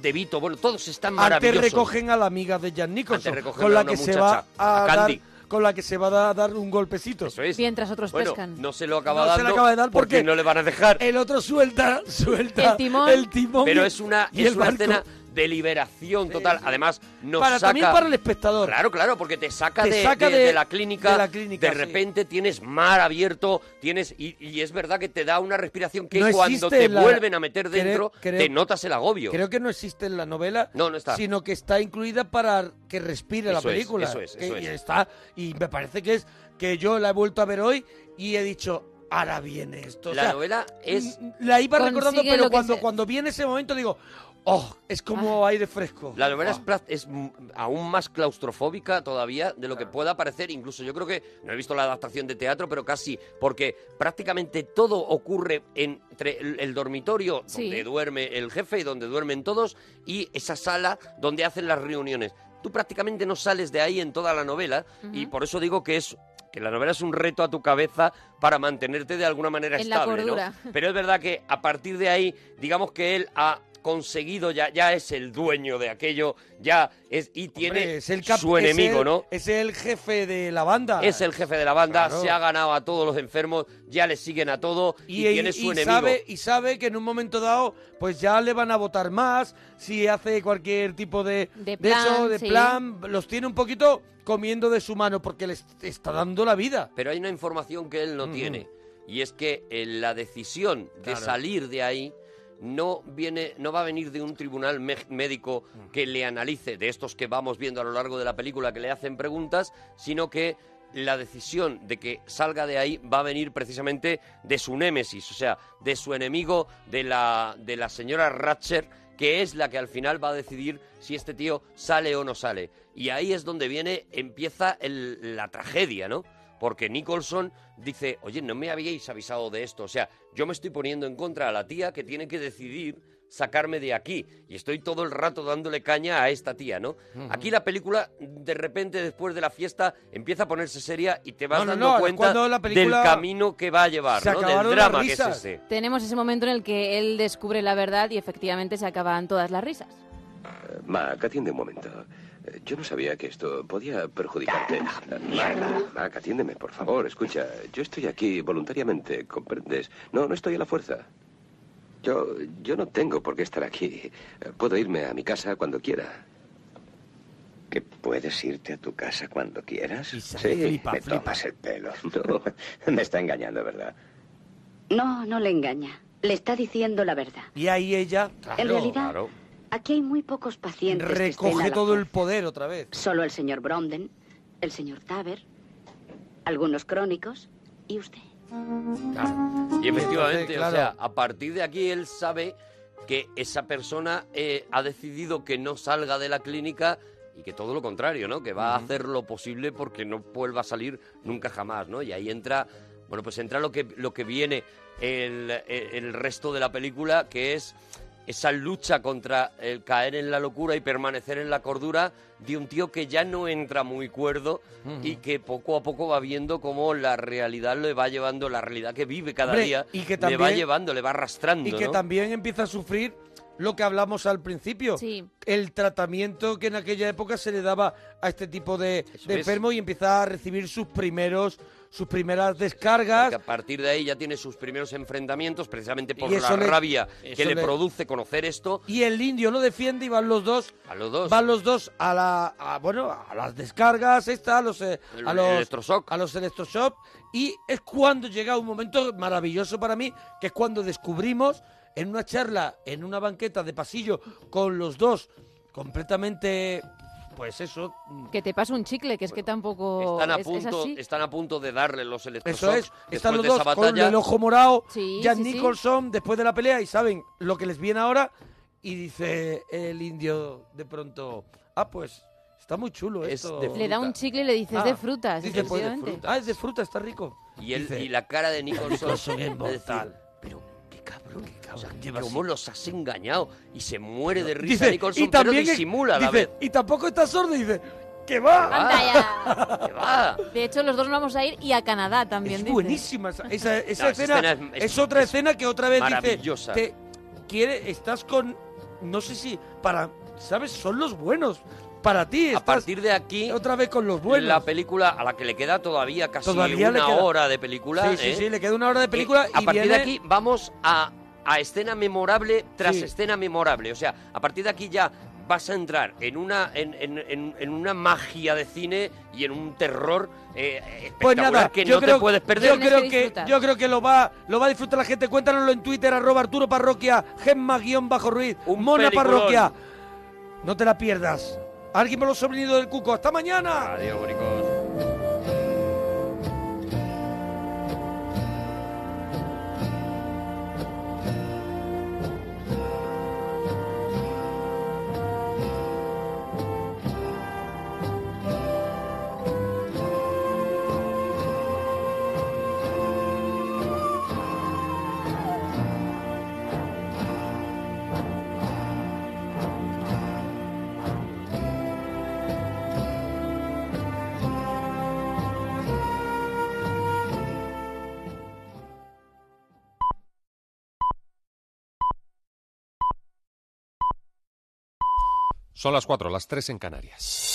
Speaker 5: de Vito, bueno, todos están
Speaker 3: Antes
Speaker 5: maravillosos.
Speaker 3: recogen a la amiga de Jan Nicholson,
Speaker 5: Ah, recogen
Speaker 3: con
Speaker 5: a
Speaker 3: la
Speaker 5: una
Speaker 3: que se va
Speaker 5: muchacha,
Speaker 3: a,
Speaker 5: a
Speaker 3: dar,
Speaker 5: Candy.
Speaker 3: con la que se va a da- dar un golpecito.
Speaker 5: Eso es.
Speaker 4: Mientras otros
Speaker 5: Bueno,
Speaker 4: pescan.
Speaker 5: no se lo acaba
Speaker 3: No se
Speaker 5: dando
Speaker 3: le acaba de dar
Speaker 5: porque,
Speaker 3: porque
Speaker 5: no le van a dejar.
Speaker 3: El otro suelta, suelta
Speaker 4: El timón.
Speaker 3: el timón
Speaker 5: Pero
Speaker 3: y-
Speaker 5: es una,
Speaker 3: y
Speaker 5: es
Speaker 3: el
Speaker 5: una
Speaker 3: barco.
Speaker 5: escena de liberación total. Además, nos
Speaker 3: Para-
Speaker 5: saca...
Speaker 3: también para el espectador.
Speaker 5: Claro, claro, porque te saca,
Speaker 3: Te
Speaker 5: de,
Speaker 3: saca
Speaker 5: de-
Speaker 3: de-
Speaker 5: de la clínica.
Speaker 3: de la clínica,
Speaker 5: de
Speaker 3: sí.
Speaker 5: repente tienes mar abierto, tienes y, y es verdad que te da una respiración que
Speaker 3: No
Speaker 5: cuando
Speaker 3: existe
Speaker 5: te
Speaker 3: la-
Speaker 5: vuelven a meter
Speaker 3: creo-
Speaker 5: dentro
Speaker 3: creo-
Speaker 5: te notas el agobio.
Speaker 3: Creo que no existe en la novela,
Speaker 5: No, no está.
Speaker 3: sino que está incluida para que respire la
Speaker 5: Eso es,
Speaker 3: película.
Speaker 5: eso es,
Speaker 3: Que-
Speaker 5: eso es.
Speaker 3: Y está y me parece que es que yo la he vuelto a ver hoy y he dicho ahora viene esto. o
Speaker 5: La
Speaker 3: sea,
Speaker 5: novela es-
Speaker 3: La iba recordando,
Speaker 5: Consigue lo
Speaker 3: pero
Speaker 5: que
Speaker 3: cuando,
Speaker 5: se- Ah.
Speaker 3: cuando vi en ese momento digo, oh, es como aire fresco. Oh,
Speaker 5: La novela es pla- es, m- aún más claustrofóbica todavía de lo que pueda parecer. Incluso yo creo que, no he visto la adaptación de teatro, pero casi, porque prácticamente todo ocurre entre el, el dormitorio
Speaker 7: Sí.
Speaker 5: donde duerme el jefe y donde duermen todos y esa sala donde hacen las reuniones. Tú prácticamente no sales de ahí en toda la novela y
Speaker 7: Ujú.
Speaker 5: por eso digo que es que la novela es un reto a tu cabeza para mantenerte de alguna manera
Speaker 7: En la
Speaker 5: estable, ¿no?
Speaker 7: cordura.
Speaker 5: Pero es verdad que a partir de ahí, digamos que él ha conseguido ya, ya es el dueño de aquello, ya es y tiene
Speaker 3: Hombre, es el cap-
Speaker 5: su
Speaker 3: es
Speaker 5: enemigo,
Speaker 3: el-
Speaker 5: ¿no?
Speaker 3: Es el jefe de la banda.
Speaker 5: Es el jefe de la banda,
Speaker 3: Claro.
Speaker 5: se ha ganado a todos los enfermos, ya le siguen a todo y, tiene su enemigo.
Speaker 3: Sabe, y sabe que en un momento dado, pues ya le van a votar más si hace cualquier tipo de,
Speaker 4: De
Speaker 3: eso,
Speaker 4: plan,
Speaker 3: de
Speaker 4: sí.
Speaker 3: plan. Los tiene un poquito comiendo de su mano porque les está dando la vida.
Speaker 5: Pero hay una información que él no tiene. Y es que eh, la decisión de
Speaker 3: Claro.
Speaker 5: salir de ahí no viene, no va a venir de un tribunal me- médico que le analice, de estos que vamos viendo a lo largo de la película que le hacen preguntas, sino que la decisión de que salga de ahí va a venir precisamente de su némesis, o sea, de su enemigo, de la, de la señora Ratcher, que es la que al final va a decidir si este tío sale o no sale. Y ahí es donde viene, empieza el- la tragedia, ¿no? Porque Nicholson dice, oye, no me habíais avisado de esto. O sea, yo me estoy poniendo en contra a la tía que tiene que decidir sacarme de aquí. Y estoy todo el rato dándole caña a esta tía, ¿no?
Speaker 7: Ujú.
Speaker 5: Aquí la película, de repente, después de la fiesta, empieza a ponerse seria y te vas
Speaker 3: No, no,
Speaker 5: dando
Speaker 3: no,
Speaker 5: cuenta
Speaker 3: cuando la
Speaker 5: del
Speaker 3: película-
Speaker 5: camino que va a llevar,
Speaker 3: Se
Speaker 5: ¿no? Del
Speaker 3: acabaron las
Speaker 5: drama que es
Speaker 3: risas.
Speaker 5: ese.
Speaker 4: Tenemos ese momento en el que él descubre la verdad y efectivamente se acaban todas las risas.
Speaker 7: Mac, atiende un momento. Eh, Yo no sabía que esto podía perjudicarte. Eh, Mac, Mac, atiéndeme, por favor, escucha. Yo estoy aquí voluntariamente, ¿comprendes? No, no estoy a la fuerza. Yo, yo no tengo por qué estar aquí. Eh, Puedo irme a mi casa cuando quiera. ¿Que puedes irte a tu casa cuando quieras?
Speaker 10: Sí, flipa, me flipa. tomas
Speaker 7: el pelo. me está engañando, ¿verdad?
Speaker 9: No, no le engaña. Le está diciendo la verdad.
Speaker 3: Y ahí ella,
Speaker 9: En realidad, aquí hay muy pocos pacientes. que estén a
Speaker 3: recoge
Speaker 9: la
Speaker 3: todo el poder otra vez.
Speaker 9: Solo el señor Bromden, el señor Taver, algunos crónicos y usted.
Speaker 5: Y efectivamente,
Speaker 9: Entonces,
Speaker 5: o
Speaker 9: claro.
Speaker 5: sea, a partir de aquí él sabe que esa persona eh, ha decidido que no salga de la clínica y que todo lo contrario, ¿no? Que va a hacer lo posible porque no vuelva a salir nunca jamás, ¿no? Y ahí entra, bueno, pues entra lo que, lo que viene el, eh, el resto de la película, que es esa lucha contra el caer en la locura y permanecer en la cordura de un tío que ya no entra muy cuerdo
Speaker 3: Ujú.
Speaker 5: y que poco a poco va viendo cómo la realidad le va llevando, la realidad que vive cada
Speaker 3: Hombre,
Speaker 5: día
Speaker 3: y que
Speaker 5: le va
Speaker 3: también-
Speaker 5: llevando, le va arrastrando.
Speaker 3: Y que
Speaker 5: ¿no?
Speaker 3: también empieza a sufrir lo que hablamos al principio. El tratamiento que en aquella época se le daba a este tipo de, de
Speaker 5: es.
Speaker 3: enfermos y empieza a recibir sus primeros sus primeras descargas.
Speaker 5: Que a partir de ahí ya tiene sus primeros enfrentamientos, precisamente por
Speaker 3: Y eso
Speaker 5: la
Speaker 3: le-
Speaker 5: rabia que
Speaker 3: eso
Speaker 5: le,
Speaker 3: le-
Speaker 5: produce conocer esto.
Speaker 3: Y el indio lo defiende y van los dos.
Speaker 5: A los dos.
Speaker 3: Van los dos a la a, bueno, a las descargas, esta, a los eh,
Speaker 5: El-
Speaker 3: a
Speaker 5: el
Speaker 3: los
Speaker 5: electroshock.
Speaker 3: a los electroshock y es cuando llega un momento maravilloso para mí, que es cuando descubrimos en una charla en una banqueta de pasillo con los dos completamente pues eso,
Speaker 4: Que te pasa un chicle, que es que
Speaker 3: Oh,
Speaker 4: tampoco
Speaker 5: Están a,
Speaker 4: es, es
Speaker 5: punto,
Speaker 4: así.
Speaker 5: están a punto de darle los
Speaker 3: Eso
Speaker 5: electroshocks
Speaker 3: es, están
Speaker 5: después
Speaker 3: los
Speaker 5: de
Speaker 3: dos
Speaker 5: esa
Speaker 3: con
Speaker 5: batalla.
Speaker 3: el ojo morado,
Speaker 4: Sí,
Speaker 3: Jack
Speaker 4: sí, sí.
Speaker 3: Nicholson después de la pelea y saben lo que les viene ahora y dice el indio de pronto, ah pues está muy chulo esto.
Speaker 4: Le da un chicle y le dices
Speaker 3: Ah,
Speaker 4: de frutas,
Speaker 3: dice, pues,
Speaker 4: efectivamente.
Speaker 3: Ah, es de fruta, está rico.
Speaker 5: Y, él-
Speaker 3: Dice,
Speaker 5: y la cara de Nicholson,
Speaker 3: Nicholson es
Speaker 5: es decir,
Speaker 3: mortal.
Speaker 5: o sea,
Speaker 3: lleva
Speaker 5: ¿Cómo
Speaker 3: así.
Speaker 5: los has engañado? Y se muere de risa
Speaker 3: Dice,
Speaker 5: Nicholson,
Speaker 3: y también
Speaker 5: pero disimula a la
Speaker 3: dice,
Speaker 5: vez. Ah,
Speaker 3: Y tampoco está sordo, y dice, que va.
Speaker 4: Anda ya. De hecho, los dos nos vamos a ir y a Canadá también.
Speaker 3: Es
Speaker 4: dice.
Speaker 3: buenísima esa, esa- esa
Speaker 5: No, esa
Speaker 3: escena.
Speaker 5: escena es-
Speaker 3: es,
Speaker 5: es-
Speaker 3: otra
Speaker 5: es
Speaker 3: escena que otra vez dice.
Speaker 5: maravillosa.
Speaker 3: Te quiere, estás con. No sé si. Para. ¿Sabes? Son los buenos. Para ti. Estás a partir
Speaker 5: de aquí.
Speaker 3: Otra vez con los buenos.
Speaker 5: La película a la que le queda todavía casi
Speaker 3: Todavía le
Speaker 5: una
Speaker 3: queda-
Speaker 5: hora de película.
Speaker 3: Sí, sí,
Speaker 5: ¿eh?
Speaker 3: sí, le queda una hora de película.
Speaker 5: Eh, a
Speaker 3: y
Speaker 5: partir de
Speaker 3: viene-
Speaker 5: aquí vamos a, a escena memorable tras
Speaker 3: Sí.
Speaker 5: escena memorable. O sea, a partir de aquí ya vas a entrar en una, en, en- en- en una magia de cine y en un terror eh, espectacular
Speaker 3: Pues nada,
Speaker 5: que
Speaker 3: yo
Speaker 5: no
Speaker 3: creo,
Speaker 5: te puedes perder.
Speaker 3: Yo creo que, yo creo que lo va, lo va a disfrutar la gente. Cuéntanoslo en Twitter, arroba Arturo Parroquia, Gemma guión bajo Ruiz, Mona
Speaker 5: peliculón.
Speaker 3: Parroquia. No te la pierdas. Alguien por los sobrinidos del Cuco. ¡Hasta mañana!
Speaker 5: Adiós, bonicos.
Speaker 15: Son las 4, las 3 en Canarias.